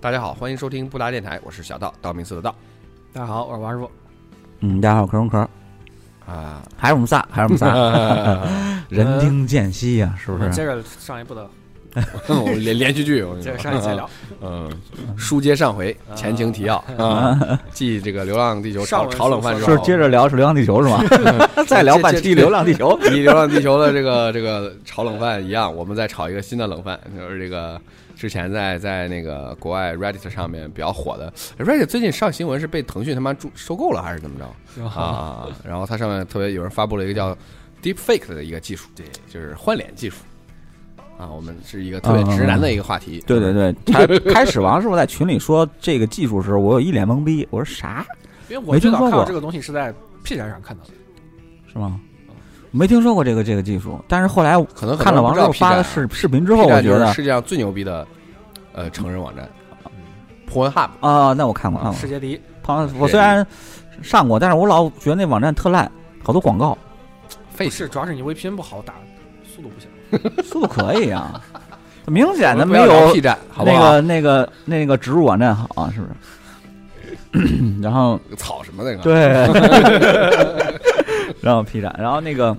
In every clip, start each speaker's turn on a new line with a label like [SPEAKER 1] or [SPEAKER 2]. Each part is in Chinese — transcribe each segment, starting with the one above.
[SPEAKER 1] 大家好，欢迎收听布达电台，我是小道，道明寺 的道
[SPEAKER 2] 大家好，我是王师傅。
[SPEAKER 3] 嗯，大家好，壳中壳，
[SPEAKER 1] 啊，
[SPEAKER 3] 还是我们仨，呃还是我
[SPEAKER 1] 嗯
[SPEAKER 3] 们仨， 人丁见稀呀，是
[SPEAKER 2] 我
[SPEAKER 3] 不
[SPEAKER 2] 们接
[SPEAKER 3] 是？
[SPEAKER 2] 着上一部的，
[SPEAKER 1] 我们连连续剧，我跟你
[SPEAKER 2] 接
[SPEAKER 1] 说
[SPEAKER 2] 着上一期 聊，
[SPEAKER 3] 啊
[SPEAKER 1] 嗯，书接上回，前情提要啊，继这个《流浪地球》
[SPEAKER 2] 上
[SPEAKER 1] 炒
[SPEAKER 2] 文
[SPEAKER 1] 炒冷饭
[SPEAKER 2] 说
[SPEAKER 1] 之
[SPEAKER 2] 说
[SPEAKER 1] 后，
[SPEAKER 3] 是接着聊是《流浪地球》是 吗？再聊半期《流浪地球》，
[SPEAKER 1] 以《流浪 地球》的这个这个炒冷饭一样，我们再炒一个新的冷饭，就是这个之前在在那个国外 Reddit 上面比较火的，Reddit 哎最近上新闻是被腾讯他妈注收购了还是怎么着？
[SPEAKER 2] 是 吧
[SPEAKER 1] 啊啊，啊！ 然后它上面特别有人发布了一个叫 Deep Fake 的一个技术，就是换脸技术。啊，我们是一个特别直男的一个话题。
[SPEAKER 3] 嗯对对对，他开始王师傅在群里说这个技术的时候，我有一脸懵逼，我说啥
[SPEAKER 2] 因为我最
[SPEAKER 3] 没听
[SPEAKER 2] 早
[SPEAKER 3] 说
[SPEAKER 2] 看到
[SPEAKER 3] 过
[SPEAKER 2] 这个东西是在 P 站上看到的，
[SPEAKER 3] 是吗？没听说过这个这个技术，但是后来
[SPEAKER 1] 可能很
[SPEAKER 3] 看了
[SPEAKER 1] 多人
[SPEAKER 3] 王
[SPEAKER 1] 不知道
[SPEAKER 3] 师傅
[SPEAKER 1] P
[SPEAKER 3] 发的
[SPEAKER 1] 站
[SPEAKER 3] 视视频之
[SPEAKER 1] 之
[SPEAKER 3] 后，我觉
[SPEAKER 1] 就是
[SPEAKER 3] 得
[SPEAKER 1] 世界上最牛逼的呃成人网站，Pornhub。
[SPEAKER 3] 啊，那我看过看过
[SPEAKER 2] 世，界第一。
[SPEAKER 3] 好像我虽然上过，但是我老觉得那网站特烂，好多广告，
[SPEAKER 2] 不
[SPEAKER 1] Face
[SPEAKER 2] 是，主要是你 VPN 不好打，速度不行。
[SPEAKER 3] 速度可以啊，明显
[SPEAKER 1] 我们
[SPEAKER 3] 的
[SPEAKER 1] 不
[SPEAKER 3] 没
[SPEAKER 1] 要聊
[SPEAKER 3] 有
[SPEAKER 1] P 站，好不
[SPEAKER 3] 那
[SPEAKER 1] 好？
[SPEAKER 3] 个那个那个植入网站好啊，是不是？ 然后
[SPEAKER 1] 草什么那个？
[SPEAKER 3] 对， 然后 P 站，然后那个，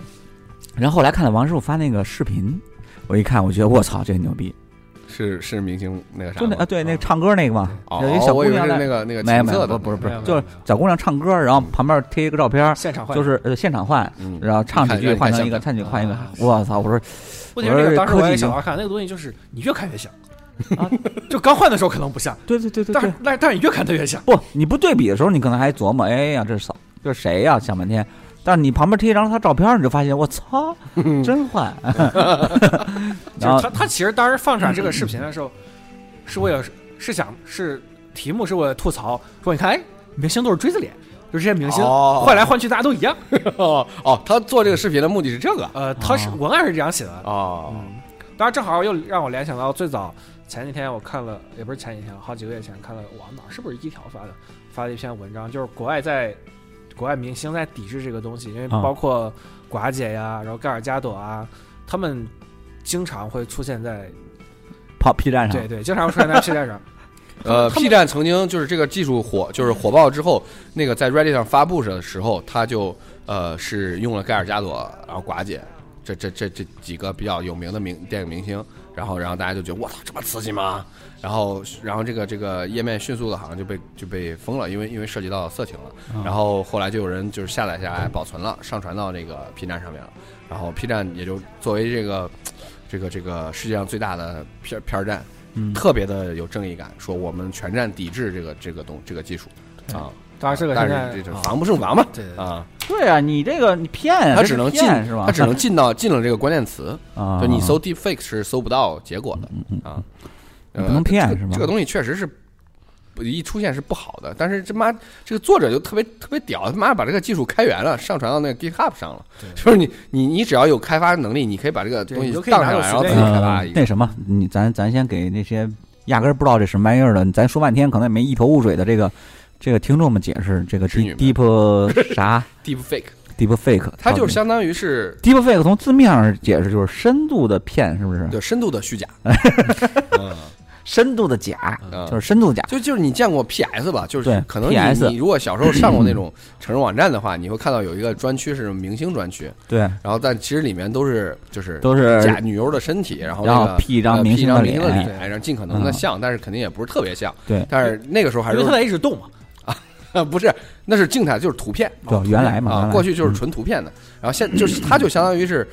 [SPEAKER 3] 然后后来看了王师傅发那个视频，我一看，我觉得我操，这牛逼！
[SPEAKER 1] 是是明星那个啥
[SPEAKER 3] 就那
[SPEAKER 1] 吗？
[SPEAKER 3] 啊，对，那个唱歌那个嘛，有一
[SPEAKER 1] 哦，
[SPEAKER 3] 小
[SPEAKER 1] 我
[SPEAKER 3] 姑
[SPEAKER 1] 以为是
[SPEAKER 3] 娘在
[SPEAKER 1] 那个那个
[SPEAKER 3] 没有
[SPEAKER 1] 情
[SPEAKER 3] 没
[SPEAKER 1] 色
[SPEAKER 3] 有，
[SPEAKER 1] 的，
[SPEAKER 3] 不不是不
[SPEAKER 2] 没有
[SPEAKER 3] 是，
[SPEAKER 2] 没有
[SPEAKER 3] 就是小姑娘唱歌，然后旁边贴一个照片，
[SPEAKER 2] 现场换
[SPEAKER 3] 就是呃现场换，
[SPEAKER 1] 嗯，
[SPEAKER 3] 然后唱几句
[SPEAKER 1] 看看
[SPEAKER 3] 换成一个，
[SPEAKER 1] 看
[SPEAKER 3] 唱几句换一个
[SPEAKER 2] 啊，
[SPEAKER 3] 我操！我说
[SPEAKER 2] 问题是那
[SPEAKER 3] 我
[SPEAKER 2] 个
[SPEAKER 3] 是
[SPEAKER 2] 当时
[SPEAKER 3] 科
[SPEAKER 2] 我也
[SPEAKER 3] 技
[SPEAKER 2] 小
[SPEAKER 3] 型
[SPEAKER 2] 孩看那个东西，就是你越看 越像
[SPEAKER 3] 啊，
[SPEAKER 2] 就刚换的时候可能不像，
[SPEAKER 3] 对对对对
[SPEAKER 2] 但
[SPEAKER 3] 对
[SPEAKER 2] 是，但但是你越看它越像。
[SPEAKER 3] 不，你不对比的时候，你可能还琢磨，哎呀，这是扫这是谁呀、想半天。但是你旁边贴一张他照片，你就发现，我操，
[SPEAKER 1] 嗯
[SPEAKER 3] 真 坏。 然
[SPEAKER 2] 就
[SPEAKER 3] 后嗯
[SPEAKER 2] 是他他其实当时放出来这个视频的时候，是为了是想是题目是为了吐槽，说你看，哎，明星都是锥子脸，就是这些明星
[SPEAKER 1] 哦
[SPEAKER 2] 换来换去大家都一样。
[SPEAKER 1] 哦哦，他做这个视频的目的是这个
[SPEAKER 2] 呃，他是
[SPEAKER 3] 哦
[SPEAKER 2] 文案是这样写的，
[SPEAKER 1] 哦，
[SPEAKER 2] 当然正好又让我联想到最早前几天我看了，也不是前几天，好几个月前看了网哪儿是不是一条发的发了一篇文章，就是国外在国外明星在抵制这个东西，因为
[SPEAKER 3] 啊
[SPEAKER 2] 包括寡姐呀，然后盖尔加朵啊，他们经常会出现在
[SPEAKER 3] 跑 P 站上
[SPEAKER 2] 对，对，经常会出现在 P 站上。
[SPEAKER 1] 呃
[SPEAKER 2] 他们
[SPEAKER 1] ，P 站曾经就是这个技术火，就是火爆之后，那个在 Reddit 上发布的时候，他就呃是用了盖尔加朵，然后寡姐，这这这这几个比较有名的明电影明星，然后然后大家就觉得我操这么刺激吗？然后然后这个这个页面迅速的好像就被就被封了，因为因为涉及到色情了。
[SPEAKER 2] 嗯
[SPEAKER 1] 然后后来就有人就是下载下来保存了，上传到那个 P 站上面了。然后 P 站也就作为这个这个这个世界上最大的片片儿站，
[SPEAKER 3] 嗯
[SPEAKER 1] 特别的有正义感，说我们全站抵制这个这个东这个技术啊。
[SPEAKER 2] 当然这个
[SPEAKER 1] 但
[SPEAKER 2] 现
[SPEAKER 1] 是这
[SPEAKER 2] 在啊
[SPEAKER 1] 就防不胜防嘛
[SPEAKER 2] 对对对
[SPEAKER 1] 啊，
[SPEAKER 3] 对啊，你这个你骗啊，
[SPEAKER 1] 它只
[SPEAKER 3] 这是
[SPEAKER 1] 能进
[SPEAKER 3] 骗是吧？
[SPEAKER 1] 它只能进到进了这个关键词，
[SPEAKER 3] 啊，
[SPEAKER 1] 就你搜 deep fake 是搜不到结果的
[SPEAKER 3] 嗯嗯
[SPEAKER 1] 啊。
[SPEAKER 3] 你
[SPEAKER 1] 呃
[SPEAKER 3] 不能骗
[SPEAKER 1] 这个
[SPEAKER 3] 是吗
[SPEAKER 1] 这个东西确实是不一出现是不好的，但是这妈这个作者就特别特别屌，他妈把这个技术开源了，上传到那个 GitHub 上了。就是你你你只要有开发能力，你可以把这个
[SPEAKER 2] 对
[SPEAKER 1] 东西
[SPEAKER 2] 你就可以
[SPEAKER 1] 荡
[SPEAKER 2] 拿
[SPEAKER 1] 下
[SPEAKER 2] 到
[SPEAKER 1] 来，然后
[SPEAKER 2] 随
[SPEAKER 1] 自
[SPEAKER 2] 便
[SPEAKER 1] 己开发
[SPEAKER 3] 呃
[SPEAKER 1] 一个。
[SPEAKER 3] 那什么，你咱咱先给那些压根儿不知道这什么玩意儿的，咱说半天可能也没一头雾水的这个这个听众们解释这个
[SPEAKER 1] 织女
[SPEAKER 3] deep deep 啥
[SPEAKER 1] deep fake，
[SPEAKER 3] deep fake，
[SPEAKER 1] 它就是相当于是
[SPEAKER 3] deep fake 从字面上解释就是深度的骗，是不是？
[SPEAKER 1] 对深度的虚 假。嗯
[SPEAKER 3] 深度的假，
[SPEAKER 1] 嗯
[SPEAKER 3] 就是深度的假。
[SPEAKER 1] 就就是你见过 PS 吧？就是
[SPEAKER 3] 对
[SPEAKER 1] 可能
[SPEAKER 3] PS
[SPEAKER 1] 你你如果小时候上过那 种成人网站的话，你会看到有一个专区是明星专区，
[SPEAKER 3] 对，
[SPEAKER 1] 然后但其实里面都是就是
[SPEAKER 3] 都是
[SPEAKER 1] 假女优的身体，然后
[SPEAKER 3] 然
[SPEAKER 1] 那
[SPEAKER 3] 后
[SPEAKER 1] 个
[SPEAKER 3] P 一张
[SPEAKER 1] 呃
[SPEAKER 3] 明
[SPEAKER 1] P 一
[SPEAKER 3] 星
[SPEAKER 1] 张
[SPEAKER 3] 的
[SPEAKER 1] 明星的
[SPEAKER 3] 脸
[SPEAKER 1] 脸，然后尽可能的
[SPEAKER 3] 嗯
[SPEAKER 1] 像，但是肯定也不是特别像。
[SPEAKER 3] 对
[SPEAKER 1] 但是那个时候还
[SPEAKER 2] 因
[SPEAKER 1] 是
[SPEAKER 2] 为它在一直动嘛，
[SPEAKER 1] 不是，那是静态，就是图片
[SPEAKER 3] 对，原来嘛，原
[SPEAKER 1] 啊，
[SPEAKER 3] 来
[SPEAKER 1] 过去就是纯图片的，然后现就是它就相当于是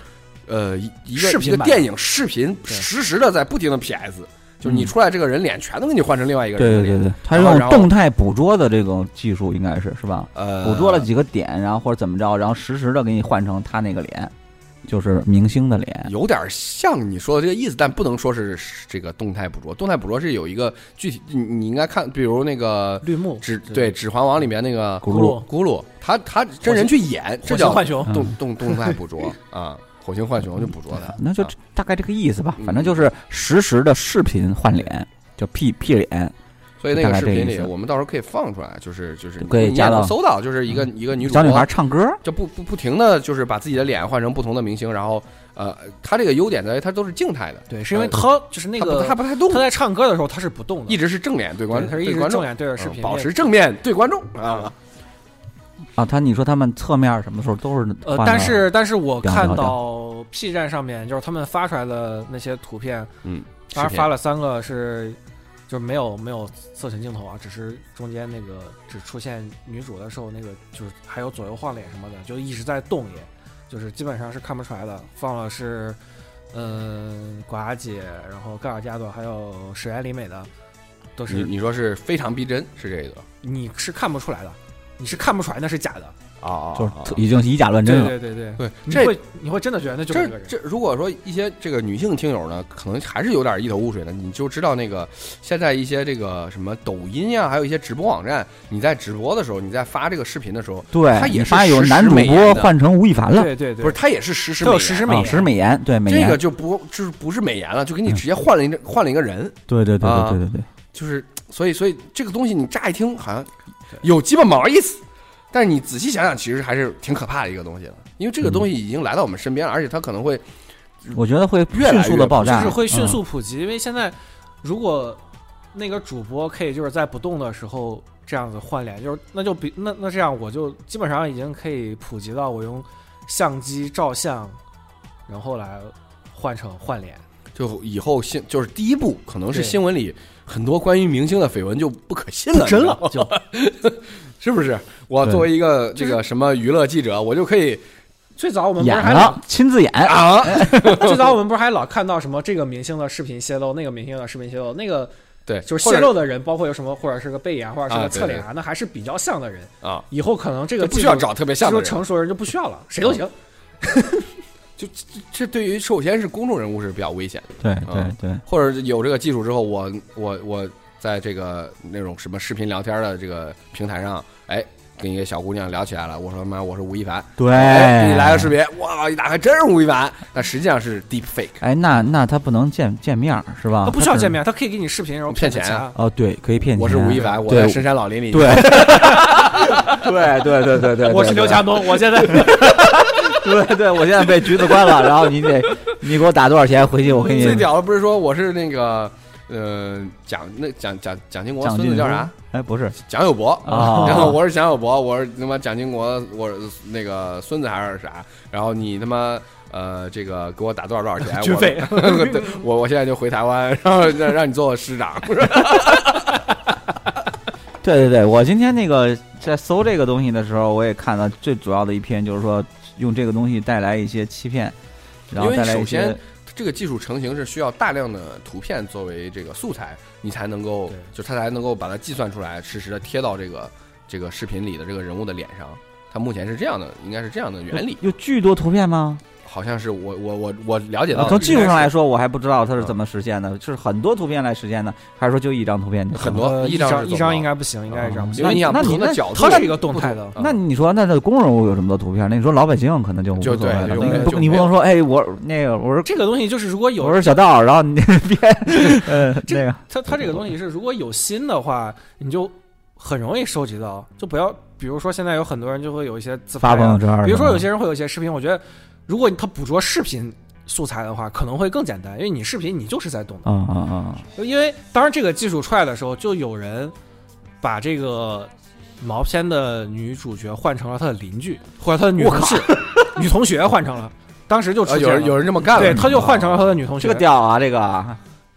[SPEAKER 1] 呃一一个
[SPEAKER 2] 视频
[SPEAKER 1] 一个
[SPEAKER 2] 版
[SPEAKER 1] 电影视频
[SPEAKER 2] 对
[SPEAKER 1] 实时的在不停的 PS，就是你
[SPEAKER 3] 嗯
[SPEAKER 1] 出来这个人脸全都给你换成另外一个人
[SPEAKER 3] 对
[SPEAKER 1] 的
[SPEAKER 3] 对对
[SPEAKER 1] 脸，
[SPEAKER 3] 对，他
[SPEAKER 1] 然后
[SPEAKER 3] 用
[SPEAKER 1] 然后
[SPEAKER 3] 动态捕捉的这种技术应该是是吧？
[SPEAKER 1] 呃，
[SPEAKER 3] 捕捉了几个点，然后或者怎么着，然后实时的给你换成他那个脸，就是明星的脸。
[SPEAKER 1] 有点像你说的这个意思，但不能说是这个动态捕捉。动态捕捉是有一个具体，你你应该看，比如那个
[SPEAKER 2] 绿幕
[SPEAKER 1] 《指对《指环王》里面那个
[SPEAKER 3] 咕
[SPEAKER 2] 噜
[SPEAKER 1] 咕噜，他他真人去演，这
[SPEAKER 2] 火星
[SPEAKER 1] 叫
[SPEAKER 2] 浣熊，
[SPEAKER 3] 嗯
[SPEAKER 1] 动动动态捕捉啊，火星浣熊就捕捉他，
[SPEAKER 3] 那就
[SPEAKER 1] 啊
[SPEAKER 3] 这大概这个意思吧
[SPEAKER 1] 嗯，
[SPEAKER 3] 反正就是实时的视频换脸，就 P P 脸，
[SPEAKER 1] 所以那个视
[SPEAKER 3] 大
[SPEAKER 1] 频
[SPEAKER 3] 概这意
[SPEAKER 1] 里
[SPEAKER 3] 思
[SPEAKER 1] 我们到时候可以放出来，就是就是
[SPEAKER 3] 可以
[SPEAKER 1] 你你也
[SPEAKER 3] 加到嗯
[SPEAKER 1] 能搜到，就是一个一个女主
[SPEAKER 3] 小女
[SPEAKER 1] 播
[SPEAKER 3] 孩唱歌，
[SPEAKER 1] 就不不不停的就是把自己的脸换成不同的明星，然后呃，她这个优点在于她都是静态的，
[SPEAKER 2] 对，是因为他就是那
[SPEAKER 1] 她嗯不
[SPEAKER 2] 个
[SPEAKER 1] 她不太动
[SPEAKER 2] 他，在唱歌的时候他是不动的，
[SPEAKER 1] 一直是正脸对观
[SPEAKER 2] 对他是一
[SPEAKER 1] 对
[SPEAKER 2] 直
[SPEAKER 1] 观
[SPEAKER 2] 正
[SPEAKER 1] 众，
[SPEAKER 2] 脸对着视
[SPEAKER 1] 嗯
[SPEAKER 2] 频，
[SPEAKER 1] 保持正面对观众啊，
[SPEAKER 3] 啊，他你说他们侧面什么时候都是
[SPEAKER 2] 呃
[SPEAKER 3] 换，
[SPEAKER 2] 但
[SPEAKER 3] 的
[SPEAKER 2] 是但是我
[SPEAKER 3] 表情
[SPEAKER 2] 看
[SPEAKER 3] 好像
[SPEAKER 2] 到 P 站上面就是他们发出来的那些图片，
[SPEAKER 1] 嗯，
[SPEAKER 2] 当
[SPEAKER 1] 视
[SPEAKER 2] 时
[SPEAKER 1] 频
[SPEAKER 2] 发了三个是，就是没有没有侧倾镜头啊，只是中间那个只出现女主的时候，那个就是还有左右晃脸什么的，就一直在动也，就是基本上是看不出来的。放了是，嗯，寡姐，然后盖尔加朵，还有石原里美的，都
[SPEAKER 1] 你
[SPEAKER 2] 是
[SPEAKER 1] 你说是非常逼真是这个
[SPEAKER 2] 你是看不出来的，你是看不出来那是假的。
[SPEAKER 1] 啊
[SPEAKER 3] 就是特已经以假乱真了，
[SPEAKER 2] 对对对对，
[SPEAKER 1] 对
[SPEAKER 2] 你
[SPEAKER 1] 这。
[SPEAKER 2] 会你会真的觉得那就是
[SPEAKER 1] 这
[SPEAKER 2] 那个人。
[SPEAKER 1] 这，如果说一些这个女性听友呢，可能还是有点一头雾水的。你就知道那个现在一些这个什么抖音呀、还有一些直播网站，你在直播的时候，你在发这个视频的时候，
[SPEAKER 3] 对，
[SPEAKER 1] 他
[SPEAKER 3] 你
[SPEAKER 1] 也是
[SPEAKER 3] 发现有
[SPEAKER 1] 实时
[SPEAKER 3] 男主
[SPEAKER 1] 美
[SPEAKER 3] 播
[SPEAKER 1] 颜的
[SPEAKER 3] 换成吴亦凡了，
[SPEAKER 2] 对对对，
[SPEAKER 1] 不是，它也是实时
[SPEAKER 2] 它
[SPEAKER 1] 美
[SPEAKER 2] 有
[SPEAKER 1] 颜，
[SPEAKER 2] 实时美
[SPEAKER 3] 啊，
[SPEAKER 2] 颜嗯
[SPEAKER 3] 是美颜，对美
[SPEAKER 1] 这
[SPEAKER 3] 颜
[SPEAKER 1] 个，就不就是不是美颜了，就给你直接换了一个、换了一个人，
[SPEAKER 3] 对对对
[SPEAKER 1] 啊
[SPEAKER 3] 对对对对，
[SPEAKER 1] 就是所以所以这个东西你乍一听好像有鸡巴毛意思，但是你仔细想想，其实还是挺可怕的一个东西了，因为这个东西已经来到我们身边，而且它可能会
[SPEAKER 3] 我觉得会
[SPEAKER 1] 越
[SPEAKER 3] 迅
[SPEAKER 1] 来
[SPEAKER 3] 速
[SPEAKER 1] 越
[SPEAKER 3] 的爆
[SPEAKER 1] 普
[SPEAKER 3] 炸，
[SPEAKER 2] 就是会迅
[SPEAKER 3] 嗯
[SPEAKER 2] 速普及，因为现在如果那个主播可以就是在不动的时候这样子换脸，就是那就比那那这样我就基本上已经可以普及到我用相机照相，然后来换成换脸。
[SPEAKER 1] 就以后新就是第一步，可能是
[SPEAKER 2] 对
[SPEAKER 1] 新闻里很多关于明星的绯闻就不可信了，
[SPEAKER 2] 真
[SPEAKER 1] 了，就 是不是？我
[SPEAKER 3] 对
[SPEAKER 1] 作为一个这
[SPEAKER 2] 就是
[SPEAKER 1] 个什么娱乐记者，我就可以
[SPEAKER 2] 最早我们不
[SPEAKER 3] 演
[SPEAKER 2] 是还
[SPEAKER 3] 了
[SPEAKER 2] 老
[SPEAKER 3] 亲自演，
[SPEAKER 1] 啊，
[SPEAKER 2] 最早我们不是还老看到什么这个明星的视频泄露，那个明星的视频泄露，那个
[SPEAKER 1] 对，
[SPEAKER 2] 就是
[SPEAKER 1] 或
[SPEAKER 2] 泄
[SPEAKER 1] 者
[SPEAKER 2] 露的人，包括有什么或者是个背牙，或者是
[SPEAKER 1] 啊
[SPEAKER 2] 个
[SPEAKER 1] 对
[SPEAKER 2] 侧脸啊，那还是比较像的人。
[SPEAKER 1] 啊，
[SPEAKER 2] 以后可能这
[SPEAKER 1] 就
[SPEAKER 2] 个
[SPEAKER 1] 不需要
[SPEAKER 2] 技术
[SPEAKER 1] 找特别
[SPEAKER 2] 技
[SPEAKER 1] 像的
[SPEAKER 2] 术
[SPEAKER 1] 人，
[SPEAKER 2] 成熟的人就不需要了，谁都行。
[SPEAKER 1] 这对于首先是公众人物是比较危险的，
[SPEAKER 3] 对
[SPEAKER 1] 嗯
[SPEAKER 3] 对对，
[SPEAKER 1] 或者有这个技术之后，我我我在这个那种什么视频聊天的这个平台上，哎，跟一个小姑娘聊起来了，我说妈，我是吴亦凡，
[SPEAKER 3] 对，
[SPEAKER 1] 哎，给你来个视频，哇，一打开真是吴亦凡，那实际上是 deep fake，
[SPEAKER 3] 哎，那那他不能见见面儿是吧？
[SPEAKER 2] 他不需要
[SPEAKER 3] 只
[SPEAKER 2] 见。面，他可以给你视频，然后
[SPEAKER 1] 骗
[SPEAKER 2] 个
[SPEAKER 1] 钱啊
[SPEAKER 3] 哦，对，可以骗钱。
[SPEAKER 1] 我是吴亦凡，我
[SPEAKER 3] 对
[SPEAKER 1] 在深山老林里，
[SPEAKER 3] 对， 对对对对对，
[SPEAKER 2] 我是刘
[SPEAKER 3] 强。
[SPEAKER 2] 强东，我现在
[SPEAKER 3] 对对，我现在被橘子关了，然后你得 你给我打多少钱回去，我给你
[SPEAKER 1] 最屌的不是说我是那个呃蒋那蒋蒋蒋经国
[SPEAKER 3] 奖
[SPEAKER 1] 孙
[SPEAKER 3] 金
[SPEAKER 1] 子叫啥？？
[SPEAKER 3] 哎，不是
[SPEAKER 1] 蒋友柏
[SPEAKER 3] 啊
[SPEAKER 1] 然后我是蒋友柏，我是他妈蒋经国，我是那个孙子还是啥？然后你他妈呃，这个给我打多少多少钱？
[SPEAKER 2] 军
[SPEAKER 1] 我
[SPEAKER 2] 费，
[SPEAKER 1] 对我我现在就回台湾，然后让让你做我师长。
[SPEAKER 3] 对对对，我今天那个在搜这个东西的时候，我也看到最主要的一篇就是说用这个东西带来一些欺骗，然后
[SPEAKER 1] 因为
[SPEAKER 3] 带来
[SPEAKER 1] 首
[SPEAKER 3] 一些
[SPEAKER 1] 先这个技术成型是需要大量的图片作为这个素材，你才能够
[SPEAKER 2] 对
[SPEAKER 1] 就它才能够把它计算出来，实时的贴到这个这个视频里的这个人物的脸上。它目前是这样的，应该是这样的原
[SPEAKER 2] 嗯
[SPEAKER 1] 理，
[SPEAKER 3] 有巨多图片吗？
[SPEAKER 1] 好像是我我我我了解
[SPEAKER 3] 啊
[SPEAKER 1] 到
[SPEAKER 2] 呃
[SPEAKER 1] 的
[SPEAKER 3] 从技术上来说，我还不知道它是
[SPEAKER 1] 嗯
[SPEAKER 3] 怎么实现的，是很多图片来实现的，还是说就一张图片就行了
[SPEAKER 1] 很多
[SPEAKER 2] 一
[SPEAKER 1] 一张是
[SPEAKER 2] 张
[SPEAKER 1] 做
[SPEAKER 2] 呃一
[SPEAKER 1] 不到
[SPEAKER 2] 张应该不行，应该是一张不
[SPEAKER 1] 因
[SPEAKER 2] 行。
[SPEAKER 1] 为你想
[SPEAKER 3] 那
[SPEAKER 1] 不
[SPEAKER 3] 你
[SPEAKER 1] 同的
[SPEAKER 3] 那
[SPEAKER 1] 角度，
[SPEAKER 2] 它是一个动态的，
[SPEAKER 1] 嗯
[SPEAKER 3] 那你说，那这工人物有这么多图片？那你说老百姓可能就无所
[SPEAKER 1] 就
[SPEAKER 3] 谓
[SPEAKER 1] 对
[SPEAKER 3] 了。
[SPEAKER 1] 就
[SPEAKER 3] 你
[SPEAKER 2] 没
[SPEAKER 3] 不，
[SPEAKER 1] 就
[SPEAKER 3] 你不
[SPEAKER 1] 没有
[SPEAKER 3] 能说，哎，我那个我是
[SPEAKER 2] 这个东西就是如果
[SPEAKER 3] 我
[SPEAKER 2] 有
[SPEAKER 3] 是小道，然后你 别呃那个
[SPEAKER 2] 它，它这个东西是如果有心的话，你就很容易收集到，就不要比如说现在有很多人就会有一些自
[SPEAKER 3] 发
[SPEAKER 2] 拍
[SPEAKER 3] 朋
[SPEAKER 2] 啊
[SPEAKER 3] 友，
[SPEAKER 1] 哎
[SPEAKER 3] 圈儿什么的，
[SPEAKER 2] 比如说有些人会有一些视频，我觉得如果他捕捉视频素材的话，可能会更简单，因为你视频你就是在动的。
[SPEAKER 3] 啊啊啊，
[SPEAKER 2] 因为当然这个技术出来的时候，就有人把这个毛片的女主角换成了她的邻居，或者她的女同事、 女同学换成了，当时就出
[SPEAKER 1] 啊
[SPEAKER 2] 现
[SPEAKER 1] 有
[SPEAKER 2] 了、
[SPEAKER 1] 人有人这么干了，嗯
[SPEAKER 2] 对，她就换成了她的女同
[SPEAKER 3] 这
[SPEAKER 2] 学，
[SPEAKER 3] 个屌啊，这个啊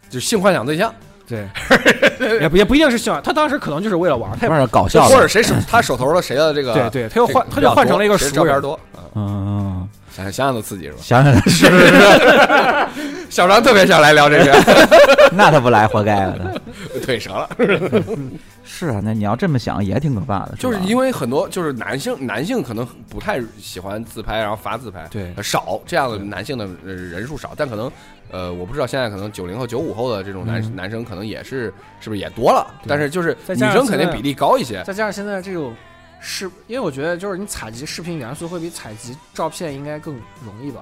[SPEAKER 1] 就性幻想对象，
[SPEAKER 2] 对，也不也不一定是炫耀，她当时可能就是为了玩儿，她
[SPEAKER 3] 有
[SPEAKER 2] 也
[SPEAKER 3] 点搞
[SPEAKER 1] 就
[SPEAKER 3] 笑
[SPEAKER 1] 或
[SPEAKER 3] 了
[SPEAKER 1] 者，谁手他手头的谁的这个
[SPEAKER 2] 对对，她又换
[SPEAKER 1] 这
[SPEAKER 2] 她就换成了一个
[SPEAKER 1] 谁的
[SPEAKER 2] 熟
[SPEAKER 1] 照片
[SPEAKER 2] 人，
[SPEAKER 1] 多啊，
[SPEAKER 3] 嗯嗯，嗯
[SPEAKER 1] 想想想都刺激是吧？
[SPEAKER 3] 想想 是，
[SPEAKER 1] 小张特别想来聊这个，
[SPEAKER 3] 那他不来活该了他。
[SPEAKER 1] 腿折了。
[SPEAKER 3] 是啊，那你要这么想也挺可怕的，
[SPEAKER 1] 就是
[SPEAKER 3] 吧
[SPEAKER 1] 因为很多就是男性男性可能不太喜欢自拍，然后发自拍，
[SPEAKER 2] 对
[SPEAKER 1] 呃少这样的男性的呃人数少，但可能呃我不知道现在可能九零后九五后的这种男、男生可能也是是不是也多了，但是就是
[SPEAKER 2] 嗯再
[SPEAKER 1] 女
[SPEAKER 2] 加上
[SPEAKER 1] 生肯定
[SPEAKER 2] 现在
[SPEAKER 1] 比例高一些，
[SPEAKER 2] 再加上现在这种视，因为我觉得就是你采集视频元素会比采集照片应该更容易吧。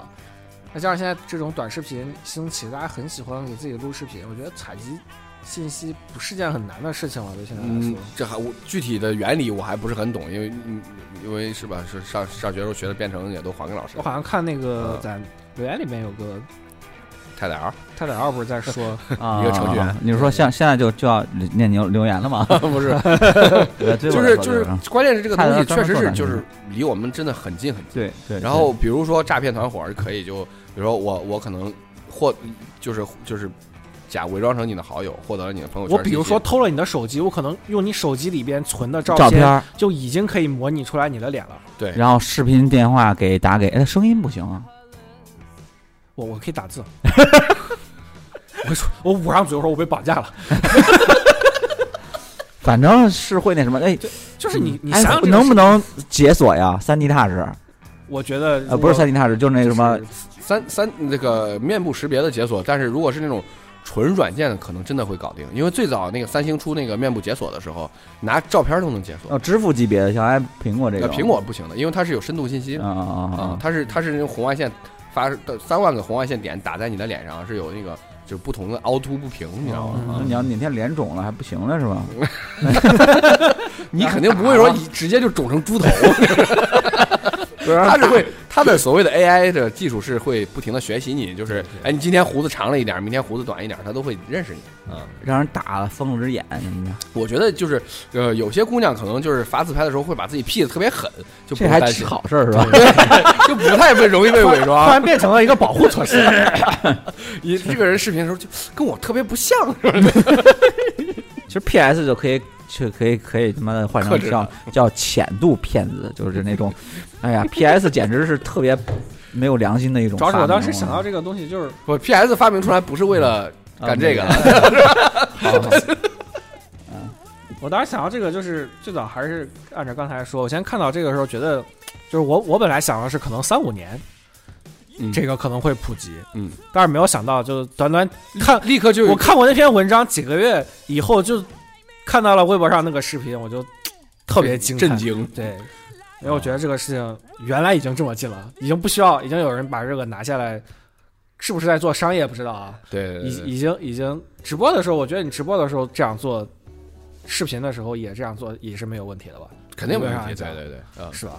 [SPEAKER 2] 再加上现在这种短视频兴起，大家很喜欢给自己录视频，我觉得采集信息不是件很难的事情了，对现在来
[SPEAKER 1] 嗯
[SPEAKER 2] 说，，
[SPEAKER 1] 这还我具体的原理我还不是很懂，因为嗯因为是吧？是上上学时候学的编程也都还给老师
[SPEAKER 2] 我。好像看那个
[SPEAKER 1] 嗯
[SPEAKER 2] 在留言里面有个
[SPEAKER 1] 太太儿
[SPEAKER 2] 泰勒二不是 在说
[SPEAKER 3] 啊
[SPEAKER 1] 一个程序员
[SPEAKER 3] 你说像现在就就要念留留言了吗？
[SPEAKER 1] 不是，
[SPEAKER 3] 对
[SPEAKER 1] 就是就是，关键是这个东西
[SPEAKER 3] 太太儿专门
[SPEAKER 1] 确实是
[SPEAKER 3] 做软件
[SPEAKER 1] 就是
[SPEAKER 2] 嗯
[SPEAKER 1] 离我们真的很近很近。
[SPEAKER 3] 对对。
[SPEAKER 1] 然后比如说诈骗团伙儿可以就，比如说我我可能获就是就是假伪装成你的好友，获得了你的朋友圈
[SPEAKER 2] 我
[SPEAKER 1] 信息。
[SPEAKER 2] 比如说偷了你的手机，我可能用你手机里边存的照
[SPEAKER 3] 照片儿，
[SPEAKER 2] 就已经可以模拟出来你的脸了。
[SPEAKER 1] 对，
[SPEAKER 3] 然后视频电话给打给，哎，声音不行啊。
[SPEAKER 2] 我我可以打 字。我说我捂上嘴，我说我被绑架了。
[SPEAKER 3] 反正是会那什么，哎，
[SPEAKER 2] 就是你，你
[SPEAKER 3] 哎
[SPEAKER 2] 想想这个
[SPEAKER 3] 能不
[SPEAKER 2] 事？
[SPEAKER 3] 能解锁呀？三 D 踏实，
[SPEAKER 2] 我觉得
[SPEAKER 3] 呃，不是三 D 踏实，就是那
[SPEAKER 2] 就是
[SPEAKER 3] 什么，
[SPEAKER 1] 三三那个面部识别的解锁，但是如果是那种纯软件的，可能真的会搞定，因为最早那个三星出那个面部解锁的时候，拿照片都能解锁，
[SPEAKER 3] 呃，支付级别的，像哎苹果这
[SPEAKER 1] 那
[SPEAKER 3] 个，
[SPEAKER 1] 苹果不行的，因为它是有深度信息
[SPEAKER 3] 啊
[SPEAKER 1] 的
[SPEAKER 3] 啊啊
[SPEAKER 1] 啊，
[SPEAKER 3] 啊，
[SPEAKER 1] 它是它是那种红外线发的三万个红外线点打在你的脸上，是有那个就是不同的凹凸不平，你知道吗？
[SPEAKER 2] 嗯
[SPEAKER 3] 那你要哪天脸肿了还不行了是吧？
[SPEAKER 1] 你肯定不会说你直接就肿成猪头，它是 会它的所谓的 AI 的技术是会不停的学习你，就是哎，你今天胡子长了一点，明天胡子短一点，它都会认识你。
[SPEAKER 3] 让人打了疯了只眼什么的，
[SPEAKER 1] 我觉得就是，呃，有些姑娘可能就是发自拍的时候会把自己 P 的特别狠，就不
[SPEAKER 3] 这还
[SPEAKER 1] 担
[SPEAKER 3] 是
[SPEAKER 1] 心，
[SPEAKER 3] 好事儿是吧？
[SPEAKER 1] 就不太被容易 被伪
[SPEAKER 2] 突
[SPEAKER 1] 装。
[SPEAKER 2] 然变成了一个保护措施。
[SPEAKER 1] 你这个人视频的时候就跟我特别不像，
[SPEAKER 3] 其实 PS 就可以去可以可以他妈的换
[SPEAKER 1] 克
[SPEAKER 3] 成
[SPEAKER 1] 制
[SPEAKER 3] 叫叫浅度骗子，就是那种，哎呀，PS 简直是特别没有良心的一种
[SPEAKER 2] 主
[SPEAKER 3] 发
[SPEAKER 2] 要是
[SPEAKER 3] 明。
[SPEAKER 2] 我当时想到这个东西，就是
[SPEAKER 1] 我 PS 发明出来不是为了
[SPEAKER 2] 嗯
[SPEAKER 1] 干这个
[SPEAKER 3] 啊，好好好
[SPEAKER 2] 我当时想到这个，就是最早还是按照刚才说，我先看到这个时候觉得，就是我我本来想的是可能三五年
[SPEAKER 1] 嗯
[SPEAKER 2] 这个可能会普及，
[SPEAKER 1] 嗯，
[SPEAKER 2] 但是没有想到，就短短看
[SPEAKER 1] 立刻就
[SPEAKER 2] 我看过那篇文章几个月以后，就看到了微博上那个视频，我就特别惊
[SPEAKER 1] 震
[SPEAKER 2] 叹，
[SPEAKER 1] 惊。
[SPEAKER 2] 对，因为我觉得这个事情原来已经这么近了，已经不需要，已经有人把这个拿下来，是不是在做商业不知道啊，
[SPEAKER 1] 对，对对
[SPEAKER 2] 已已经已经直播的时候，我觉得你直播的时候这样做，视频的时候也这样做也是没有问题的吧？
[SPEAKER 1] 肯定没问题。
[SPEAKER 2] 基本
[SPEAKER 1] 对
[SPEAKER 2] 上
[SPEAKER 1] 对对，嗯，
[SPEAKER 2] 是吧？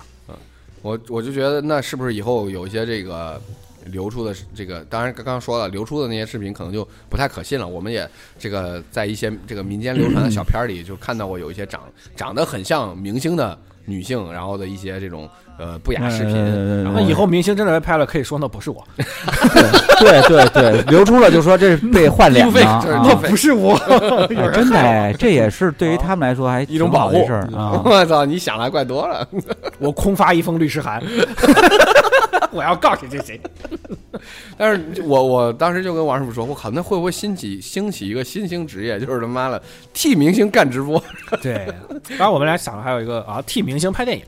[SPEAKER 1] 我我就觉得那是不是以后有一些这个流出的这个，当然刚刚说了，流出的那些视频可能就不太可信了。我们也这个在一些这个民间流传的小片儿里，就看到过有一些长长得很像明星的女性，然后的一些这种呃不雅视频。
[SPEAKER 3] 嗯
[SPEAKER 1] 然
[SPEAKER 2] 那
[SPEAKER 1] 后
[SPEAKER 2] 以后明星真的被拍了，可以说那 不是我，
[SPEAKER 3] 对对对，流出了就说这是 被换脸
[SPEAKER 1] 路
[SPEAKER 3] 了
[SPEAKER 1] 费，这是
[SPEAKER 3] 啊
[SPEAKER 1] 路费，
[SPEAKER 2] 是我，
[SPEAKER 3] 哎真的哎，这也是对于他们来说还
[SPEAKER 1] 一种
[SPEAKER 3] 挺好
[SPEAKER 1] 保
[SPEAKER 3] 的
[SPEAKER 1] 护
[SPEAKER 3] 事儿啊。
[SPEAKER 1] 我操，你想的还怪多了。
[SPEAKER 2] 我空发一封律师函， 我要告谁谁 谁。
[SPEAKER 1] 但是我我当时就跟王师傅说，我靠，那会不会兴起兴起一个新兴职业，就是他妈的替明星干直播，
[SPEAKER 2] 对，当然我们俩想的还有一个啊，替明星拍电影，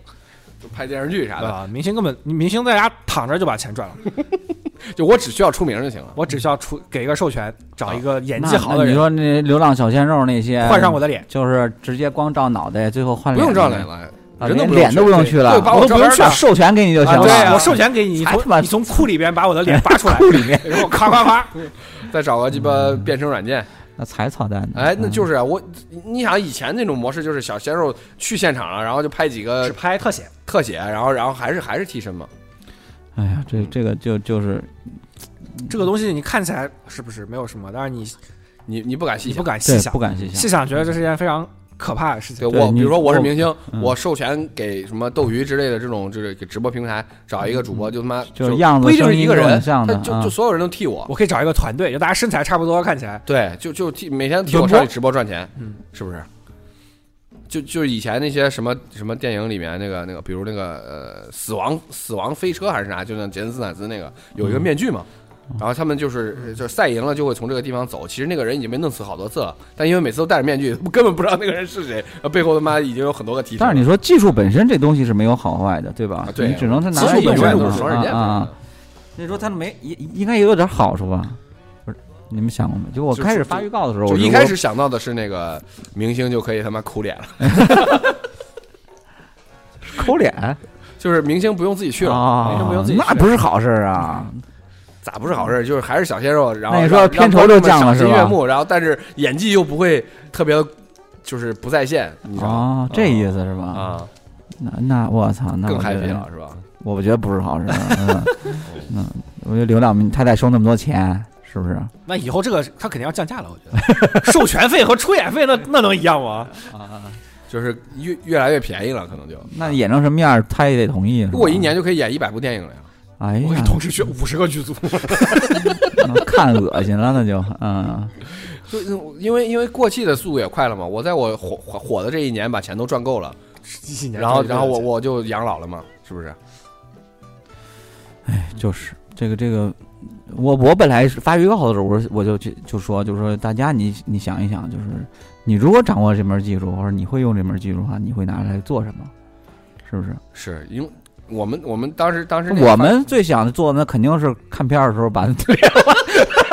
[SPEAKER 1] 就拍电视剧啥
[SPEAKER 2] 对
[SPEAKER 3] 啊
[SPEAKER 1] 的，
[SPEAKER 2] 吧？明星根本明星在家躺着就把钱赚了，
[SPEAKER 1] 就我只需要出名就行了。
[SPEAKER 2] 我只需要出给一个授权，找一个演
[SPEAKER 3] 那
[SPEAKER 2] 技好的
[SPEAKER 3] 那你
[SPEAKER 2] 人
[SPEAKER 3] 说那流浪小鲜肉那些，
[SPEAKER 2] 换上我的脸，
[SPEAKER 3] 就是直接光照脑袋，最后换
[SPEAKER 1] 不用照
[SPEAKER 3] 的
[SPEAKER 1] 脸，了，哎
[SPEAKER 3] 啊
[SPEAKER 1] 人都
[SPEAKER 3] 连
[SPEAKER 1] 不
[SPEAKER 3] 脸都不用去了，
[SPEAKER 1] 对，把我
[SPEAKER 3] 我都
[SPEAKER 1] 照片
[SPEAKER 3] 不用
[SPEAKER 1] 儿
[SPEAKER 3] 去了，授权给你就行
[SPEAKER 2] 啊
[SPEAKER 3] 了。
[SPEAKER 2] 对
[SPEAKER 1] 啊
[SPEAKER 2] 我授权给你，你
[SPEAKER 3] 还他妈
[SPEAKER 2] 从你从裤里边把我的脸扒出来，
[SPEAKER 3] 库里面
[SPEAKER 2] 然后夸夸 夸，
[SPEAKER 1] 再找个鸡巴变声软件，
[SPEAKER 3] 那才操蛋呢。
[SPEAKER 1] 哎，那
[SPEAKER 3] 嗯
[SPEAKER 1] 就是啊，我你想以前那种模式就是小鲜肉去现场了，然后就拍几
[SPEAKER 3] 呃
[SPEAKER 1] 个
[SPEAKER 2] 只拍特写。
[SPEAKER 1] 特写，然后然后还是还是替身嘛，
[SPEAKER 3] 哎呀，这这个就就是
[SPEAKER 2] 这个东西你看起来是不是没有什么？但是你
[SPEAKER 1] 你你不敢细
[SPEAKER 2] 你不
[SPEAKER 1] 想。
[SPEAKER 2] 敢细
[SPEAKER 3] 对
[SPEAKER 2] 想
[SPEAKER 3] 不，敢细
[SPEAKER 2] 细
[SPEAKER 3] 想。
[SPEAKER 2] 想觉得这是一件非常可怕的事
[SPEAKER 1] 对
[SPEAKER 2] 情。
[SPEAKER 1] 我，
[SPEAKER 3] 对
[SPEAKER 1] 比如
[SPEAKER 3] 你
[SPEAKER 1] 说我是
[SPEAKER 3] 我
[SPEAKER 1] 明星，
[SPEAKER 3] 嗯
[SPEAKER 1] 我授权给什么斗鱼之类的这种就是给直播平台找一个主播，就他妈
[SPEAKER 3] 嗯就是样子
[SPEAKER 1] 不一定是一个
[SPEAKER 3] 声音都
[SPEAKER 1] 人，
[SPEAKER 3] 很像
[SPEAKER 1] 他
[SPEAKER 3] 的
[SPEAKER 1] 就
[SPEAKER 3] 啊
[SPEAKER 1] 就所有人都替我，
[SPEAKER 2] 我可以找一个团队，就大家身材差不多，看起来
[SPEAKER 1] 对，就就替每天替我
[SPEAKER 2] 轮播
[SPEAKER 1] 上去直播赚钱，
[SPEAKER 2] 嗯，
[SPEAKER 1] 是不是？就就以前那些什么什么电影里面那个那个，比如那个呃死亡死亡飞车还是啥，就那杰森斯坦森那个有
[SPEAKER 3] 嗯
[SPEAKER 1] 一个面具嘛，然后他们就是就赛赢了就会从这个地方走，其实那个人已经被弄死好多次了，但因为每次都戴着面具，根本不知道那个人是谁，呃背后他妈已经有很多个提示了。
[SPEAKER 3] 但是你说技术本身这东西是没有好坏的，对吧
[SPEAKER 1] 啊？对
[SPEAKER 3] 你只能是拿
[SPEAKER 1] 技术本
[SPEAKER 3] 来用
[SPEAKER 1] 身是
[SPEAKER 3] 的
[SPEAKER 1] 我双刃剑
[SPEAKER 3] 啊
[SPEAKER 1] 反正
[SPEAKER 3] 啊。那时候他没应应该也有点好处吧？不是你们想过没？就我
[SPEAKER 1] 就
[SPEAKER 3] 开始
[SPEAKER 1] 就
[SPEAKER 3] 发预告的时候，
[SPEAKER 1] 就
[SPEAKER 3] 我
[SPEAKER 1] 一
[SPEAKER 3] 就
[SPEAKER 1] 开
[SPEAKER 3] 我
[SPEAKER 1] 始想到的是那个明星就可以他妈哭脸了，
[SPEAKER 3] 抠脸，
[SPEAKER 1] 就是明星不用自己去了，
[SPEAKER 3] 啊
[SPEAKER 2] 明星不用自己
[SPEAKER 3] 那
[SPEAKER 1] 嗯
[SPEAKER 2] 去
[SPEAKER 3] 不是好事儿啊！
[SPEAKER 1] 咋不是好事儿？就是还是小鲜肉，然后
[SPEAKER 3] 那你说
[SPEAKER 1] 让
[SPEAKER 3] 片酬就降了
[SPEAKER 1] 让观众们赏心
[SPEAKER 3] 是吧
[SPEAKER 1] 悦目，然后但是演技又不会特别的，就是不在线，你知道吗？
[SPEAKER 3] 哦，这意思是吧？
[SPEAKER 1] 啊，
[SPEAKER 3] 那那我操，那
[SPEAKER 1] 更
[SPEAKER 3] 我觉
[SPEAKER 1] happy
[SPEAKER 3] 得
[SPEAKER 1] 了是吧？
[SPEAKER 3] 我觉得不是好事儿。嗯， 嗯我觉得刘亮明他得收那么多钱，是不是？
[SPEAKER 2] 那以后这个他肯定要降价了，我觉得 授权费和出演费那那能一 样吗？
[SPEAKER 1] 就是越越来越便宜了，可能就
[SPEAKER 3] 那演成什么样儿，他也得同意。是吧
[SPEAKER 1] 我一，年就可以演一百部电影了呀。
[SPEAKER 3] 哎
[SPEAKER 2] 我给
[SPEAKER 3] 呀，
[SPEAKER 2] 同时选五十个剧组，
[SPEAKER 3] 那看恶心了，那就嗯，
[SPEAKER 1] 就因为因为过气的速度也快了嘛，我在我火火火的这一年把钱都赚够了，
[SPEAKER 2] 几几年
[SPEAKER 1] 然后
[SPEAKER 2] 赚一
[SPEAKER 1] 然后我
[SPEAKER 2] 个
[SPEAKER 1] 我就养老了嘛，是不是？
[SPEAKER 3] 就是这个这个，我我本来是发预告的时候，我说我就去就说就说大家你你想一想，就是你如果掌握这门技术，或者你会用这门技术的话，你会拿来做什么？是不是？
[SPEAKER 1] 是因为我们我们当时当时那个
[SPEAKER 3] 我们最想做的那肯定是看片儿的时候 把
[SPEAKER 2] 钱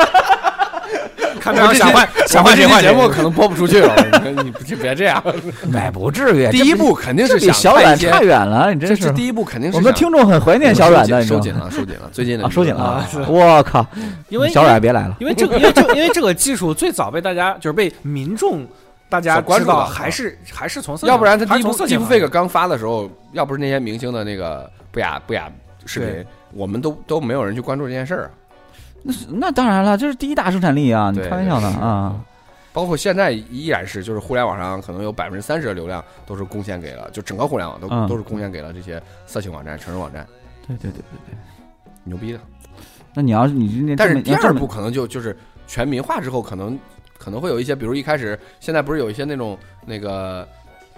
[SPEAKER 2] 看片儿想坏
[SPEAKER 1] 想
[SPEAKER 2] 想坏
[SPEAKER 1] 换这
[SPEAKER 2] 谁
[SPEAKER 1] 期
[SPEAKER 2] 坏
[SPEAKER 1] 节
[SPEAKER 2] 谁
[SPEAKER 1] 目可能播不出去了，你你你别这样。
[SPEAKER 3] 买不至于。
[SPEAKER 1] 第一步肯定
[SPEAKER 3] 哎这
[SPEAKER 1] 是
[SPEAKER 3] 比
[SPEAKER 1] 想
[SPEAKER 3] 小
[SPEAKER 1] 看
[SPEAKER 3] 阮
[SPEAKER 1] 一些
[SPEAKER 3] 差远了，你
[SPEAKER 1] 这
[SPEAKER 3] 真
[SPEAKER 1] 是
[SPEAKER 3] 是。
[SPEAKER 1] 第一步肯定是
[SPEAKER 3] 我们
[SPEAKER 1] 想
[SPEAKER 3] 听众很怀念小阮的，你知
[SPEAKER 1] 收
[SPEAKER 3] 道吗
[SPEAKER 1] 紧？了收紧了，最近的
[SPEAKER 3] 啊，收紧了
[SPEAKER 2] 啊
[SPEAKER 3] 啊
[SPEAKER 2] 是！
[SPEAKER 3] 我靠，
[SPEAKER 2] 因为
[SPEAKER 3] 小阮别来了。
[SPEAKER 2] 因为这个，因为这，因为这个技术最早被大家就是被民众大家
[SPEAKER 1] 所关
[SPEAKER 2] 知
[SPEAKER 1] 注到
[SPEAKER 2] 道，
[SPEAKER 1] 的
[SPEAKER 2] 还是还是从色情
[SPEAKER 1] 要不然他
[SPEAKER 2] 还
[SPEAKER 1] 第
[SPEAKER 2] 是
[SPEAKER 1] 一
[SPEAKER 2] 从
[SPEAKER 1] 部
[SPEAKER 2] 色
[SPEAKER 1] 第一
[SPEAKER 2] 情
[SPEAKER 1] 部
[SPEAKER 2] 行业
[SPEAKER 1] fake 刚发的时候，要不是那些明星的那个不雅不雅视频
[SPEAKER 2] 对，
[SPEAKER 1] 我们都都没有人去关注这件事儿啊。
[SPEAKER 3] 那是那当然了，这是第一大生产力啊！你
[SPEAKER 1] 对
[SPEAKER 3] 开玩笑呢
[SPEAKER 1] 对是
[SPEAKER 3] 啊？
[SPEAKER 1] 包括现在依然是，就是互联网上可能有百分之三十的流量都是贡献给了，就整个互联网都、
[SPEAKER 3] 嗯
[SPEAKER 1] 都是贡献给了这些色情网站、成人网站，
[SPEAKER 3] 对对对对对。
[SPEAKER 1] 牛逼的。
[SPEAKER 3] 那你要是你那
[SPEAKER 1] 但
[SPEAKER 3] 这
[SPEAKER 1] 是
[SPEAKER 3] 么
[SPEAKER 1] 第
[SPEAKER 3] 要
[SPEAKER 1] 二
[SPEAKER 3] 这么
[SPEAKER 1] 步可能就就是全民化之后，可能可能会有一些，比如一开始现在不是有一些那种那个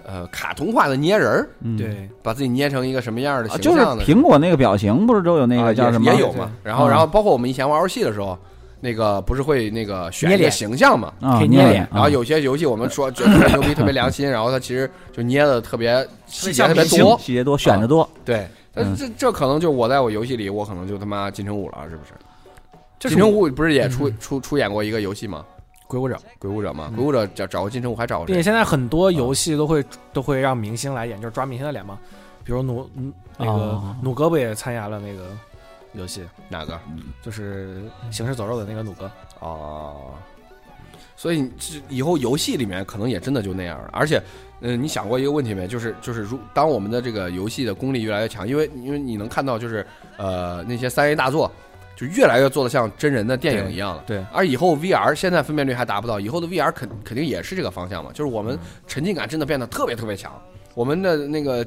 [SPEAKER 1] 呃卡通化的捏人儿，
[SPEAKER 3] 嗯
[SPEAKER 2] 对
[SPEAKER 1] 把自己捏成一个什么样的
[SPEAKER 3] 啊，
[SPEAKER 1] 形
[SPEAKER 3] 就是
[SPEAKER 1] 象的，
[SPEAKER 3] 苹果那个表情，不是都有那
[SPEAKER 1] 啊
[SPEAKER 3] 个叫什么？
[SPEAKER 1] 也也有嘛。然后
[SPEAKER 3] 嗯
[SPEAKER 1] 然后包括我们以前玩游戏的时候，那个不是会那个选
[SPEAKER 2] 捏
[SPEAKER 1] 一个
[SPEAKER 2] 脸
[SPEAKER 1] 形象嘛，嗯
[SPEAKER 3] 啊，
[SPEAKER 2] 可以
[SPEAKER 3] 捏
[SPEAKER 2] 捏
[SPEAKER 3] 脸
[SPEAKER 2] 脸，
[SPEAKER 1] 然后有些游戏我们说就特别牛逼、特别良心，然后它其实就捏的特别细节特别
[SPEAKER 2] 像明
[SPEAKER 1] 多，
[SPEAKER 3] 细节多，选的多。
[SPEAKER 1] 对。但
[SPEAKER 3] 嗯
[SPEAKER 1] 这这可能就我在我游戏里，我可能就他妈金城武了，是不是？
[SPEAKER 2] 这
[SPEAKER 1] 金
[SPEAKER 2] 是
[SPEAKER 1] 城武不是也出
[SPEAKER 3] 嗯
[SPEAKER 1] 出出演过一个游戏吗？
[SPEAKER 2] 鬼舞者，
[SPEAKER 1] 鬼舞者吗？
[SPEAKER 2] 嗯
[SPEAKER 1] 鬼舞者找找过金城武，还找过
[SPEAKER 2] 并且
[SPEAKER 1] 谁？
[SPEAKER 2] 现在很多游戏都会都会让明星来演，就是抓明星的脸嘛。比如努嗯那个
[SPEAKER 3] 哦
[SPEAKER 2] 努哥不也参加了那个游戏，
[SPEAKER 1] 哪个？
[SPEAKER 2] 就是《行尸走肉》的那个努哥。
[SPEAKER 1] 哦，所以你这以后游戏里面可能也真的就那样了。而且，嗯、你想过一个问题没？就是就是如当我们的这个游戏的功力越来越强，因为因为你能看到就是呃那些三 A 大作就越来越做的像真人的电影一样了。
[SPEAKER 2] 对对
[SPEAKER 1] 而以后 VR 现在分辨率还达不到，以后的 VR 肯肯定也是这个方向嘛，就是我们沉浸感真的变得特别特别强，我们的那个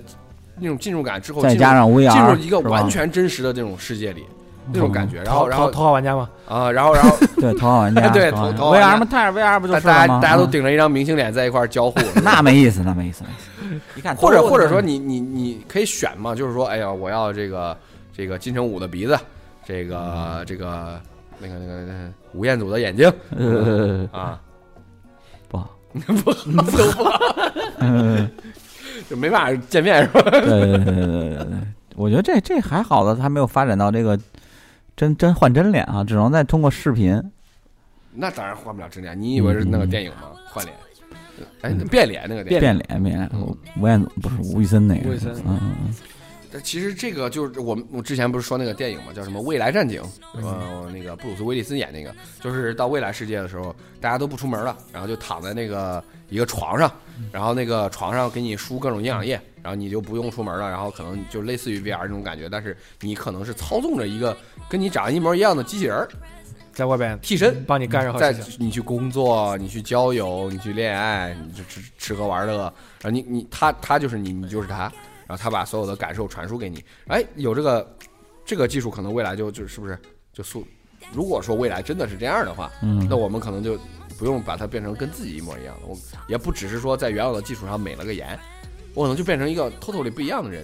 [SPEAKER 1] 那种进入感之后
[SPEAKER 3] 再
[SPEAKER 1] 进入
[SPEAKER 3] 加上 VR，
[SPEAKER 1] 进入一个
[SPEAKER 3] 是吧嗯
[SPEAKER 1] 完全真实的这种世界里，那种感觉。然后
[SPEAKER 2] 头
[SPEAKER 1] 然后
[SPEAKER 2] 头头号玩家嘛，
[SPEAKER 1] 啊，然后 然后。
[SPEAKER 3] 对头号玩家，
[SPEAKER 1] 对
[SPEAKER 3] 头号玩家
[SPEAKER 1] 头头号玩家
[SPEAKER 3] VR 嘛，但是 VR 不就是
[SPEAKER 1] 大大
[SPEAKER 3] 了
[SPEAKER 1] 家
[SPEAKER 3] 吗
[SPEAKER 1] 大家都
[SPEAKER 3] 嗯
[SPEAKER 1] 顶着一张明星脸在一块儿交互，
[SPEAKER 3] 那没意思，那没意思，没意思。一看
[SPEAKER 1] 或者或者说
[SPEAKER 3] 你
[SPEAKER 1] 你你你可以选嘛，就是说，哎呀，我要这个这个金城武的鼻子，这个这个那个那个那个吴彦祖的眼 睛
[SPEAKER 3] 呃
[SPEAKER 1] 啊，
[SPEAKER 3] 不好，
[SPEAKER 1] 就没办法见面是吧？
[SPEAKER 3] 对对对对对对对，我觉得这这还好的，还没有发展到这个真真换真脸啊，只能再通过视频。
[SPEAKER 1] 那当然换不了真脸，你以为是那个电影吗？换脸，哎，变脸那个电影。
[SPEAKER 3] 变脸变脸，吴吴彦祖不是吴宇森那个，
[SPEAKER 2] 吴宇森
[SPEAKER 3] 嗯嗯嗯
[SPEAKER 1] 但其实这个就是我们我之前不是说那个电影嘛，叫什么《未来战警》，呃，那个布鲁斯威利斯演那个，就是到未来世界的时候，大家都不出门了，然后就躺在那个一个床上，然后那个床上给你输各种营养液，然后你就不用出门了，然后可能就类似于 VR 这种感觉，但是你可能是操纵着一个跟你长得一模一样的机器人儿
[SPEAKER 2] 在外边
[SPEAKER 1] 替身，
[SPEAKER 2] 帮你干任何
[SPEAKER 1] 在
[SPEAKER 2] 事情。
[SPEAKER 1] 你去工作，你去交友，你去恋爱，你去吃吃喝玩乐，然后你你他他就是你，你就是他，然后他把所有的感受传输给你。哎，有这个这个技术，可能未来就就是不是就速，如果说未来真的是这样的话，
[SPEAKER 3] 嗯
[SPEAKER 1] 那我们可能就不用把它变成跟自己一模一样的，我也不只是说在原有的基础上美了个颜，我可能就变成一个 totally 不一样的人。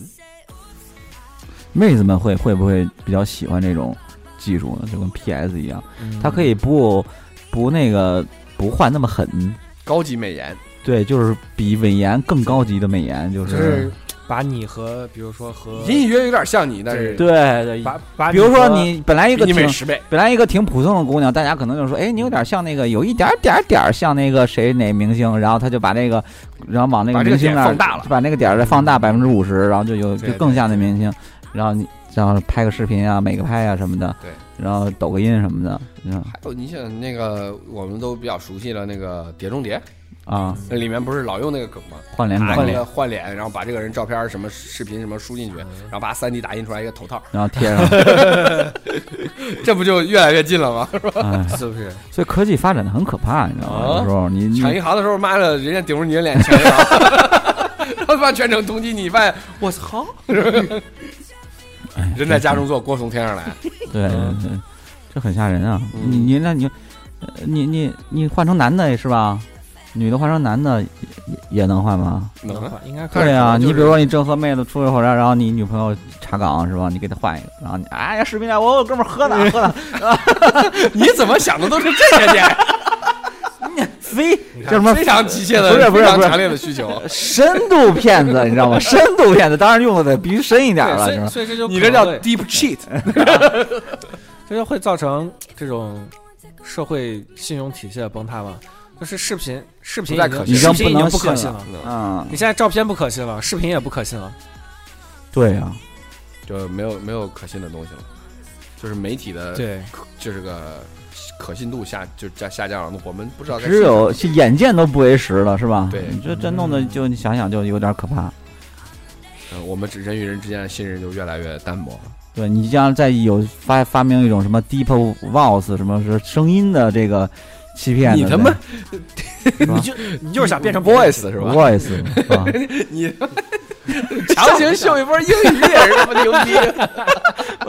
[SPEAKER 3] 妹子们会会不会比较喜欢这种技术呢？就跟 PS 一样，它可
[SPEAKER 2] 以
[SPEAKER 3] 以不不那个不换那么狠，
[SPEAKER 1] 高级美颜，
[SPEAKER 3] 对，就是比美颜更高级的美颜，就
[SPEAKER 2] 就是是把你和比如说和
[SPEAKER 1] 隐隐约约有点像你，但是
[SPEAKER 3] 对对。
[SPEAKER 2] 把把
[SPEAKER 3] 比如
[SPEAKER 2] 和
[SPEAKER 3] 说你本来一
[SPEAKER 1] 比
[SPEAKER 3] 个
[SPEAKER 1] 你
[SPEAKER 3] 挺
[SPEAKER 1] 美十倍。
[SPEAKER 3] 本来一个挺普通的姑娘，大家可能就说，哎，你有点像那个，有一点儿点儿点儿像那个谁哪明星，然后他就把那个，然后往那
[SPEAKER 1] 把这
[SPEAKER 3] 个
[SPEAKER 1] 个
[SPEAKER 3] 明星那
[SPEAKER 1] 点
[SPEAKER 3] 儿
[SPEAKER 1] 放大了嗯
[SPEAKER 3] 把那个点儿再放大百分之五十，然后就有
[SPEAKER 1] 对
[SPEAKER 3] 就更像那明星，然后你然后拍个视频啊，美个拍啊什么的，
[SPEAKER 1] 对，
[SPEAKER 3] 然后抖个音什么的，嗯
[SPEAKER 1] 还有你想那个我们都比较熟悉了，那个《碟中谍》
[SPEAKER 3] 啊，
[SPEAKER 1] 那里面不是老用那个梗吗？
[SPEAKER 3] 换嗯脸
[SPEAKER 1] 拿
[SPEAKER 3] 梗
[SPEAKER 1] 那，个嗯换脸，然后把这个人照片儿什么视频什么输进去，然后把它 3D 打印出来一个头套，
[SPEAKER 3] 然后贴上，
[SPEAKER 1] 这不就越来越近了吗？
[SPEAKER 3] 哎，
[SPEAKER 2] 是不 是？
[SPEAKER 3] 所以科技发展的很可怕，你知道吗？
[SPEAKER 1] 啊
[SPEAKER 3] 有时候你
[SPEAKER 1] 抢
[SPEAKER 3] 你
[SPEAKER 1] 银行的时候，妈的，人家顶着你的脸抢银行，然后他妈全程通缉你，发现我操，
[SPEAKER 3] 哎
[SPEAKER 1] 人在家中坐，锅从天上来。
[SPEAKER 3] 对，
[SPEAKER 2] 嗯
[SPEAKER 3] 这这很吓人啊！
[SPEAKER 1] 嗯
[SPEAKER 3] 你你那你，呃你你你换成男的是吧？女的换成男的也也也能换吗？
[SPEAKER 1] 能啊，
[SPEAKER 2] 换应该可以
[SPEAKER 3] 对呀、
[SPEAKER 1] 看着就是
[SPEAKER 3] 你比如说你正和妹子出去后，然后然后你女朋友查岗是吧？你给她换一个，然后你哎呀，视频啊，我我哥们儿喝呢 喝呢，
[SPEAKER 1] 你怎么想的都是这些 点？
[SPEAKER 3] 你飞
[SPEAKER 2] 你
[SPEAKER 3] 叫
[SPEAKER 2] 看
[SPEAKER 3] 什么
[SPEAKER 1] 非常急切的，
[SPEAKER 3] 不是不是
[SPEAKER 1] 非常
[SPEAKER 3] 不是
[SPEAKER 1] 强烈的需 求。
[SPEAKER 3] 深度骗子，你知道吗？深度骗子当然用的得必须深一点
[SPEAKER 2] 对
[SPEAKER 3] 了，
[SPEAKER 2] 所
[SPEAKER 3] 是
[SPEAKER 2] 以
[SPEAKER 3] 吧？
[SPEAKER 2] 所以这就
[SPEAKER 1] 你
[SPEAKER 2] 可
[SPEAKER 1] 这叫
[SPEAKER 2] 能会
[SPEAKER 1] deep cheat，
[SPEAKER 2] 这就会造成这种社会信用体系的崩塌吧？就是视频，视频
[SPEAKER 1] 不再
[SPEAKER 2] 已经
[SPEAKER 1] 可
[SPEAKER 3] 信
[SPEAKER 2] 视频
[SPEAKER 3] 已经
[SPEAKER 2] 已
[SPEAKER 3] 不能
[SPEAKER 2] 经不可
[SPEAKER 3] 信
[SPEAKER 2] 信
[SPEAKER 3] 了
[SPEAKER 2] 了。
[SPEAKER 3] 嗯，
[SPEAKER 2] 你现在照片不可信了，视频也不可信了，
[SPEAKER 3] 对啊呀、
[SPEAKER 1] 就没有没有可信的东西了，就是媒体的，
[SPEAKER 2] 对，
[SPEAKER 1] 就是个可信度下就下下降了。我们不知道该
[SPEAKER 3] 只
[SPEAKER 1] 信
[SPEAKER 3] 有眼见都不为实了，是吧？
[SPEAKER 1] 对
[SPEAKER 3] 你这这弄的就你想想就有点可怕。
[SPEAKER 1] 什么呃我们人与人之间的信任就越来越淡漠了。
[SPEAKER 3] 对你像再有发发明一种什么 deep voice 什么是声音的这个欺骗的，
[SPEAKER 1] 你他妈
[SPEAKER 3] 吧
[SPEAKER 2] 你就你就是想变成
[SPEAKER 1] voice 是吧？
[SPEAKER 3] voice 是吧？
[SPEAKER 1] 你 强行秀一波英语也是他妈牛逼，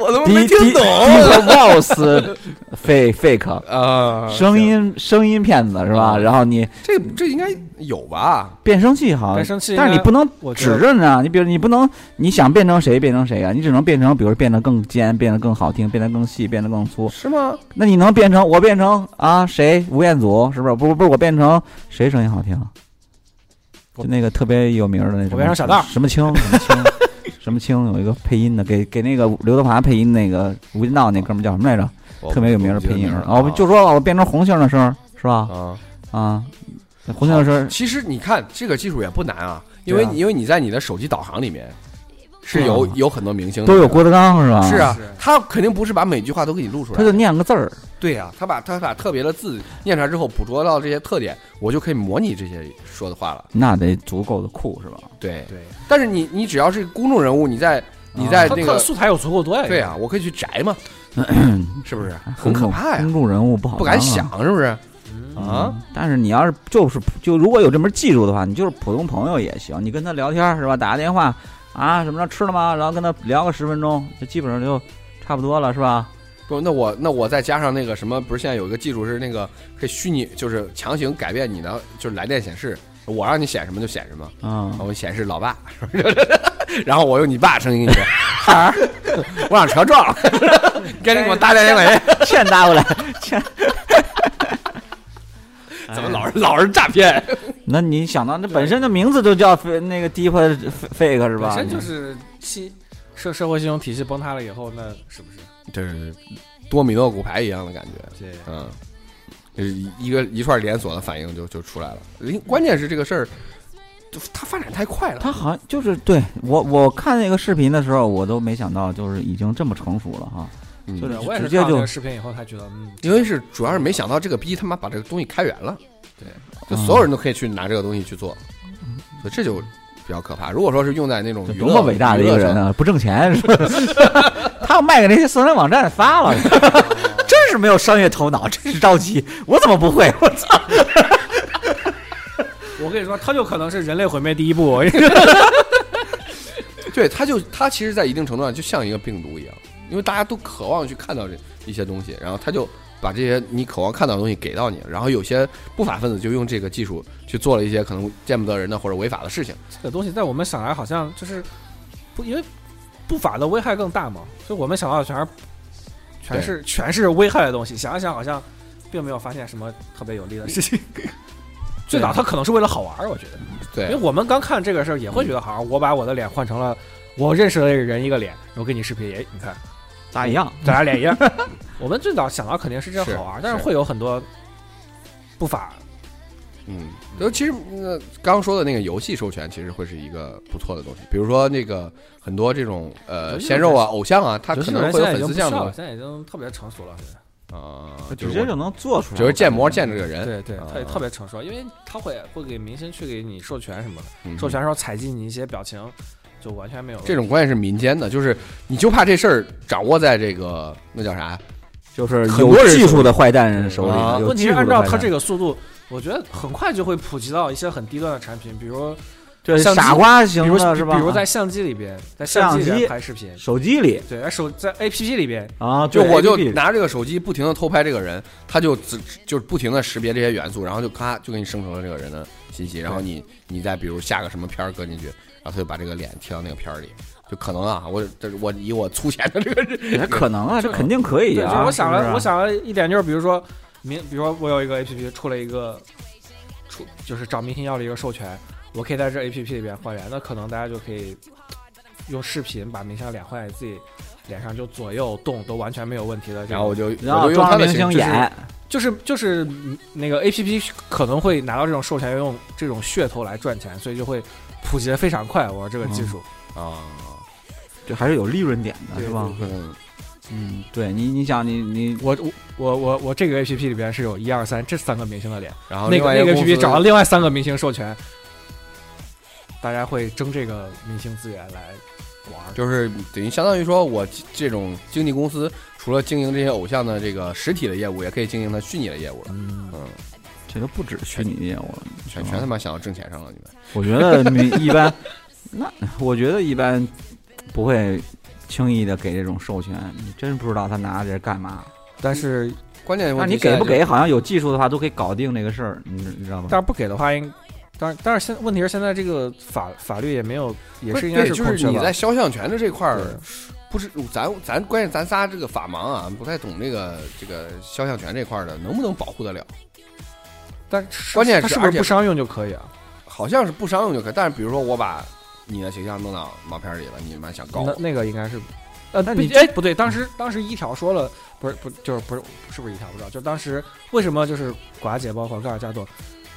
[SPEAKER 1] 我他妈没
[SPEAKER 3] deep
[SPEAKER 1] 听
[SPEAKER 3] deep
[SPEAKER 1] 懂
[SPEAKER 3] voice fake fake
[SPEAKER 1] 啊！
[SPEAKER 3] 声音声音骗子是吧？
[SPEAKER 1] 嗯
[SPEAKER 3] 然后你
[SPEAKER 1] 这这应该有吧？
[SPEAKER 3] 变声器好
[SPEAKER 2] 变
[SPEAKER 3] 像，
[SPEAKER 2] 声器应该，
[SPEAKER 3] 但是你不能
[SPEAKER 2] 我觉
[SPEAKER 3] 指
[SPEAKER 2] 得
[SPEAKER 3] 认啊！你比如你不能你想变成谁变成谁啊？你只能变成比如变得更尖，变得更好听，变得更细，变得更粗。
[SPEAKER 1] 是吗？
[SPEAKER 3] 那你能变成我变成啊谁吴彦祖是不是？不是不是我变成谁声音好听？就
[SPEAKER 2] 我
[SPEAKER 3] 那个特别有名的那种，
[SPEAKER 2] 我变成小道儿
[SPEAKER 3] 什么青什么青什么青有一个配音的，给给那个刘德华配音那个无间道那哥们儿叫什么来着？特别有名的配音员啊，我就说吧，我变成红星的声儿是吧？
[SPEAKER 1] 啊。
[SPEAKER 3] 啊，那红星的声儿
[SPEAKER 1] 其实你看这个技术也不难啊，因为
[SPEAKER 2] 对啊
[SPEAKER 1] 因为你在你的手机导航里面是有有很多明星的
[SPEAKER 3] 嗯都有郭德纲是吧？
[SPEAKER 1] 是啊
[SPEAKER 2] 是，
[SPEAKER 1] 他肯定不是把每句话都给你录出来，
[SPEAKER 3] 他就念个字儿，
[SPEAKER 1] 对呀、他把他把特别的字念出来之后，捕捉到这些特点，我就可以模拟这些说的话了。
[SPEAKER 3] 那得足够的酷是吧？
[SPEAKER 1] 对，啊
[SPEAKER 2] 对，
[SPEAKER 1] 但是你你只要是公众人物，你在你在
[SPEAKER 3] 哎
[SPEAKER 2] 他
[SPEAKER 1] 那
[SPEAKER 2] 他
[SPEAKER 1] 个、
[SPEAKER 2] 素材有足够多呀，
[SPEAKER 1] 对啊，我可以去宅嘛，是不是？很可怕呀
[SPEAKER 3] 公，众人物不好
[SPEAKER 1] 不敢
[SPEAKER 3] 当啊
[SPEAKER 1] 想是不是？
[SPEAKER 2] 嗯，
[SPEAKER 1] 啊
[SPEAKER 3] 嗯但是你要是就是就如果有这门技术的话，你就是普通朋友也行，你跟他聊天儿是吧？打个电话啊，什么的吃了吗？然后跟他聊个十分钟，这基本上就差不多了是吧？
[SPEAKER 1] 不，那我那我再加上那个什么，不是现在有一个技术是那个可以虚拟，就是强行改变你的就是来电显示，我让你显什么就显什么，
[SPEAKER 3] 嗯
[SPEAKER 1] 我显示老爸， 然后我用你爸声音给你说，孩儿， 我想车撞了， 你赶紧给我打两千块钱，
[SPEAKER 3] 欠搭过来， 欠。
[SPEAKER 1] 怎么
[SPEAKER 2] 哎
[SPEAKER 1] 老是老是诈骗？
[SPEAKER 3] 那你想到那本身的名字就叫那个 deep fake 是
[SPEAKER 2] 本
[SPEAKER 3] 吧？
[SPEAKER 2] 身就是信社社会信用体系崩塌了以后，那是不是？
[SPEAKER 1] 就是多米诺骨牌一样的感觉，
[SPEAKER 2] 对，
[SPEAKER 1] 嗯，就是一个一串连锁的反应就就出来了。人关键是这个事儿，就它发展太快了，
[SPEAKER 3] 他好像就是对我我看那个视频的时候，我都没想到就是已经这么成熟了哈。
[SPEAKER 1] 嗯
[SPEAKER 3] 就是
[SPEAKER 2] 我也是
[SPEAKER 3] 直接
[SPEAKER 2] 看了
[SPEAKER 3] 就
[SPEAKER 2] 这个视频以后才觉得，嗯，
[SPEAKER 1] 因为是主要是没想到这个逼他妈把这个东西开源了，
[SPEAKER 2] 对，
[SPEAKER 1] 就
[SPEAKER 3] 嗯
[SPEAKER 1] 所有人都可以去拿这个东西去做，所以这就比较可怕。如果说是用在那种
[SPEAKER 3] 这
[SPEAKER 1] 娱
[SPEAKER 3] 嗯多
[SPEAKER 1] 乐
[SPEAKER 3] 么伟大的一个人
[SPEAKER 1] 啊，
[SPEAKER 3] 啊！不挣钱是吧？ 他要卖给那些色情网站发了，真是没有商业头脑，真是着急。我怎么不会？ 我操！
[SPEAKER 2] 我跟你说，他就可能是人类毁灭第一步。我跟你说
[SPEAKER 1] 对，他就他其实，在一定程度上就像一个病毒一样，因为大家都渴望去看到这一些东西，然后他就把这些你渴望看到的东西给到你，然后有些不法分子就用这个技术去做了一些可能见不得人的或者违法的事情。
[SPEAKER 2] 这东西在我们想来好像就是不，因为不法的危害更大嘛，所以我们想到的全是全是全是危害的东西。想一想，好像并没有发现什么特别有利的事情。最早他可能是为了好玩儿，我觉得，因为
[SPEAKER 1] 对，
[SPEAKER 2] 我们刚看这个事儿也会觉得好玩儿。我把我的脸换成了我认识的人一个脸，我给你视频，哎，你看
[SPEAKER 3] 咋一样？
[SPEAKER 2] 咱俩 脸一样。我们最早想到肯定是这
[SPEAKER 1] 是
[SPEAKER 2] 好玩儿，但
[SPEAKER 1] 是
[SPEAKER 2] 是会有很多不法
[SPEAKER 1] 嗯，就其实呃，刚刚说的那个游戏授权其实会是一个不错的东西，比如说那个很多这种呃
[SPEAKER 2] 游戏
[SPEAKER 1] 鲜肉啊、偶像啊，他
[SPEAKER 2] 游
[SPEAKER 1] 可
[SPEAKER 2] 戏
[SPEAKER 1] 能
[SPEAKER 2] 人
[SPEAKER 1] 会
[SPEAKER 2] 现
[SPEAKER 1] 有
[SPEAKER 2] 在
[SPEAKER 1] 粉
[SPEAKER 2] 已经
[SPEAKER 1] 丝
[SPEAKER 2] 不
[SPEAKER 1] 这样
[SPEAKER 2] 像
[SPEAKER 1] 的东
[SPEAKER 2] 了，
[SPEAKER 1] 西
[SPEAKER 2] 现在已经特别成熟了。现在
[SPEAKER 1] 啊，就
[SPEAKER 3] 直
[SPEAKER 1] 是
[SPEAKER 3] 接
[SPEAKER 1] 我
[SPEAKER 3] 就能做出来，
[SPEAKER 1] 只是建模见这个人，
[SPEAKER 2] 对对，他也
[SPEAKER 1] 啊
[SPEAKER 2] 特别成熟，因为他会会给明星去给你授权什么的，
[SPEAKER 1] 嗯
[SPEAKER 2] 授权时候采集你一些表情，就完全没有
[SPEAKER 1] 这种关键是民间的，就是你就怕这事儿掌握在这个那叫啥
[SPEAKER 3] 就是
[SPEAKER 1] 很多
[SPEAKER 3] 有
[SPEAKER 1] 人
[SPEAKER 3] 技术的坏蛋人手里
[SPEAKER 1] 啊，
[SPEAKER 3] 有
[SPEAKER 2] 问题
[SPEAKER 3] 技
[SPEAKER 2] 是
[SPEAKER 3] 术的
[SPEAKER 2] 按照
[SPEAKER 3] 坏
[SPEAKER 2] 他
[SPEAKER 3] 蛋
[SPEAKER 2] 这个速度，我觉得很快就会普及到一些很低端的产品，比如
[SPEAKER 3] 对
[SPEAKER 2] 相机
[SPEAKER 3] 傻瓜
[SPEAKER 2] 比
[SPEAKER 3] 型
[SPEAKER 2] 如
[SPEAKER 3] 的是吧？
[SPEAKER 2] 比如在相机里边，在相机里
[SPEAKER 3] 相机
[SPEAKER 2] 边拍视频，
[SPEAKER 3] 手机里
[SPEAKER 2] 对，在手在 A P P 里边，
[SPEAKER 3] 啊，
[SPEAKER 1] 就
[SPEAKER 3] 对
[SPEAKER 1] 我就
[SPEAKER 3] APP 里
[SPEAKER 1] 拿这个手机不停的偷拍这个人，他就只就不停的识别这些元素，然后就咔就给你生成了这个人的信息，然后你你再比如下个什么片儿搁进去，然后他就把这个脸贴到那个片儿里，就可能啊，我这我以我粗浅的这个人，
[SPEAKER 3] 也可能啊，这肯定可以
[SPEAKER 2] 对，就是
[SPEAKER 3] 啊。
[SPEAKER 2] 我想
[SPEAKER 3] 是不是
[SPEAKER 2] 了，
[SPEAKER 3] 啊
[SPEAKER 2] 我想了一点就是，比如说明，比如说我有一个 A P P 出了一个出就是找明星要了一个授权，我可以在这 A P P 里边还原，那可能大家就可以用视频把明星的脸换在自己脸上，就左右动都完全没有问题的。
[SPEAKER 1] 然后 我就
[SPEAKER 3] 然
[SPEAKER 1] 我
[SPEAKER 3] 后
[SPEAKER 1] 就用
[SPEAKER 3] 装
[SPEAKER 1] 他的
[SPEAKER 3] 明
[SPEAKER 1] 形
[SPEAKER 3] 星
[SPEAKER 1] 式
[SPEAKER 3] 演，
[SPEAKER 2] 就是就是嗯那个 A P P 可能会拿到这种授权，用这种噱头来赚钱，所以就会普及的非常快。我说这个
[SPEAKER 3] 嗯
[SPEAKER 2] 技术，
[SPEAKER 1] 啊，
[SPEAKER 3] 这还是有利润点的，
[SPEAKER 2] 对
[SPEAKER 3] 是吧？
[SPEAKER 1] 嗯，
[SPEAKER 3] 嗯，对你，你想，你你
[SPEAKER 2] 我我我我我这个 A P P 里边是有一二三这三个明星的脸。
[SPEAKER 1] 然后
[SPEAKER 2] 那
[SPEAKER 1] 另
[SPEAKER 2] 个
[SPEAKER 1] 外一
[SPEAKER 2] 那个 A
[SPEAKER 1] 公
[SPEAKER 2] P
[SPEAKER 1] 司
[SPEAKER 2] P 找到另外三个明星授权，大家会争这个明星资源来玩儿。
[SPEAKER 1] 就是等于相当于说我这种经纪公司除了经营这些偶像的这个实体的业务，也可以经营它虚拟的业务了，
[SPEAKER 2] 嗯，
[SPEAKER 1] 嗯，
[SPEAKER 3] 这都不止虚拟业务了，
[SPEAKER 1] 全
[SPEAKER 3] 是吧
[SPEAKER 1] 全他妈想到挣钱上了，你们。
[SPEAKER 3] 我觉得你一般，那我觉得一般不会轻易的给这种授权，你真不知道他拿这干嘛。
[SPEAKER 2] 但是
[SPEAKER 1] 关键
[SPEAKER 3] 那
[SPEAKER 1] 问题
[SPEAKER 3] 你给不
[SPEAKER 1] 现在就
[SPEAKER 3] 给？好像有技术的话都可以搞定这个事儿，你你知道吧？
[SPEAKER 2] 但是不给的话，应但但是现问题是现在这个法法律也没有，也
[SPEAKER 1] 不
[SPEAKER 2] 是应该
[SPEAKER 1] 对
[SPEAKER 2] 是
[SPEAKER 1] 就
[SPEAKER 2] 空
[SPEAKER 1] 是
[SPEAKER 2] 缺
[SPEAKER 1] 你
[SPEAKER 2] 吧
[SPEAKER 1] 在。肖像权的这块
[SPEAKER 2] 对
[SPEAKER 1] 儿，不是咱咱关键咱仨这个法盲啊，不太懂这个这个肖像权这块儿的，能不能保护得了？
[SPEAKER 2] 但是
[SPEAKER 1] 关键
[SPEAKER 2] 它
[SPEAKER 1] 是
[SPEAKER 2] 是不
[SPEAKER 1] 而且
[SPEAKER 2] 是不商用就可以啊？
[SPEAKER 1] 好像是不商用就可以，但是比如说我把你的形象弄到毛片里了，你们想告
[SPEAKER 2] 那
[SPEAKER 1] 我？
[SPEAKER 2] 那个应该是，呃，
[SPEAKER 3] 那
[SPEAKER 2] 不
[SPEAKER 3] 你
[SPEAKER 2] 哎不对，当时当时一条说了，不是不就是不是是不是一条不知道，就当时为什么就是寡姐包括盖尔加朵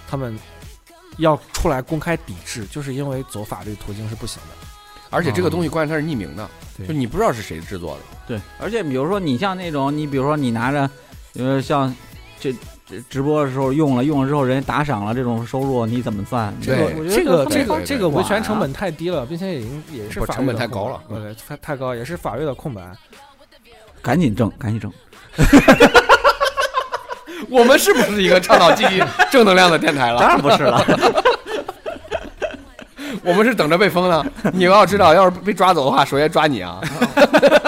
[SPEAKER 2] 他们要出来公开抵制，就是因为走法律途径是不行的。
[SPEAKER 1] 而且这个东西关键它是匿名的，
[SPEAKER 2] 啊对
[SPEAKER 1] 就你不知道是谁制作的。
[SPEAKER 3] 对，而且比如说你像那种，你比如说你拿着，呃，像这这直播的时候用了，用了之后人家打赏了，这种收入你怎么算？
[SPEAKER 1] 对
[SPEAKER 3] 我觉得
[SPEAKER 2] 这个
[SPEAKER 3] 很
[SPEAKER 2] 这
[SPEAKER 1] 对
[SPEAKER 2] 个
[SPEAKER 1] 对
[SPEAKER 2] 这
[SPEAKER 1] 对
[SPEAKER 2] 个维
[SPEAKER 3] 对
[SPEAKER 2] 权成本太低了，并且也应也是
[SPEAKER 1] 不
[SPEAKER 2] 法
[SPEAKER 1] 成
[SPEAKER 2] 律
[SPEAKER 1] 本
[SPEAKER 2] 的
[SPEAKER 1] 太
[SPEAKER 2] 空
[SPEAKER 1] 高
[SPEAKER 2] 白
[SPEAKER 1] 了
[SPEAKER 2] 对，太太高也是法律的空白。
[SPEAKER 3] 赶紧挣，赶紧挣。
[SPEAKER 1] 我们是不是一个倡导积极正能量的电台
[SPEAKER 3] 当
[SPEAKER 1] 了？
[SPEAKER 3] 然不是了，
[SPEAKER 1] 我们是等着被封呢。你要知道，要是被抓走的话，首先抓你啊！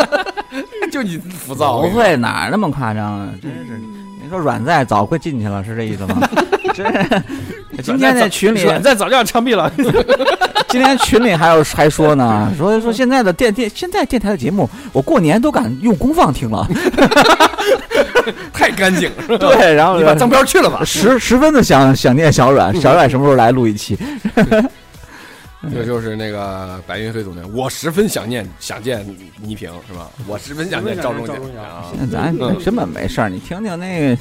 [SPEAKER 1] 就你浮躁，我跟
[SPEAKER 3] 不
[SPEAKER 1] 你说
[SPEAKER 3] 会哪儿那么夸张啊？真是，
[SPEAKER 2] 嗯
[SPEAKER 3] 你说软在早快进去了，是这意思吗？真， 今天在群里，
[SPEAKER 2] 软在早就要枪毙了，
[SPEAKER 3] 今天群里还有还说呢，说说现在的电电现在电台的节目，我过年都敢用功放听 了。
[SPEAKER 1] 太干净了。
[SPEAKER 3] 对，然后
[SPEAKER 1] 你把脏标去了吧。
[SPEAKER 3] 十十分的想想念小阮，小阮什么时候来录一期？
[SPEAKER 1] 这就是那个白云黑总监，我十分想念想见倪萍，是吧？我十分想念赵忠
[SPEAKER 2] 十分想念赵忠
[SPEAKER 1] 祥
[SPEAKER 2] 祥
[SPEAKER 1] 啊，
[SPEAKER 3] 咱
[SPEAKER 1] 嗯
[SPEAKER 3] 根本没事儿，你听听那个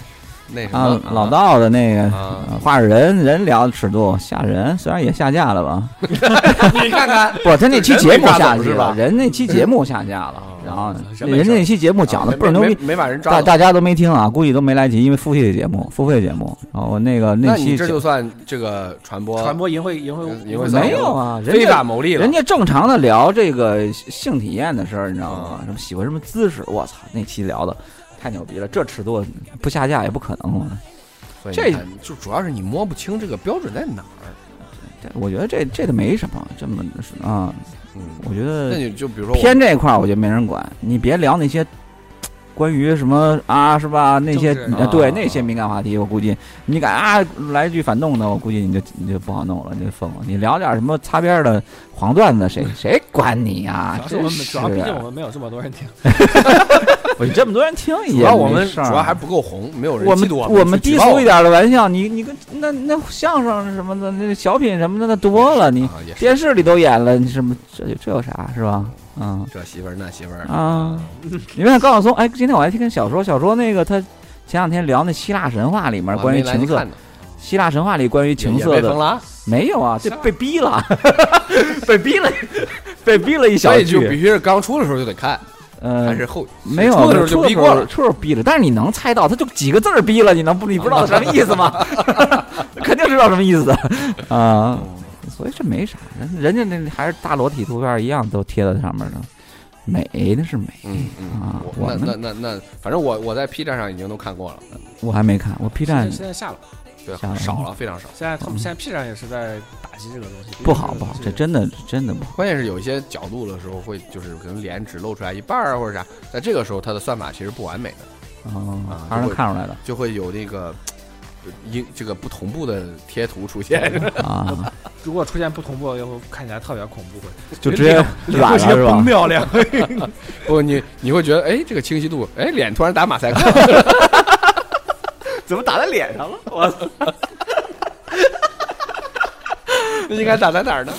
[SPEAKER 1] 那什
[SPEAKER 3] 啊
[SPEAKER 1] 么，
[SPEAKER 3] 老道的那个
[SPEAKER 1] 啊，
[SPEAKER 3] 话人人聊的尺度吓人，虽然也下架 了吧，
[SPEAKER 1] 你看看，
[SPEAKER 3] 不，他那期节目
[SPEAKER 1] 人没抓
[SPEAKER 3] 下
[SPEAKER 1] 走是
[SPEAKER 3] 去
[SPEAKER 1] 吧哦
[SPEAKER 3] 了，人那期节目下架 了，然后
[SPEAKER 1] 人没啊
[SPEAKER 3] 人那期节目讲的倍儿牛
[SPEAKER 1] 没
[SPEAKER 3] 逼，
[SPEAKER 1] 没没把人抓
[SPEAKER 3] 大
[SPEAKER 1] 到。
[SPEAKER 3] 大家都没听啊，估计都没来及，因为付费节目，付费节目，然后那个
[SPEAKER 1] 那
[SPEAKER 3] 期
[SPEAKER 1] 你这
[SPEAKER 3] 节
[SPEAKER 1] 就算这个传播
[SPEAKER 2] 传播淫秽淫秽
[SPEAKER 1] 淫秽
[SPEAKER 3] 没有啊，人
[SPEAKER 1] 非
[SPEAKER 3] 家
[SPEAKER 1] 法牟利了，
[SPEAKER 3] 人家正常的聊这个性体验的事儿，你知道吗？什么喜欢什么姿势，我操，那期聊的太牛逼了，这尺度不下架也不可能了。
[SPEAKER 1] 所以
[SPEAKER 3] 这
[SPEAKER 1] 你看就主要是你摸不清这个标准在哪儿。
[SPEAKER 3] 这我觉得这这都没什么，这么啊，
[SPEAKER 1] 嗯，
[SPEAKER 3] 我觉
[SPEAKER 1] 那
[SPEAKER 3] 得
[SPEAKER 1] 你就比如说我
[SPEAKER 3] 偏这块儿，我觉得没人管。你别聊那些关于什么啊，是吧？那些
[SPEAKER 2] 政
[SPEAKER 1] 治
[SPEAKER 3] 啊对
[SPEAKER 1] 啊
[SPEAKER 3] 那些敏感话题，我估计你敢啊来一句反动的，我估计你就你就不好弄了，你就疯了。你聊点什么擦边儿的黄段子，谁谁管你
[SPEAKER 2] 啊
[SPEAKER 3] 呀、
[SPEAKER 2] 主要是我
[SPEAKER 3] 真
[SPEAKER 2] 们
[SPEAKER 3] 是啊
[SPEAKER 2] 主要毕竟我们没有这么多人听，
[SPEAKER 3] 我这么多人听也
[SPEAKER 1] 主要我们
[SPEAKER 3] 没
[SPEAKER 1] 主
[SPEAKER 3] 事儿
[SPEAKER 1] 要还不够红，没有人
[SPEAKER 3] 我
[SPEAKER 1] 嫉
[SPEAKER 3] 们
[SPEAKER 1] 妒
[SPEAKER 3] 我们
[SPEAKER 1] 去举
[SPEAKER 3] 低
[SPEAKER 1] 报
[SPEAKER 3] 俗一点的玩笑，你你跟那那相声什么的，那小品什么的那多了， 你
[SPEAKER 1] 啊也是
[SPEAKER 3] 电视里都演了，你什么这这有啥是吧？嗯，
[SPEAKER 1] 这媳妇儿那媳妇儿
[SPEAKER 3] 啊，你看高晓松，哎，今天我还听小说，小说那个他前两天聊那希腊神话里面
[SPEAKER 1] 我还
[SPEAKER 3] 关于
[SPEAKER 1] 没来得
[SPEAKER 3] 情色
[SPEAKER 1] 看，呢
[SPEAKER 3] 希腊神话里关于情
[SPEAKER 1] 也
[SPEAKER 3] 色
[SPEAKER 1] 被封
[SPEAKER 3] 的
[SPEAKER 1] 了啊，
[SPEAKER 3] 没 有啊，这被逼了， 被逼了， 被逼了一小
[SPEAKER 1] 所以就必
[SPEAKER 3] 句。
[SPEAKER 1] 须是刚出的时候就得看，
[SPEAKER 3] 呃
[SPEAKER 1] 还，是后
[SPEAKER 3] 没有，
[SPEAKER 1] 出的时候
[SPEAKER 3] 出
[SPEAKER 1] 就
[SPEAKER 3] 的
[SPEAKER 1] 逼
[SPEAKER 3] 时
[SPEAKER 1] 过
[SPEAKER 3] 候
[SPEAKER 1] 了。
[SPEAKER 3] 出的时候逼了，但是你能猜到，他就几个字儿逼了，你能不你不知道什么意思吗？ 肯定知道什么意思啊、所以这没啥，人人家那还是大裸体图片一样都贴在上面呢，美那是美，
[SPEAKER 1] 嗯嗯
[SPEAKER 3] 啊，
[SPEAKER 1] 我
[SPEAKER 3] 我
[SPEAKER 1] 那
[SPEAKER 3] 们
[SPEAKER 1] 那那那，反正我我在 P 站上已经都看过了，
[SPEAKER 3] 我还没看，我 P
[SPEAKER 2] 现
[SPEAKER 3] 站
[SPEAKER 2] 在现在下了，
[SPEAKER 1] 对
[SPEAKER 3] 吓，人
[SPEAKER 1] 少了非常少。
[SPEAKER 2] 现在他们
[SPEAKER 3] 嗯
[SPEAKER 2] 现在 P 站也是在打击这个东西，
[SPEAKER 3] 不好不好，这
[SPEAKER 2] 这
[SPEAKER 3] 真的真的不好。
[SPEAKER 1] 关键是有一些角度的时候会就是可能脸只露出来一半儿啊或者啥，在这个时候它的算法其实不完美的，
[SPEAKER 3] 哦
[SPEAKER 1] 啊，
[SPEAKER 3] 还是
[SPEAKER 1] 如
[SPEAKER 3] 能
[SPEAKER 1] 果
[SPEAKER 3] 看出 来的
[SPEAKER 1] 就会有那个呃因这个不同步的贴图出现。
[SPEAKER 3] 啊，
[SPEAKER 2] 如果出现不同步，又会看起来特别恐怖，
[SPEAKER 3] 就直接软了是吧？
[SPEAKER 2] 掉两个，
[SPEAKER 1] 不，你你会觉得哎，这个清晰度，哎，脸突然打马赛克，
[SPEAKER 3] 怎么打在脸上了？ 我
[SPEAKER 1] 应该打在哪儿呢？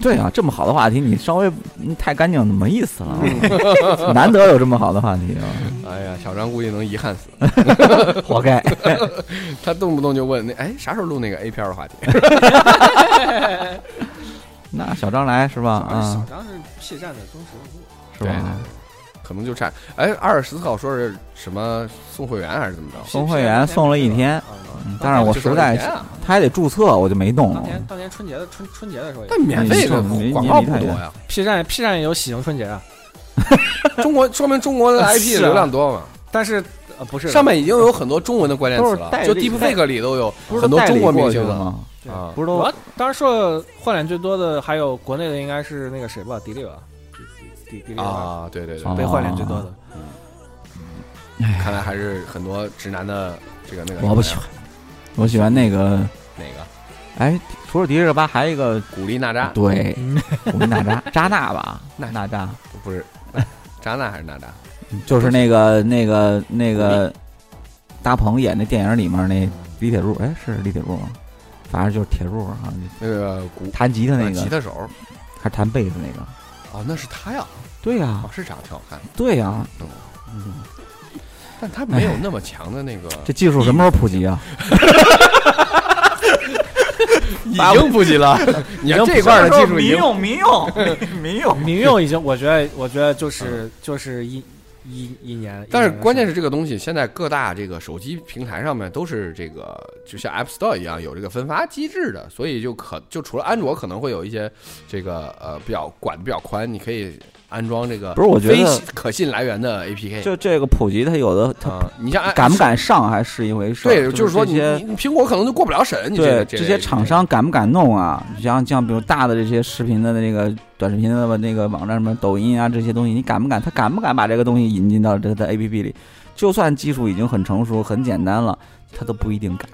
[SPEAKER 3] 对啊，这么好的话题，你稍微嗯太干净没意思了，啊 难得有这么好的话题啊，
[SPEAKER 1] 哎呀，小张估计能遗憾死，
[SPEAKER 3] 活 该。
[SPEAKER 1] 他动不动就问那哎啥时候录那个 A 片儿的话题？
[SPEAKER 3] 那小张来是吧？
[SPEAKER 2] 而且小
[SPEAKER 3] 啊，
[SPEAKER 2] 张是 P 站的忠实用户，
[SPEAKER 3] 是
[SPEAKER 1] 对对
[SPEAKER 3] 吧？
[SPEAKER 1] 可能就差哎，阿尔斯考说是什么送会员还是怎么着？
[SPEAKER 3] 送会员送了一天
[SPEAKER 2] 嗯
[SPEAKER 3] 嗯但是
[SPEAKER 1] 就
[SPEAKER 3] 我
[SPEAKER 1] 送
[SPEAKER 3] 实
[SPEAKER 1] 了
[SPEAKER 3] 在
[SPEAKER 1] 一天啊
[SPEAKER 3] 他还得注册，我就没动
[SPEAKER 2] 当
[SPEAKER 3] 了。
[SPEAKER 2] 年当年春节的春春节的时候也
[SPEAKER 1] 但免费的
[SPEAKER 3] 没
[SPEAKER 1] 广告
[SPEAKER 3] 没
[SPEAKER 1] 不
[SPEAKER 3] 太
[SPEAKER 1] 多
[SPEAKER 3] 远
[SPEAKER 1] 呀，
[SPEAKER 2] ，P 站 P 站也有喜迎春节啊，
[SPEAKER 1] 中国说明中国 的 IP
[SPEAKER 2] 是啊
[SPEAKER 1] 流量多嘛？
[SPEAKER 2] 但是呃不是
[SPEAKER 1] 上面已经有很多中文的关键词了
[SPEAKER 3] 都是，带
[SPEAKER 1] 就
[SPEAKER 3] 着
[SPEAKER 1] Deepfake 里都有
[SPEAKER 3] 不是
[SPEAKER 1] 很多中国明星
[SPEAKER 3] 的
[SPEAKER 1] 的
[SPEAKER 3] 吗？
[SPEAKER 2] 对
[SPEAKER 1] 啊，
[SPEAKER 3] 不是
[SPEAKER 2] 我
[SPEAKER 3] 都
[SPEAKER 2] 当然说换脸最多的还有国内的应该是那个谁吧，迪丽吧，迪迪迪丽吧
[SPEAKER 1] 啊，对对对
[SPEAKER 3] 啊，
[SPEAKER 2] 被换脸最多的。
[SPEAKER 1] 看来还是很多直男的这个那个
[SPEAKER 3] 我不喜欢，我喜欢那个，
[SPEAKER 1] 哪个
[SPEAKER 3] 哎，除了迪丽热巴，还有一个
[SPEAKER 1] 古力娜扎，
[SPEAKER 3] 对
[SPEAKER 2] 嗯，
[SPEAKER 3] 我们娜 扎扎娜吧，
[SPEAKER 1] 娜
[SPEAKER 3] 娜扎
[SPEAKER 1] 不是扎娜还是娜扎？
[SPEAKER 3] 就是那个那个那个大鹏演那电影里面那李铁柱，哎，是李铁柱吗？反正就是铁柱啊，
[SPEAKER 1] 那个古啊
[SPEAKER 3] 弹吉他那
[SPEAKER 1] 哦吉
[SPEAKER 3] 个，
[SPEAKER 1] 他手
[SPEAKER 3] 还是弹贝斯那个。
[SPEAKER 1] 哦，那是他呀，
[SPEAKER 3] 对呀、
[SPEAKER 1] 哦，是长得挺好看的，
[SPEAKER 3] 对呀、
[SPEAKER 1] 但他没有那么强的那个，
[SPEAKER 3] 哎 这技术什么时候普及啊？
[SPEAKER 1] 已经普及 了，你看这块儿的技术已经
[SPEAKER 3] 用民用 民用
[SPEAKER 2] 民用已经，我觉得，我觉得就是就是一一一年，
[SPEAKER 1] 但是关键
[SPEAKER 2] 是
[SPEAKER 1] 是这个东西，现在各大这个手机平台上面都是这个，就像 App Store 一样有这个分发机制的，所以就可就除了安卓可能会有一些这个呃比较管的比较宽，你可以安装这个
[SPEAKER 3] 不是我觉得
[SPEAKER 1] 非可信来源的 APK
[SPEAKER 3] 就这个普及，它有的它
[SPEAKER 1] 啊、你像
[SPEAKER 3] 敢不？敢上还是一回事儿。
[SPEAKER 1] 对，就是说
[SPEAKER 3] 这
[SPEAKER 1] 你
[SPEAKER 3] 些
[SPEAKER 1] 你你苹果可能就过不了审，你这
[SPEAKER 3] 对
[SPEAKER 1] 个
[SPEAKER 3] 这
[SPEAKER 1] 个
[SPEAKER 3] 些厂商敢不敢弄啊？你像像比如大的这些视频的那个短视频的那个网站，什么抖音啊这些东西，你敢不敢？他敢不敢把这个东西引进到这个 A P P 里？就算技术已经很成熟、很简单了，他都不一定敢。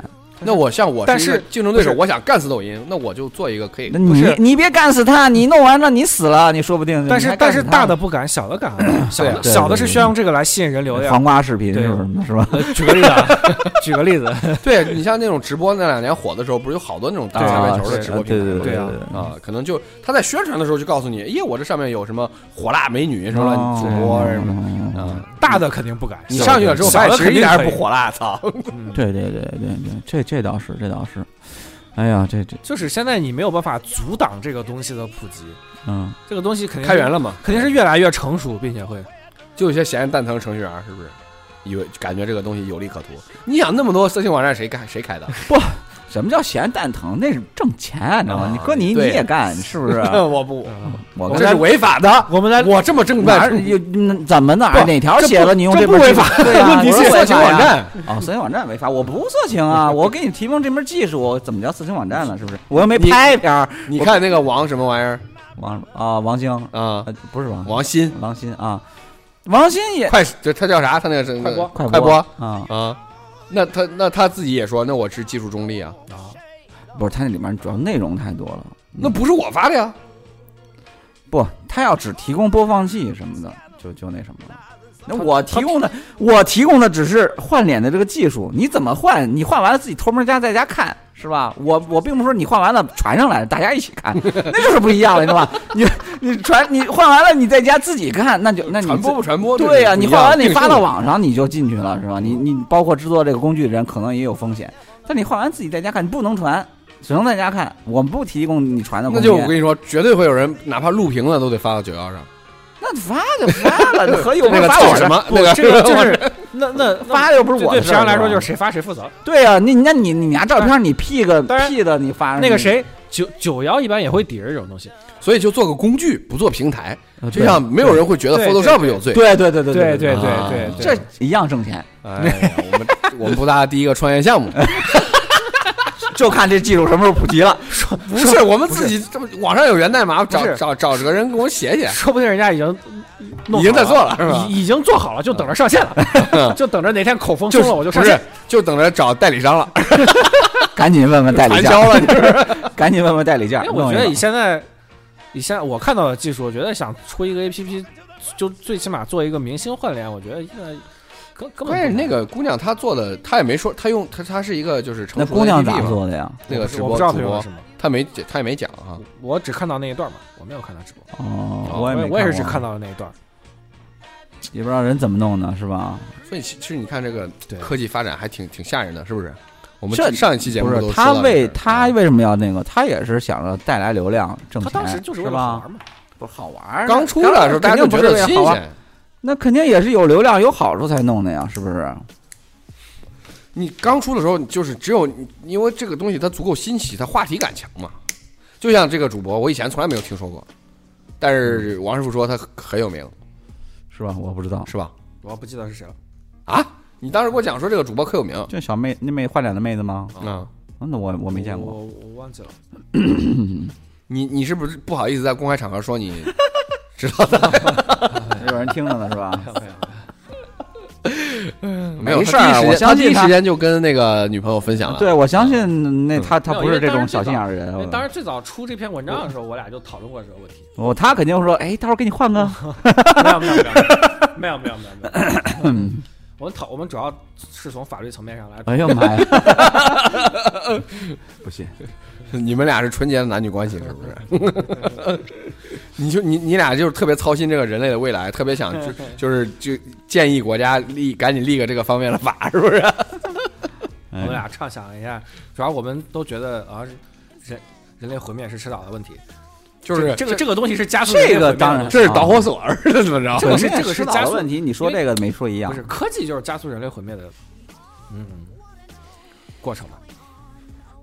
[SPEAKER 1] 那我像我
[SPEAKER 2] 但
[SPEAKER 1] 一个
[SPEAKER 2] 是
[SPEAKER 1] 竞争对手，
[SPEAKER 2] 不是
[SPEAKER 1] 我想干死抖音，那我就做一个可以
[SPEAKER 3] 那
[SPEAKER 1] 不
[SPEAKER 3] 你
[SPEAKER 1] 是
[SPEAKER 3] 你别干死他，你弄完了你死了，你说不定。
[SPEAKER 2] 但
[SPEAKER 3] 你
[SPEAKER 2] 是
[SPEAKER 3] 还干
[SPEAKER 2] 但
[SPEAKER 3] 死
[SPEAKER 2] 是
[SPEAKER 3] 他
[SPEAKER 2] 大的不敢，小 的敢，小
[SPEAKER 1] 对
[SPEAKER 2] 的
[SPEAKER 1] 啊
[SPEAKER 2] 小的是
[SPEAKER 3] 对对
[SPEAKER 2] 需要用这个来吸引人流量。
[SPEAKER 3] 黄瓜视频
[SPEAKER 2] 对
[SPEAKER 3] 是不是是吧？
[SPEAKER 2] 呃举个例子，啊， 举个例子，
[SPEAKER 1] 对你像那种直播那两年火的时候，不是有好多那种打
[SPEAKER 2] 对
[SPEAKER 1] 擦
[SPEAKER 3] 啊
[SPEAKER 1] 边球的
[SPEAKER 2] 是
[SPEAKER 1] 直播
[SPEAKER 3] 对
[SPEAKER 1] 平台
[SPEAKER 3] 对
[SPEAKER 1] 吗
[SPEAKER 2] 对
[SPEAKER 3] 对
[SPEAKER 2] 啊
[SPEAKER 1] 啊，可能就他在宣传的时候就告诉你，耶，我这上面有什么火辣美女什么
[SPEAKER 3] 哦
[SPEAKER 2] 哦
[SPEAKER 1] 乱主播什么
[SPEAKER 3] 么
[SPEAKER 1] 啊，
[SPEAKER 2] 大的肯定不敢。
[SPEAKER 1] 你上去了之后，
[SPEAKER 2] 小
[SPEAKER 1] 发
[SPEAKER 2] 的
[SPEAKER 1] 现其
[SPEAKER 2] 肯
[SPEAKER 1] 实一
[SPEAKER 2] 定
[SPEAKER 1] 点
[SPEAKER 2] 可
[SPEAKER 1] 也
[SPEAKER 2] 以
[SPEAKER 1] 不，火辣，操！
[SPEAKER 2] 嗯
[SPEAKER 3] 对对对对对，这这倒是，这倒是。哎呀，这这，
[SPEAKER 2] 就是现在你没有办法阻挡这个东西的普及，
[SPEAKER 3] 嗯，
[SPEAKER 2] 这个东西肯定 是
[SPEAKER 1] 开源，了嘛，
[SPEAKER 2] 肯定是越来越成熟，并且会
[SPEAKER 1] 就有些闲人蛋疼程序员是不是？以为感觉这个东西有利可图，你想那么多色情网站谁干谁开 的？
[SPEAKER 3] 什么叫咸蛋疼？那是挣钱，你知道吗？
[SPEAKER 1] 啊
[SPEAKER 3] 你哥你你
[SPEAKER 1] 对
[SPEAKER 3] 也干，是不 是？
[SPEAKER 2] 啊
[SPEAKER 1] 我不，
[SPEAKER 2] 哦
[SPEAKER 3] 我
[SPEAKER 1] 我
[SPEAKER 3] 跟
[SPEAKER 1] 这是违法的，
[SPEAKER 2] 我们来
[SPEAKER 1] 我这么正
[SPEAKER 3] 哪
[SPEAKER 1] 办
[SPEAKER 3] 儿，有嗯怎么哪儿
[SPEAKER 1] 不
[SPEAKER 3] 哪条写了你 用
[SPEAKER 1] 这不
[SPEAKER 3] 门
[SPEAKER 1] 违
[SPEAKER 3] 技术
[SPEAKER 1] 法，
[SPEAKER 3] 对呀，
[SPEAKER 1] 问题
[SPEAKER 3] 我
[SPEAKER 1] 是
[SPEAKER 3] 说
[SPEAKER 1] 色情
[SPEAKER 3] 违法
[SPEAKER 1] 网
[SPEAKER 3] 呀
[SPEAKER 1] 站，
[SPEAKER 3] 哦，色情网站违法，我不色情啊！我给你提供这门技术，我怎么叫色情网站了？是不是？我又没
[SPEAKER 1] 你
[SPEAKER 3] 拍片儿。
[SPEAKER 1] 你看那个王什么玩意儿
[SPEAKER 3] 王啊，王晶
[SPEAKER 1] 啊
[SPEAKER 3] 呃？不是王
[SPEAKER 1] 王鑫，
[SPEAKER 3] 王鑫啊，王鑫也
[SPEAKER 1] 快这他叫啥？他那个是
[SPEAKER 2] 快播
[SPEAKER 1] 快
[SPEAKER 3] 快
[SPEAKER 1] 播
[SPEAKER 3] 啊，
[SPEAKER 1] 啊？那他那他自己也说，那我是技术中立啊，
[SPEAKER 2] 啊，
[SPEAKER 3] 不是他那里面主要内容太多了。
[SPEAKER 1] 那不是我发的呀。
[SPEAKER 3] 不，他要只提供播放器什么的，就就那什么了。那
[SPEAKER 2] 他
[SPEAKER 3] 我提供的，我提供的只是换脸的这个技术，你怎么换？你换完了自己偷摸家在家看是吧？我我并不是说你换完了传上来大家一起看， 那就是不一样了，你知道吧？你你传你换完了你在家自己看，那就那你
[SPEAKER 1] 传播不传播？
[SPEAKER 3] 嗯对呀、
[SPEAKER 1] 这是
[SPEAKER 3] 你
[SPEAKER 1] 不一
[SPEAKER 3] 换
[SPEAKER 1] 样
[SPEAKER 3] 完你
[SPEAKER 1] 定
[SPEAKER 3] 发
[SPEAKER 1] 数
[SPEAKER 3] 到网上你就进去了是吧？你你包括制作这个工具的人可能也有风险，但你画完自己在家看，你不能传，只能在家看。我们不提供你传的
[SPEAKER 1] 那
[SPEAKER 3] 空
[SPEAKER 1] 就是我
[SPEAKER 3] 间
[SPEAKER 1] 跟。你说，绝对会有人哪怕录屏了都得发到九幺上。
[SPEAKER 3] 那发就发 了，那何有
[SPEAKER 1] 那
[SPEAKER 3] 不
[SPEAKER 1] 个
[SPEAKER 3] 发
[SPEAKER 1] 造
[SPEAKER 3] 我
[SPEAKER 1] 什
[SPEAKER 3] 的？
[SPEAKER 1] 么？
[SPEAKER 2] 不
[SPEAKER 1] 那个
[SPEAKER 2] 这 个就是那 那
[SPEAKER 3] 发又不是
[SPEAKER 2] 对
[SPEAKER 3] 我
[SPEAKER 2] 对实
[SPEAKER 3] 的事
[SPEAKER 2] 际
[SPEAKER 3] 儿。
[SPEAKER 2] 上来说就是
[SPEAKER 3] 是
[SPEAKER 2] 谁
[SPEAKER 3] 吧
[SPEAKER 2] 发谁负责。
[SPEAKER 3] 对啊，你你那你你拿照片你 P 个
[SPEAKER 2] 当然
[SPEAKER 3] P 的，你发
[SPEAKER 2] 那个，谁九九幺一般也会抵制这种东西，
[SPEAKER 1] 所以就做个工具，不做平台，
[SPEAKER 3] 呃
[SPEAKER 1] 这样没有人会觉得
[SPEAKER 2] 对
[SPEAKER 1] Photoshop 有罪。
[SPEAKER 3] 对对对对
[SPEAKER 2] 对对
[SPEAKER 3] 对
[SPEAKER 2] 对
[SPEAKER 1] 啊
[SPEAKER 2] 对对，
[SPEAKER 3] 这一样挣钱，
[SPEAKER 1] 哎呀，我们我们不大第一个创业项目，
[SPEAKER 3] 就看这技术什么时候普及了。
[SPEAKER 1] 不是我们自己这么网上有源代码，
[SPEAKER 2] 不
[SPEAKER 1] 找
[SPEAKER 2] 是
[SPEAKER 1] 找找个人给我写写，
[SPEAKER 2] 说不定人家已经弄
[SPEAKER 1] 已经在
[SPEAKER 2] 好
[SPEAKER 1] 做了是吧？
[SPEAKER 2] 已已经做好了，就等着上线 了，就等着哪天口风松
[SPEAKER 1] 是
[SPEAKER 2] 了我就
[SPEAKER 1] 不
[SPEAKER 2] 上
[SPEAKER 1] 是
[SPEAKER 2] 线。
[SPEAKER 1] 就等着找代理商了，
[SPEAKER 3] 赶紧问问代理
[SPEAKER 1] 传
[SPEAKER 3] 价，
[SPEAKER 1] 销了，就是
[SPEAKER 3] 赶紧问问代理价
[SPEAKER 2] 因为。
[SPEAKER 3] 弄
[SPEAKER 2] 哎我
[SPEAKER 3] 一
[SPEAKER 2] 觉得
[SPEAKER 3] 弄
[SPEAKER 2] 以现在以现在我看到的技术，我觉得想出一个 APP，就最起码做一个明星换脸，我觉得现在根 根本不
[SPEAKER 1] 关键是
[SPEAKER 2] 难
[SPEAKER 1] 那个姑娘她做的，她也没说，她用她她是一个就是成
[SPEAKER 3] 那
[SPEAKER 1] 熟
[SPEAKER 3] 姑
[SPEAKER 1] 的
[SPEAKER 3] 娘
[SPEAKER 1] APP
[SPEAKER 3] 咋
[SPEAKER 1] 嘛？
[SPEAKER 3] 做的呀？
[SPEAKER 1] 那个
[SPEAKER 2] 我不
[SPEAKER 1] 直
[SPEAKER 2] 知
[SPEAKER 1] 播
[SPEAKER 2] 我不
[SPEAKER 1] 主
[SPEAKER 2] 知道他用了
[SPEAKER 1] 播
[SPEAKER 2] 什，么，
[SPEAKER 1] 她没她也没讲啊。
[SPEAKER 2] 我只看到那一段嘛，我没有看到直播，
[SPEAKER 3] 哦，
[SPEAKER 2] 我
[SPEAKER 3] 也没
[SPEAKER 2] 我也是只
[SPEAKER 3] 过
[SPEAKER 2] 看到了那一段。
[SPEAKER 3] 也不知道人怎么弄的，是吧？
[SPEAKER 1] 所以其其实你看这个
[SPEAKER 2] 对
[SPEAKER 1] 科技发展还挺挺吓人的，是不是？我们
[SPEAKER 3] 这
[SPEAKER 1] 上一期节
[SPEAKER 3] 不
[SPEAKER 1] 目
[SPEAKER 3] 是
[SPEAKER 1] 都
[SPEAKER 3] 他
[SPEAKER 1] 说到这啊
[SPEAKER 3] 为
[SPEAKER 1] 儿
[SPEAKER 3] 他为什么要那个？他也是想着带来流量挣
[SPEAKER 2] 他
[SPEAKER 3] 钱，
[SPEAKER 2] 当时就是为了好
[SPEAKER 3] 吧？
[SPEAKER 2] 玩嘛，
[SPEAKER 3] 不好玩儿，
[SPEAKER 1] 刚出来的时候，大家就觉得新
[SPEAKER 2] 啊
[SPEAKER 3] 好玩儿，
[SPEAKER 1] 鲜。
[SPEAKER 3] 那肯定也是有流量有好处才弄的呀，是不是？
[SPEAKER 1] 你刚出的时候，你就是只有你因为这个东西它足够新奇，它话题感强嘛。就像这个主播，我以前从来没有听说过，但
[SPEAKER 2] 嗯
[SPEAKER 1] 是王师傅说他很有名，
[SPEAKER 3] 是吧？我不知道，
[SPEAKER 1] 是吧？
[SPEAKER 2] 我不记得是谁了。
[SPEAKER 1] 啊，你当时给我讲说这个主播可有名，
[SPEAKER 3] 就小妹那妹换脸的妹子吗？
[SPEAKER 2] 嗯
[SPEAKER 1] 啊，
[SPEAKER 3] 那我我没见过，
[SPEAKER 2] 我我忘记了。
[SPEAKER 1] 你你是不是不好意思在公开场合说你知道
[SPEAKER 3] 有人听着呢是 吧？
[SPEAKER 1] 没有，
[SPEAKER 3] 没事儿
[SPEAKER 1] 他第
[SPEAKER 3] 啊
[SPEAKER 1] 一时间
[SPEAKER 3] 我相信
[SPEAKER 1] 他第一
[SPEAKER 3] 他
[SPEAKER 1] 时间就跟那个女朋友分享了。
[SPEAKER 3] 对，我相信那他他
[SPEAKER 2] 没有
[SPEAKER 3] 不是
[SPEAKER 2] 因为
[SPEAKER 3] 这
[SPEAKER 2] 当
[SPEAKER 3] 种
[SPEAKER 2] 时
[SPEAKER 3] 小
[SPEAKER 2] 最
[SPEAKER 3] 心眼
[SPEAKER 2] 早
[SPEAKER 3] 儿
[SPEAKER 2] 因
[SPEAKER 3] 的
[SPEAKER 2] 为
[SPEAKER 3] 人，
[SPEAKER 2] 哎当时最早出这篇文章的时候，我俩就讨论过这个问题。
[SPEAKER 3] 我他肯定会说，哎，待会儿给你换个，
[SPEAKER 2] 没有没有没有没有没有没有没有。我们讨我们主要是从法律层面上来
[SPEAKER 3] 哎呦妈呀， 不信，
[SPEAKER 1] 你们俩是纯洁的男女关系，是不是？ 你就你你俩就是特别操心这个人类的未来，特别想就就是就建议国家立赶紧立个这个方面的法，是不 是？
[SPEAKER 2] 我们俩畅想一下，主要我们都觉得啊，人人类毁灭是迟早的问题，
[SPEAKER 1] 就是
[SPEAKER 2] 这个这个东西是加速
[SPEAKER 3] 这
[SPEAKER 2] 人类
[SPEAKER 3] 个
[SPEAKER 2] 毁灭的
[SPEAKER 3] 当然
[SPEAKER 2] 东西
[SPEAKER 1] 这是
[SPEAKER 3] 啊
[SPEAKER 1] 导火索 是怎么着？
[SPEAKER 2] 这个是
[SPEAKER 3] 肯定
[SPEAKER 2] 这个是
[SPEAKER 3] 哦迟早
[SPEAKER 2] 加
[SPEAKER 3] 的
[SPEAKER 2] 速
[SPEAKER 3] 问题，你说
[SPEAKER 2] 因
[SPEAKER 3] 这个没说一样
[SPEAKER 2] 不，是科技就是加速人类毁灭的，嗯，过程嘛。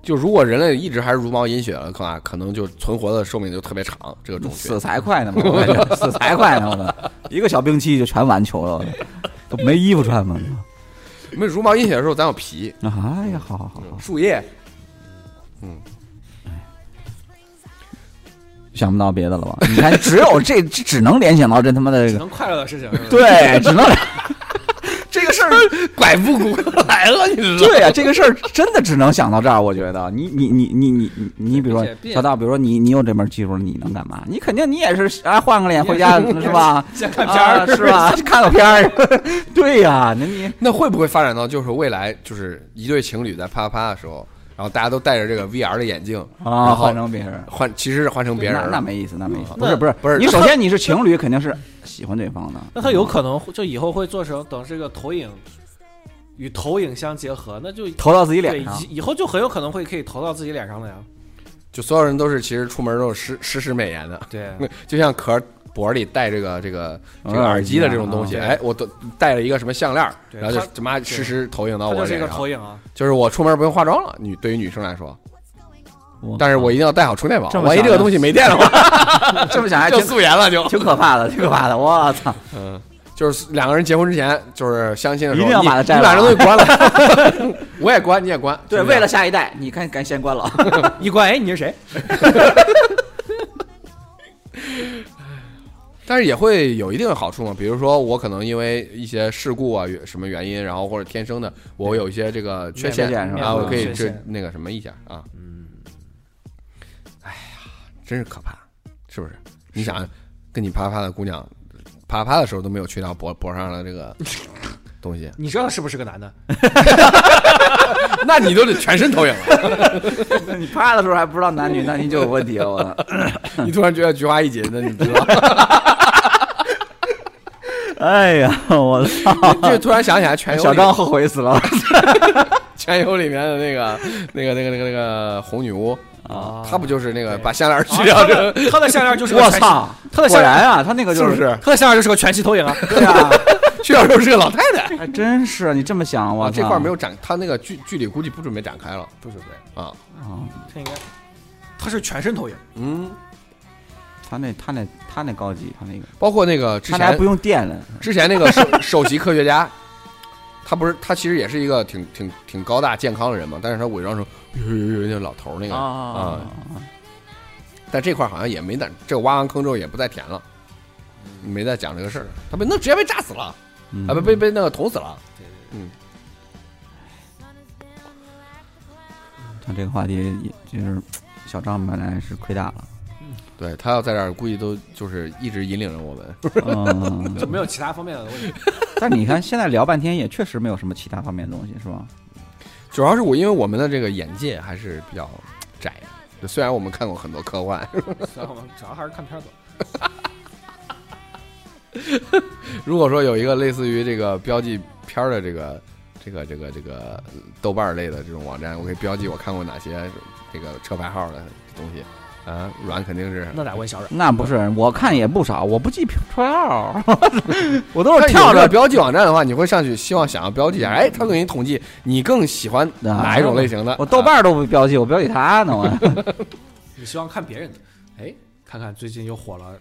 [SPEAKER 1] 就如果人类一直还是茹毛饮血的话，可能就存活的寿命就特别长。这个种群
[SPEAKER 3] 死才快呢嘛，我感 觉死才快呢，我的一个小兵器就全完球了，我的都没衣服穿嘛。
[SPEAKER 1] 没茹毛饮血的时候，咱有皮、
[SPEAKER 3] 哎呀，好好好好，
[SPEAKER 1] 树叶，
[SPEAKER 3] 想不到别的了吧？你看，只有这这只能联想到这他妈 的这个，
[SPEAKER 2] 能快乐的事情是吧，
[SPEAKER 3] 对，只能这个事儿，
[SPEAKER 1] 拐不过来了，你知道吗？
[SPEAKER 3] 对呀、这个事儿真的只能想到这儿。我觉得，你你你你你你你，比如
[SPEAKER 2] 并且并
[SPEAKER 3] 说
[SPEAKER 2] 且
[SPEAKER 3] 小道，比如说你你有这门技术，你能干嘛？你肯定你也是啊，换个脸回家
[SPEAKER 2] 你也是
[SPEAKER 3] 是吧？
[SPEAKER 2] 先看片儿
[SPEAKER 3] 啊是？吧？看个片儿， 对呀、那你
[SPEAKER 1] 那会不会发展到就是未来就是一对情侣在啪啪啪的时候，然后大家都戴着这个 VR 的眼镜
[SPEAKER 3] 啊，
[SPEAKER 1] 然后
[SPEAKER 3] 换成别人。
[SPEAKER 1] 换其实是换成别人
[SPEAKER 3] 那
[SPEAKER 1] 了
[SPEAKER 3] 那没意思，那没意思。不
[SPEAKER 2] 那
[SPEAKER 3] 是不是
[SPEAKER 1] 不是
[SPEAKER 3] 你首先你是情侣，肯定是喜欢对方的。
[SPEAKER 2] 那它有可能会就以后会做成等这个投影与投影相结合，那就
[SPEAKER 3] 投到自己
[SPEAKER 2] 对
[SPEAKER 3] 脸上，
[SPEAKER 2] 以以后就很有可能会可以投到自己脸上了呀。
[SPEAKER 1] 就所有人都是其实出门都是施施施美颜的，
[SPEAKER 2] 对，
[SPEAKER 1] 就像壳脖里戴这个这个
[SPEAKER 3] 嗯
[SPEAKER 1] 这个耳机的这种东西，
[SPEAKER 2] 啊
[SPEAKER 1] 哎，我都戴了一个什么项链儿，
[SPEAKER 2] 对
[SPEAKER 1] 然后就
[SPEAKER 2] 它
[SPEAKER 1] 他妈实时投影到
[SPEAKER 2] 它
[SPEAKER 1] 我
[SPEAKER 2] 就是一
[SPEAKER 1] 脸
[SPEAKER 2] 个
[SPEAKER 1] 上
[SPEAKER 2] 投，影啊。
[SPEAKER 1] 就是我出门不用化妆了。女对于女生来说，
[SPEAKER 3] 我
[SPEAKER 1] 但是我一定要带好充电宝
[SPEAKER 3] 嗯这，么
[SPEAKER 1] 万一
[SPEAKER 3] 想
[SPEAKER 1] 这个
[SPEAKER 3] 的哎
[SPEAKER 1] 东西没电的话，
[SPEAKER 3] 这么想还
[SPEAKER 1] 就
[SPEAKER 3] 挺
[SPEAKER 1] 素颜了就。
[SPEAKER 3] 挺可怕的，挺可怕的。我 操！
[SPEAKER 1] 嗯，就是两个人结婚之前，就是相亲的时候，
[SPEAKER 3] 一定要把它
[SPEAKER 1] 你
[SPEAKER 3] 摘
[SPEAKER 1] 你
[SPEAKER 3] 了啊
[SPEAKER 1] 把这东西关 了，我也关，你也关，
[SPEAKER 3] 对，
[SPEAKER 1] 是不是
[SPEAKER 3] 为了下一代，你看赶紧先关了。
[SPEAKER 2] 一关，哎，你是谁？
[SPEAKER 1] 但是也会有一定的好处嘛，比如说我可能因为一些事故啊，什么原因，然后或者天生的，我有一些这个缺陷
[SPEAKER 3] 缺陷是吧
[SPEAKER 1] 啊，我可以
[SPEAKER 2] 缺
[SPEAKER 1] 这
[SPEAKER 2] 陷
[SPEAKER 1] 那个什么一下啊。嗯，哎呀，真是可怕，是不是？你想，跟你啪啪的姑娘啪啪的时候都没有去掉脖脖上的这 个东西，
[SPEAKER 2] 你知道是不是个男 的？
[SPEAKER 1] 那你都得全身投影 了。
[SPEAKER 3] 你啪的时候还不知道男女，那你就有问题 了。我操！
[SPEAKER 1] 你突然觉得菊花一紧，那你知道，
[SPEAKER 3] 哎呀，我操！
[SPEAKER 1] 就突然想起来全有理
[SPEAKER 3] 小张后悔死了，
[SPEAKER 1] 全游》里面的那个、那个、那个、那个、那个红女巫，
[SPEAKER 2] 啊
[SPEAKER 1] 她不就是那个
[SPEAKER 2] 对
[SPEAKER 1] 把项链去
[SPEAKER 2] 啊
[SPEAKER 1] 掉
[SPEAKER 2] 他
[SPEAKER 1] 之后，
[SPEAKER 2] 的他的项链 就是个
[SPEAKER 3] 我
[SPEAKER 2] 全息，
[SPEAKER 3] 操，
[SPEAKER 2] 他的
[SPEAKER 3] 果
[SPEAKER 2] 项链，
[SPEAKER 3] 然啊，他那个
[SPEAKER 1] 是
[SPEAKER 3] 就
[SPEAKER 1] 不是？
[SPEAKER 2] 他的项链就是个全息投影 啊！
[SPEAKER 3] 对啊，
[SPEAKER 1] 去掉之后是个老太太。
[SPEAKER 3] 还真是啊你这么 想，我
[SPEAKER 1] 哇，啊这块没
[SPEAKER 3] 有
[SPEAKER 1] 有展，他那个剧剧里估计不准备展开了
[SPEAKER 2] 不准备，
[SPEAKER 1] 啊。
[SPEAKER 3] 啊，
[SPEAKER 2] 他应该，他是全身投影，
[SPEAKER 1] 嗯，
[SPEAKER 3] 他那他那他那高级，他那个
[SPEAKER 1] 包括那个之
[SPEAKER 3] 他那还
[SPEAKER 1] 前
[SPEAKER 3] 不用电了，
[SPEAKER 1] 之前那个首 首席科学家，他不是他其实也是一个挺挺挺高大健康的人嘛，但是他伪装成呦呦呦呦那老头儿那个，
[SPEAKER 3] 啊
[SPEAKER 1] 但这块儿好像也没在这挖完坑之后也不再填了，没再讲这个事儿，他被那直接被炸死了，
[SPEAKER 3] 嗯
[SPEAKER 1] 啊被被被那个捅死了。
[SPEAKER 3] 像这个话题也就是小张本来是亏大了，
[SPEAKER 1] 对他要在这儿，估计都就是一直引领着我们。
[SPEAKER 3] 嗯，
[SPEAKER 2] 就没有其他方面的问题。
[SPEAKER 3] 但你看现在聊半天也确实没有什么其他方面的东西，是吧？
[SPEAKER 1] 主要是我，因为我们的这个眼界还是比较窄，就虽然我们看过很多科幻，
[SPEAKER 2] 然后我们主要还是看片儿多。
[SPEAKER 1] 如果说有一个类似于这个标记片儿的这个这个这个这个呃豆瓣儿类的这种网站，我可以标记我看过哪些这个车牌号的东西。啊，软肯定是
[SPEAKER 2] 那咋问小阮？
[SPEAKER 3] 那不是，我看也不少，我不记车号， 我都是
[SPEAKER 1] 但有
[SPEAKER 3] 跳
[SPEAKER 1] 这个
[SPEAKER 3] 着
[SPEAKER 1] 标记网站的话，你会上去希望想要标记一下，哎，他给你统计你更喜欢哪一种类型的。
[SPEAKER 3] 我豆
[SPEAKER 1] 啊
[SPEAKER 3] 瓣儿都不标记，我标记他呢，我。
[SPEAKER 2] 你希望看别人的？哎，看看最近又火了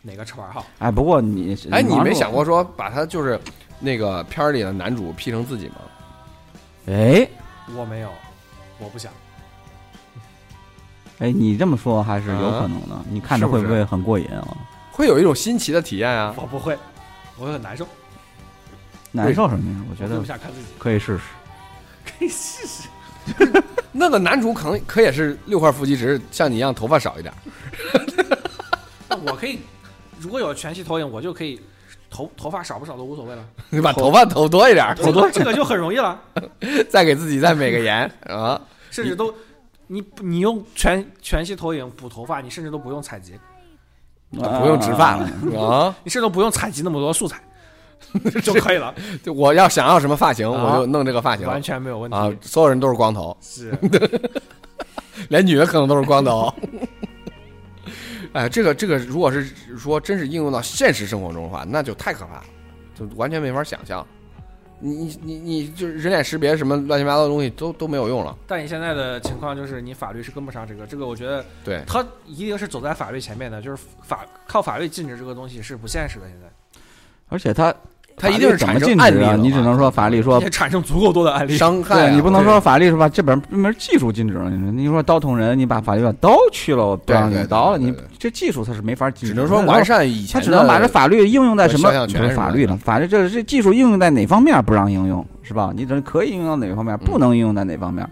[SPEAKER 2] 哪个车牌号？
[SPEAKER 3] 哎，不过你，
[SPEAKER 1] 哎，你
[SPEAKER 3] 王
[SPEAKER 1] 没
[SPEAKER 3] 朔
[SPEAKER 1] 想过？说把他就是那个片儿里的男主 P 成自己吗？
[SPEAKER 3] 哎
[SPEAKER 2] 我没有，我不想。
[SPEAKER 3] 哎，你这么说还是有可能的，你看着会不
[SPEAKER 1] 啊是不
[SPEAKER 3] 会很过瘾啊？
[SPEAKER 1] 会有一种新奇的体验啊！
[SPEAKER 2] 我不会，我会很难受，
[SPEAKER 3] 难受什么呀？我觉
[SPEAKER 2] 我
[SPEAKER 3] 得
[SPEAKER 2] 不想看自己。
[SPEAKER 3] 可以试试。
[SPEAKER 2] 可以试试，
[SPEAKER 1] 那个男主可能可也是六块腹肌，只是像你一样头发少一点 儿。
[SPEAKER 2] 那我可以，如果有全息投影，我就可以头头发少不少都无所谓了，
[SPEAKER 1] 你把头发头多一点儿，
[SPEAKER 2] 这个这个就很容易了，
[SPEAKER 1] 再给自己再美个颜啊！
[SPEAKER 2] 甚至都。你你用全全息投影补头发，你甚至都不用采集，
[SPEAKER 1] 不用植发
[SPEAKER 3] 啊
[SPEAKER 1] 了啊！
[SPEAKER 2] 你甚至都不用采集那么多 素材就可以了，
[SPEAKER 1] 就我要想要什么发型，
[SPEAKER 2] 啊
[SPEAKER 1] 我就弄这个发型
[SPEAKER 2] 完全没有问题。
[SPEAKER 1] 啊！所有人都是光 头，
[SPEAKER 2] 是，
[SPEAKER 1] 连女的可能都是光头。 哎，这个这个，如果是说真是应用到现实生活中的话，那就太可怕了，就完全没法想象。你你你你就是人脸识别什么乱七八糟的东西都都没有用了。
[SPEAKER 2] 但你现在的情况就是你法律是跟不上这个，这个我觉得
[SPEAKER 1] 对，
[SPEAKER 2] 他一定是走在法律前面的，就是法靠法律禁止这个东西是不现实的。现在
[SPEAKER 3] 而且他
[SPEAKER 1] 它一定是
[SPEAKER 3] 法
[SPEAKER 1] 产
[SPEAKER 3] 律怎么
[SPEAKER 1] 生
[SPEAKER 3] 禁
[SPEAKER 1] 案例
[SPEAKER 3] 止
[SPEAKER 1] 的
[SPEAKER 3] 啊？
[SPEAKER 1] 嘛
[SPEAKER 3] 你只能说法律说
[SPEAKER 2] 也产生足够多的案例，
[SPEAKER 1] 伤害啊、
[SPEAKER 3] 对你不能
[SPEAKER 1] 对
[SPEAKER 3] 说法律是吧？这本这门技术禁止了，你说你说刀捅人，你把法律把刀去了，我不让
[SPEAKER 1] 对对
[SPEAKER 3] 你
[SPEAKER 1] 对
[SPEAKER 3] 刀了，
[SPEAKER 1] 对
[SPEAKER 3] 你
[SPEAKER 1] 对
[SPEAKER 3] 这技术它是没法禁
[SPEAKER 1] 只
[SPEAKER 3] 止的，
[SPEAKER 1] 能说
[SPEAKER 3] 它
[SPEAKER 1] 完善以前
[SPEAKER 3] 他
[SPEAKER 1] 的，
[SPEAKER 3] 只能把这法律应用在什
[SPEAKER 1] 肖？
[SPEAKER 3] 么
[SPEAKER 1] 像
[SPEAKER 3] 不
[SPEAKER 1] 权
[SPEAKER 3] 是
[SPEAKER 1] 什么
[SPEAKER 3] 法
[SPEAKER 1] 的
[SPEAKER 3] 律了，法律这这技术应用在哪方面不让应用是吧？你只可以应用到哪方面，
[SPEAKER 1] 嗯
[SPEAKER 3] 不能应用在哪方面？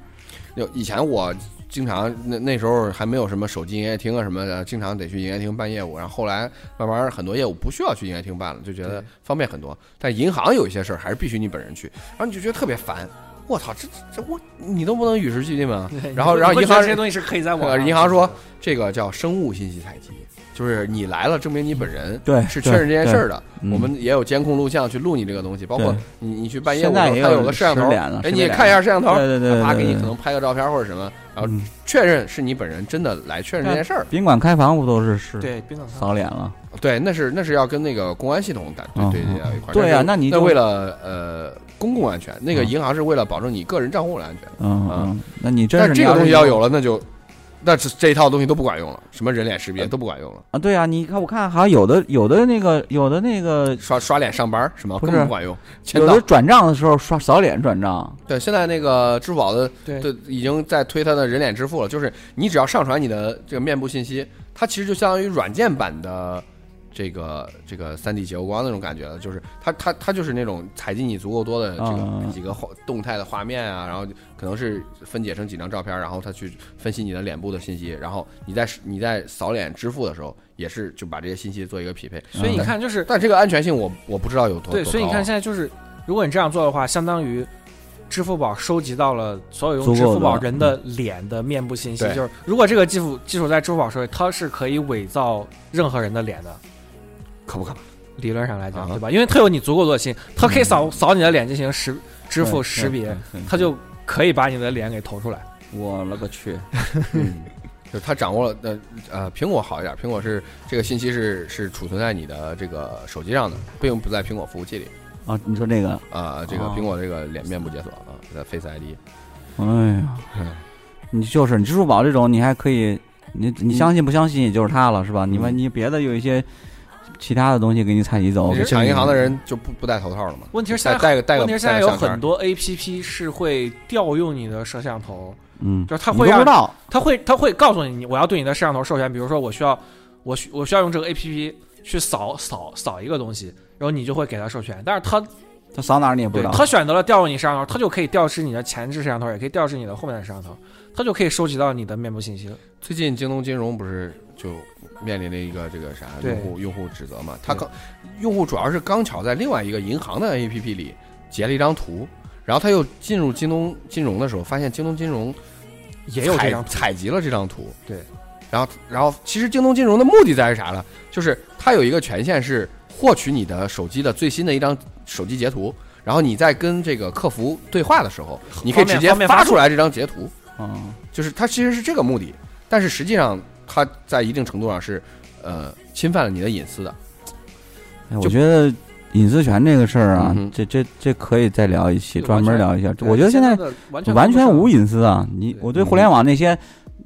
[SPEAKER 1] 有以前我经常那那时候还没有什么手机营业厅啊什么的，经常得去营业厅办业务。然后后来慢慢很多业务不需要去营业厅办了，就觉得方便很多。但银行有一些事儿还是必须你本人去，然后你就觉得特别烦。我操，这这我你都不能与时俱进吗？然后然 后银行
[SPEAKER 2] 这些东西是可以在网
[SPEAKER 1] 呃
[SPEAKER 2] 上。
[SPEAKER 1] 银行说这个叫生物信息采集，就是你来了证明你本人。
[SPEAKER 3] 对
[SPEAKER 1] 是确认这件事儿的，
[SPEAKER 3] 嗯对嗯
[SPEAKER 1] 我们也有监控录像去录你这个东西，包括
[SPEAKER 3] 对
[SPEAKER 1] 你你去办业务
[SPEAKER 3] 现
[SPEAKER 1] 的时
[SPEAKER 3] 在
[SPEAKER 1] 候，
[SPEAKER 3] 也
[SPEAKER 1] 它
[SPEAKER 3] 有
[SPEAKER 1] 有个摄像头
[SPEAKER 3] 识脸了，
[SPEAKER 1] 哎，
[SPEAKER 3] 识
[SPEAKER 1] 你也
[SPEAKER 3] 脸了
[SPEAKER 1] 看一下摄像头，
[SPEAKER 3] 对对对对
[SPEAKER 1] 他给你
[SPEAKER 3] 对
[SPEAKER 1] 可能拍个照片或者什么，然后
[SPEAKER 3] 嗯
[SPEAKER 1] 确认是你本人真的来确认这件事儿。
[SPEAKER 3] 宾馆开房不都是是
[SPEAKER 2] 对冰冷仓，
[SPEAKER 3] 扫脸了？
[SPEAKER 1] 对，那是那是要跟那个公安系统打对
[SPEAKER 3] 嗯
[SPEAKER 1] 对
[SPEAKER 3] 嗯
[SPEAKER 1] 要一块儿。
[SPEAKER 3] 对啊
[SPEAKER 1] 但
[SPEAKER 3] 那
[SPEAKER 1] 是
[SPEAKER 3] 你
[SPEAKER 1] 那
[SPEAKER 3] 就
[SPEAKER 1] 为了呃公共安全，那个
[SPEAKER 3] 嗯
[SPEAKER 1] 银行是为了保证你个人账户的安全。
[SPEAKER 3] 嗯
[SPEAKER 1] 啊
[SPEAKER 3] 嗯，那你真
[SPEAKER 1] 但
[SPEAKER 3] 是
[SPEAKER 1] 这
[SPEAKER 3] 你
[SPEAKER 1] 个东西要
[SPEAKER 3] 是
[SPEAKER 1] 有了，那就那这这一套东西都不管用了，什么人脸识别都不管用了，
[SPEAKER 3] 啊？对啊，你看我看好像有的有的那个有的那个
[SPEAKER 1] 刷刷脸上班儿什么
[SPEAKER 3] 不
[SPEAKER 1] 根
[SPEAKER 3] 是
[SPEAKER 1] 本不管用。签
[SPEAKER 3] 有
[SPEAKER 1] 到
[SPEAKER 3] 的转账的时候刷扫脸转账，
[SPEAKER 1] 对，现在那个支付宝的
[SPEAKER 2] 对
[SPEAKER 1] 对，已经在推它的人脸支付了。就是你只要上传你的这个面部信息，它其实就相当于软件版的这个这个三 D 解构光那种感觉了。就是它它它就是那种采集你足够多的这
[SPEAKER 3] 嗯
[SPEAKER 1] 个几个画动态的画面啊，然后可能是分解成几张照片，然后它去分析你的脸部的信息，然后你在你在扫脸支付的时候，也是就把这些信息做一个匹配。
[SPEAKER 2] 所以你看就是
[SPEAKER 1] 但这个安全性我我不知道有多
[SPEAKER 2] 嗯对，
[SPEAKER 1] 多
[SPEAKER 2] 所以你
[SPEAKER 1] 高啊
[SPEAKER 2] 看现在就是，如果你这样做的话，相当于。支付宝收集到了所有用
[SPEAKER 3] 足
[SPEAKER 2] 支
[SPEAKER 3] 够的
[SPEAKER 2] 付宝人的脸的面部信
[SPEAKER 1] 嗯
[SPEAKER 2] 息，
[SPEAKER 1] 对
[SPEAKER 2] 就是如果这个技术技术在支付宝上，它是可以伪造任何人的脸的，
[SPEAKER 1] 可不可怕？
[SPEAKER 2] 理论上来讲，
[SPEAKER 1] 啊嗯
[SPEAKER 2] 对吧？因为它有你足够多的心，它可以扫扫你的脸进行识支付识别，
[SPEAKER 3] 对，对对
[SPEAKER 2] 它就可以把你的脸给投出来。
[SPEAKER 3] 我了个去！
[SPEAKER 1] 嗯， 就是他掌握了呃呃，苹果好一点，苹果是这个信息是是储存在你的这个手机上的，并不在苹果服务器里
[SPEAKER 3] 啊，你说这个，
[SPEAKER 1] 啊、这个
[SPEAKER 3] 哦
[SPEAKER 1] 苹果这个脸面部解锁啊，在 Face ID，
[SPEAKER 3] 哎
[SPEAKER 1] 嗯
[SPEAKER 3] 呀，你就是你支付宝这种，你还可以，你
[SPEAKER 1] 嗯
[SPEAKER 3] 你相信不相信，也就是它了，是吧？你万一别的有一些其他的东西给你采集走，
[SPEAKER 1] 哦你是
[SPEAKER 3] 给
[SPEAKER 1] 抢银行的
[SPEAKER 3] 人。
[SPEAKER 1] 人就不不戴头套了嘛？
[SPEAKER 2] 问题是现
[SPEAKER 1] 戴
[SPEAKER 2] 在
[SPEAKER 1] 戴个戴个，
[SPEAKER 2] 问题是现在
[SPEAKER 1] 戴
[SPEAKER 2] 有
[SPEAKER 1] 个项圈
[SPEAKER 2] 很多 A P P 是会调用你的摄像头，
[SPEAKER 3] 嗯，
[SPEAKER 2] 就是它
[SPEAKER 3] 你
[SPEAKER 2] 会
[SPEAKER 3] 都不
[SPEAKER 2] 让
[SPEAKER 3] 知道，
[SPEAKER 2] 它会它会告诉你，你我要对你的摄像头授权，比如说我需要我需我需要用这个 A P P 去扫扫扫一个东西，然后你就会给它授权，但是它
[SPEAKER 3] 他扫哪儿你也不
[SPEAKER 2] 对
[SPEAKER 3] 知道。
[SPEAKER 2] 它选择了调用你摄像头，它就可以调试你的前置摄像头，也可以调试你的后面的摄像头，它就可以收集到你的面部信息了。
[SPEAKER 1] 最近京东金融不是就面临了一个这个啥
[SPEAKER 2] 对
[SPEAKER 1] 用户用户指责嘛？他刚用户主要是刚巧在另外一个银行的 APP 里截了一张图，然后他又进入京东金融的时候，发现京东金融
[SPEAKER 2] 也有这
[SPEAKER 1] 采
[SPEAKER 2] 张图
[SPEAKER 1] 采集了这张图，
[SPEAKER 2] 对。
[SPEAKER 1] 然后，然后，其实京东金融的目的在于啥呢？就是它有一个权限是获取你的手机的最新的一张手机截图，然后你在跟这个客服对话的时候，你可以直接
[SPEAKER 2] 方便发
[SPEAKER 1] 发
[SPEAKER 2] 送
[SPEAKER 1] 出来这张截图。
[SPEAKER 3] 嗯，
[SPEAKER 1] 就是它其实是这个目的，但是实际上它在一定程度上是，呃，侵犯了你的隐私的。
[SPEAKER 3] 哎我
[SPEAKER 1] 就
[SPEAKER 3] 觉得隐私权这个事儿啊
[SPEAKER 1] 嗯哼，
[SPEAKER 3] 这这这可以再聊一期，
[SPEAKER 2] 对
[SPEAKER 3] 专门
[SPEAKER 2] 完全
[SPEAKER 3] 聊一下。我觉得现在
[SPEAKER 2] 的完
[SPEAKER 3] 完全无
[SPEAKER 2] 意
[SPEAKER 3] 隐私啊，你
[SPEAKER 2] 对
[SPEAKER 3] 我对互联网那些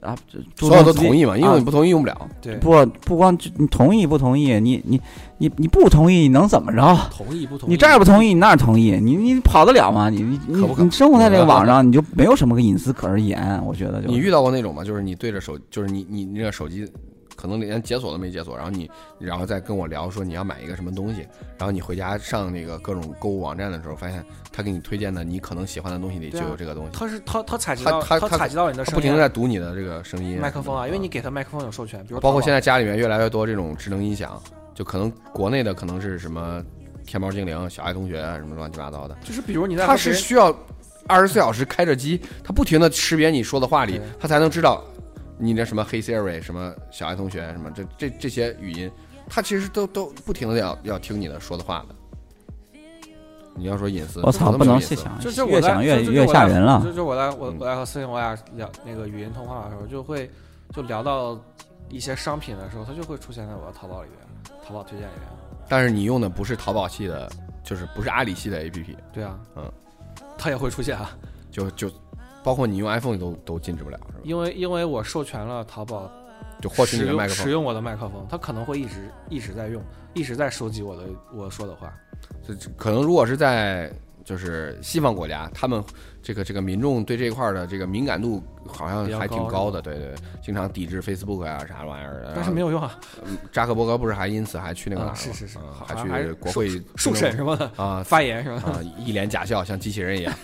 [SPEAKER 3] 啊，
[SPEAKER 1] 所有都同
[SPEAKER 3] 意。
[SPEAKER 1] 意嘛，
[SPEAKER 2] 啊
[SPEAKER 1] 因为你不同意用不了。
[SPEAKER 2] 对
[SPEAKER 3] 不不光你同意不同意，你你你你不同意，你能怎么着？
[SPEAKER 2] 同意不同意？
[SPEAKER 3] 你这儿不同意，你那儿同意，你你跑得了吗？你你你
[SPEAKER 1] 可不可
[SPEAKER 3] 你生活在这个网上，你就没有什么个隐私可而言。我觉得就
[SPEAKER 1] 你遇到过那种吗？就是你对着手，就是你你你那个手机，可能连解锁都没解锁，然后你然后再跟我聊说你要买一个什么东西，然后你回家上那个各种购物网站的时候，发现他给你推荐的你可能喜欢的东西里就
[SPEAKER 2] 对啊
[SPEAKER 1] 有这个东西，
[SPEAKER 2] 它是它它采集
[SPEAKER 1] 它
[SPEAKER 2] 到
[SPEAKER 1] 它它
[SPEAKER 2] 采集到你的
[SPEAKER 1] 他
[SPEAKER 2] 声
[SPEAKER 1] 不停的
[SPEAKER 2] 音
[SPEAKER 1] 在读你的这个声音
[SPEAKER 2] 麦克风啊，因为
[SPEAKER 1] 嗯
[SPEAKER 2] 你给它麦克风有授权，比如啊
[SPEAKER 1] 包括现
[SPEAKER 2] 在
[SPEAKER 1] 在家里面越来越多这种智能音响，就可能国内的可能是什么天猫精灵、小爱同学啊什么乱七八糟的，
[SPEAKER 2] 就是比如你在
[SPEAKER 1] 它
[SPEAKER 2] 和别
[SPEAKER 1] 是
[SPEAKER 2] 人
[SPEAKER 1] 需要二十四小时开着机，它不停的识别你说的话里
[SPEAKER 2] 对，
[SPEAKER 1] 它才能知道你那什么黑 Siri、什么小爱同学、什么这这这些语音，它其实都都不停的要要听你的说的话的。你要说隐私，
[SPEAKER 3] 我
[SPEAKER 1] 怎
[SPEAKER 3] 操，
[SPEAKER 1] 么
[SPEAKER 3] 不
[SPEAKER 1] 没有
[SPEAKER 3] 能
[SPEAKER 1] 隐私
[SPEAKER 3] 细想
[SPEAKER 2] 就就，我
[SPEAKER 3] 啊越
[SPEAKER 2] 在
[SPEAKER 3] 想越
[SPEAKER 2] 就就
[SPEAKER 3] 越
[SPEAKER 2] 我
[SPEAKER 3] 吓
[SPEAKER 2] 在
[SPEAKER 3] 人了
[SPEAKER 2] 就。就我在我
[SPEAKER 1] 嗯
[SPEAKER 2] 我在和思颖我俩聊那个语音通话的时候，就会就聊到一些商品的时候，它就会出现在我的淘宝里边，淘宝推荐里边。
[SPEAKER 1] 但是你用的不是淘宝系的，就是不是阿里系的 APP，
[SPEAKER 2] 对啊，
[SPEAKER 1] 嗯，
[SPEAKER 2] 它也会出现啊，
[SPEAKER 1] 就就包括你用 iPhone 都都禁止不了，是吧？
[SPEAKER 2] 因为因为我授权了淘宝
[SPEAKER 1] 就获取
[SPEAKER 2] 使
[SPEAKER 1] 你的麦
[SPEAKER 2] 用
[SPEAKER 1] 克
[SPEAKER 2] 使
[SPEAKER 1] 风，
[SPEAKER 2] 用我的麦克风，它可能会一直一直在用，一直在收集我的我说的话。
[SPEAKER 1] 这这可能如果是在就是西方国家，他们这个这个民众对这一块儿的这个敏感度好像
[SPEAKER 2] 比较
[SPEAKER 1] 还挺
[SPEAKER 2] 高
[SPEAKER 1] 高的，对对，经常抵制 Facebook 啊啥玩意儿的。
[SPEAKER 2] 但是没
[SPEAKER 1] 有
[SPEAKER 2] 有用啊，
[SPEAKER 1] 扎克伯格不是还因此还去那个
[SPEAKER 2] 嗯
[SPEAKER 1] 哪儿了吗、
[SPEAKER 2] 是是是
[SPEAKER 1] 嗯
[SPEAKER 2] 好
[SPEAKER 1] 还
[SPEAKER 2] 像还
[SPEAKER 1] 去
[SPEAKER 2] 是
[SPEAKER 1] 国会
[SPEAKER 2] 受审什么的，
[SPEAKER 1] 啊
[SPEAKER 2] 发言什么的，
[SPEAKER 1] 啊一脸假笑，像机器 人一样。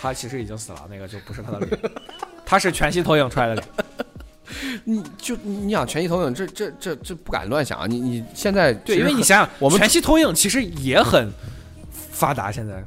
[SPEAKER 2] 他其实已经死了，那个就不是他的脸，他是全息投影出来的脸。
[SPEAKER 1] 你就你想全息投影，这这这这不敢乱想。你你现在
[SPEAKER 2] 对，
[SPEAKER 1] 其实
[SPEAKER 2] 因为你
[SPEAKER 1] 很
[SPEAKER 2] 想想，
[SPEAKER 1] 我们
[SPEAKER 2] 全息投影其实也很发达，现在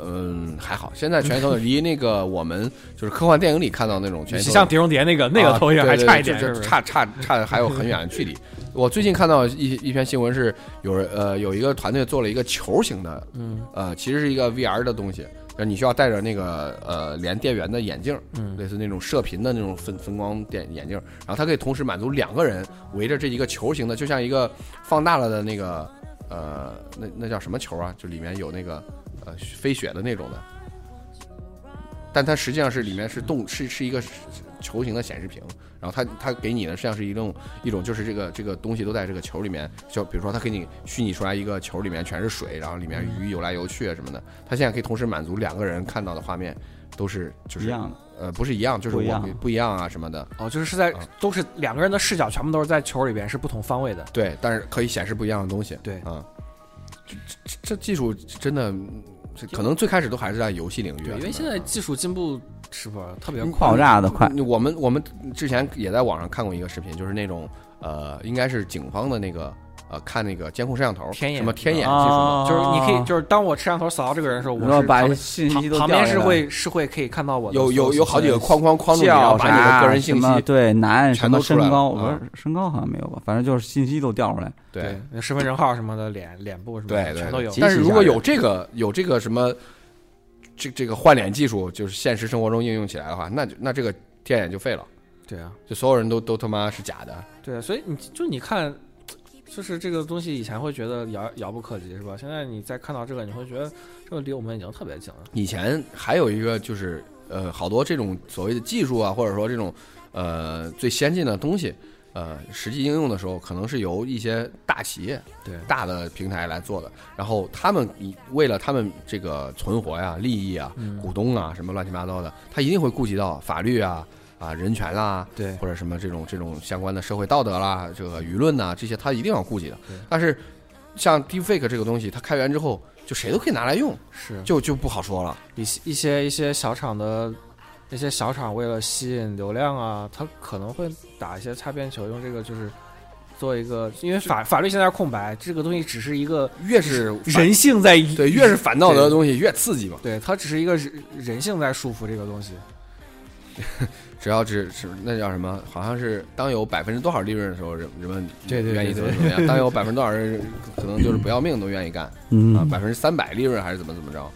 [SPEAKER 1] 嗯还好，现在全息投影离那个我们就是科幻电影里看到那种 全息投影
[SPEAKER 2] 像《碟中谍》那个那个投影
[SPEAKER 1] 啊
[SPEAKER 2] 还
[SPEAKER 1] 对对
[SPEAKER 2] 差一
[SPEAKER 1] 对
[SPEAKER 2] 点，
[SPEAKER 1] 就是
[SPEAKER 2] 不是？
[SPEAKER 1] 差差差的还有很远的距离。我最近看到一一篇新闻是有人呃有一个团队做了一个球形的，
[SPEAKER 2] 嗯
[SPEAKER 1] 呃其实是一个 VR 的东西，就是你需要戴着那个呃连电源的眼镜，
[SPEAKER 2] 嗯，
[SPEAKER 1] 类似那种射频的那种分分光电眼镜，然后它可以同时满足两个人围着这一个球形的，就像一个放大了的那个呃那那叫什么球啊？就里面有那个呃飞雪的那种的，但它实际上是里面是动是是一个球形的显示屏，然后它它给你的实际上是一种一种就是这个这个东西都在这个球里面，就比如说它给你虚拟出来一个球里面全是水，然后里面鱼游来游去啊什么的，它现在可以同时满足两个人看到的画面。都是就
[SPEAKER 3] 一
[SPEAKER 1] 是
[SPEAKER 3] 样的，
[SPEAKER 1] 呃，不是一样，就是
[SPEAKER 3] 不一
[SPEAKER 1] 我
[SPEAKER 3] 样
[SPEAKER 1] 不一样啊什么的。
[SPEAKER 2] 哦，就是是在
[SPEAKER 1] 啊
[SPEAKER 2] 都是两个人的视角，全部都是在球里边，是不同方位的。
[SPEAKER 1] 对，但是可以显示不一样的东西。
[SPEAKER 2] 对
[SPEAKER 1] 啊，这这这技术真的，嗯这可能最开始都还是在游戏领域啊。
[SPEAKER 2] 对，因为
[SPEAKER 1] 什
[SPEAKER 2] 现
[SPEAKER 1] 么的
[SPEAKER 2] 在技术进步是不是特别
[SPEAKER 1] 嗯
[SPEAKER 2] 快？
[SPEAKER 3] 爆炸的快。
[SPEAKER 1] 嗯我们我们之前也在网上看过一个视频，就是那种呃，应该是警方的那个呃，看那个监控摄像头，
[SPEAKER 2] 天眼
[SPEAKER 1] 什么天眼技术嘛，
[SPEAKER 3] 啊
[SPEAKER 2] 就是你可以，就是当我摄像头扫到这个人的时候，
[SPEAKER 3] 然
[SPEAKER 2] 我
[SPEAKER 3] 后
[SPEAKER 2] 是
[SPEAKER 3] 把
[SPEAKER 2] 旁边
[SPEAKER 3] 信息都
[SPEAKER 2] 旁旁
[SPEAKER 3] 调
[SPEAKER 2] 边
[SPEAKER 3] 下
[SPEAKER 2] 是
[SPEAKER 3] 来
[SPEAKER 2] 会是会可以看到我的
[SPEAKER 1] 有有有好几个
[SPEAKER 2] 框。
[SPEAKER 1] 框框框住你，然
[SPEAKER 3] 叫
[SPEAKER 1] 后把你
[SPEAKER 3] 啥
[SPEAKER 1] 的个人信
[SPEAKER 3] 什么
[SPEAKER 1] 息，
[SPEAKER 3] 对男
[SPEAKER 1] 全
[SPEAKER 3] 什
[SPEAKER 1] 都
[SPEAKER 3] 么
[SPEAKER 1] 出来
[SPEAKER 3] 身高，
[SPEAKER 1] 了啊
[SPEAKER 3] 我不是身高好像没有吧，反正就是信息都调出来。
[SPEAKER 1] 对，
[SPEAKER 2] 那身份证号什么的，脸脸部什么
[SPEAKER 1] 对
[SPEAKER 2] 的，
[SPEAKER 1] 对，
[SPEAKER 2] 全都有。
[SPEAKER 1] 但是
[SPEAKER 3] 集齐
[SPEAKER 1] 如果
[SPEAKER 3] 下来
[SPEAKER 1] 有这个有这个什么这这个换脸技术就是现实生活中应用起来的话，那就那这个电影就废了，
[SPEAKER 2] 对啊，
[SPEAKER 1] 就所有人都都他妈是假的。
[SPEAKER 2] 对啊，所以你就你看，就是这个东西以前会觉得遥遥不可及是吧？现在你再看到这个，你会觉得这个离我们已经特别近了。
[SPEAKER 1] 以前还有一个就是呃，好多这种所谓的技术啊，或者说这种呃最先进的东西，呃，实际应用的时候，可能是由一些大企业、
[SPEAKER 2] 对
[SPEAKER 1] 大的平台来做的。然后他们以为了他们这个存活呀、利益啊、
[SPEAKER 3] 嗯
[SPEAKER 1] 股东啊什么乱七八糟的，他一定会顾及到法律啊、啊人权啦、
[SPEAKER 2] 对
[SPEAKER 1] 或者什么这种这种相关的社会道德啦、这个舆论呐、这些，他一定要顾及的
[SPEAKER 2] 对。
[SPEAKER 1] 但是像 Deepfake 这个东西，它开源之后，就谁都可以拿来用，
[SPEAKER 2] 是
[SPEAKER 1] 就就不好说了。
[SPEAKER 2] 一些一些一些小厂的，一些小厂为了吸引流量啊，他可能会打一些擦边球，用这个就是做一个，因为法法律现在是空白，这个东西只是一个
[SPEAKER 1] 越是反
[SPEAKER 2] 人性在
[SPEAKER 1] 对越是反道德的东西越刺激嘛。
[SPEAKER 2] 对，它只是一个人人性在束缚这个东西。
[SPEAKER 1] 只要只是那叫什么，好像是当有百分之多少利润的时候，人人们
[SPEAKER 2] 对对对
[SPEAKER 1] 愿意怎么
[SPEAKER 2] 对
[SPEAKER 1] 怎么样；当有百分之多少人可能就是不要命都愿意干啊，
[SPEAKER 3] 嗯
[SPEAKER 1] 百，分之三百利润还是怎么怎么着。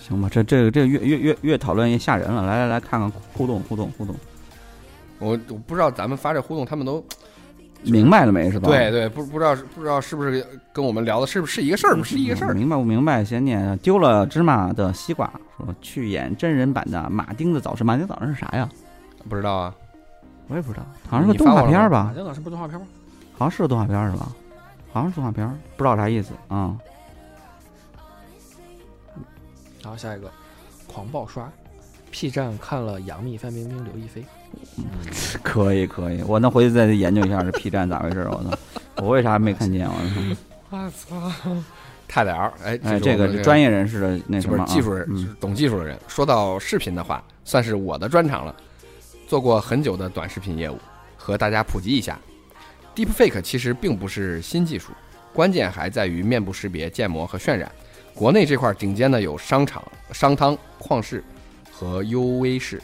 [SPEAKER 3] 行吧，这这个这个越越越越讨论越吓人了，来来来看看互动互动互动，
[SPEAKER 1] 我我不知道咱们发这互动，他们都
[SPEAKER 3] 明白了没是吧？
[SPEAKER 1] 对对，不不知道不知道是不是跟我们聊的是不是一个事儿，不是一个事
[SPEAKER 3] 我
[SPEAKER 1] 儿。
[SPEAKER 3] 嗯明白不明白？先念啊丢了芝麻的西瓜说去演真人版的马丁的早晨，马丁早晨是啥呀？
[SPEAKER 1] 不知道啊，
[SPEAKER 3] 我也不知道，好像是个
[SPEAKER 1] 你
[SPEAKER 3] 动
[SPEAKER 1] 发
[SPEAKER 3] 画
[SPEAKER 1] 我了
[SPEAKER 3] 片儿
[SPEAKER 2] 马
[SPEAKER 3] 吧？
[SPEAKER 2] 丁老师不动画片吗？
[SPEAKER 3] 好像是个动画片儿是吧？好像是动画片儿，不知道啥意思啊、
[SPEAKER 2] 然后下一个，狂暴刷，P 站看了杨幂、范冰冰、刘亦菲，
[SPEAKER 3] 可以可以，我那回去再研究一下这 P 站咋回事儿。我 操，我为啥没看见？啊我操！
[SPEAKER 1] 我操，太了，哎
[SPEAKER 3] 哎，
[SPEAKER 1] 这
[SPEAKER 3] 这
[SPEAKER 1] 是我
[SPEAKER 3] 个
[SPEAKER 1] 们
[SPEAKER 3] 是
[SPEAKER 1] 这
[SPEAKER 3] 专业人士的那
[SPEAKER 1] 这
[SPEAKER 3] 什
[SPEAKER 1] 不
[SPEAKER 3] 么、
[SPEAKER 1] 是
[SPEAKER 3] 啊、
[SPEAKER 1] 技术人，
[SPEAKER 3] 嗯
[SPEAKER 1] 是懂技术的人。说到视频的话，算是我的专长了，做过很久的短视频业务，和大家普及一下，Deepfake 其实并不是新技术，关键还在于面部识别、建模和渲染。国内这块顶尖的有商场、商汤、旷视和 UV 视。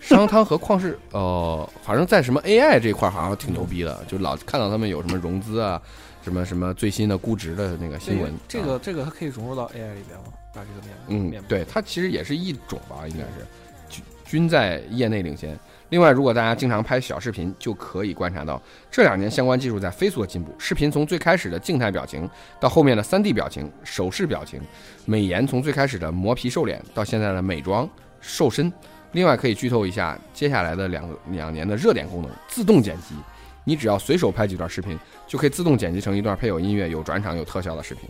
[SPEAKER 1] 商汤和旷视，呃，反正在什么 AI 这块儿好像挺牛逼的，就老看到他们有什么融资啊，什么什么最新的估值的那个新闻。
[SPEAKER 2] 这
[SPEAKER 1] 啊
[SPEAKER 2] 个这个它可以融入到 AI 里边吗？把这个面
[SPEAKER 1] 嗯
[SPEAKER 2] 面，
[SPEAKER 1] 对，它其实也是一种吧，应该是均均在业内领先。另外，如果大家经常拍小视频，就可以观察到这两年相关技术在飞速的进步。视频从最开始的静态表情，到后面的 3D 表情、手势表情，美颜从最开始的磨皮瘦脸，到现在的美妆瘦身。另外，可以剧透一下接下来的两个两年的热点功能——自动剪辑。你只要随手拍几段视频，就可以自动剪辑成一段配有音乐、有转场、有特效的视频。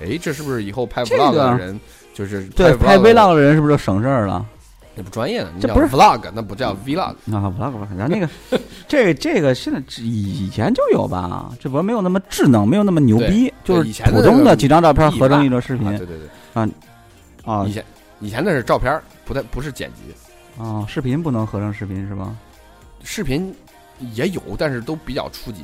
[SPEAKER 1] 诶，这是不是以后拍
[SPEAKER 3] 这
[SPEAKER 1] vlog
[SPEAKER 3] 个
[SPEAKER 1] 的人就是
[SPEAKER 3] 对拍
[SPEAKER 1] vlog 的
[SPEAKER 3] vlog 的人是不是就省事儿了？
[SPEAKER 1] 那不专业的，你
[SPEAKER 3] 这
[SPEAKER 1] 叫
[SPEAKER 3] 不是
[SPEAKER 1] vlog，那不叫 vlog。
[SPEAKER 3] 啊，vlog vlog，咱 那个这这个现在以以前就有吧，这不是没有那么智能，没有那么牛逼，
[SPEAKER 1] 对
[SPEAKER 3] 就是
[SPEAKER 1] 以前的
[SPEAKER 3] 普通
[SPEAKER 1] 那
[SPEAKER 3] 的
[SPEAKER 1] 个
[SPEAKER 3] 几张照片合成一段视
[SPEAKER 1] 啊，
[SPEAKER 3] 频
[SPEAKER 1] 对对对，
[SPEAKER 3] 啊
[SPEAKER 1] 以前以前那是照片儿，不太不是剪辑，
[SPEAKER 3] 啊，视频不能合成视频是吧？
[SPEAKER 1] 视频也有，但是都比较初级。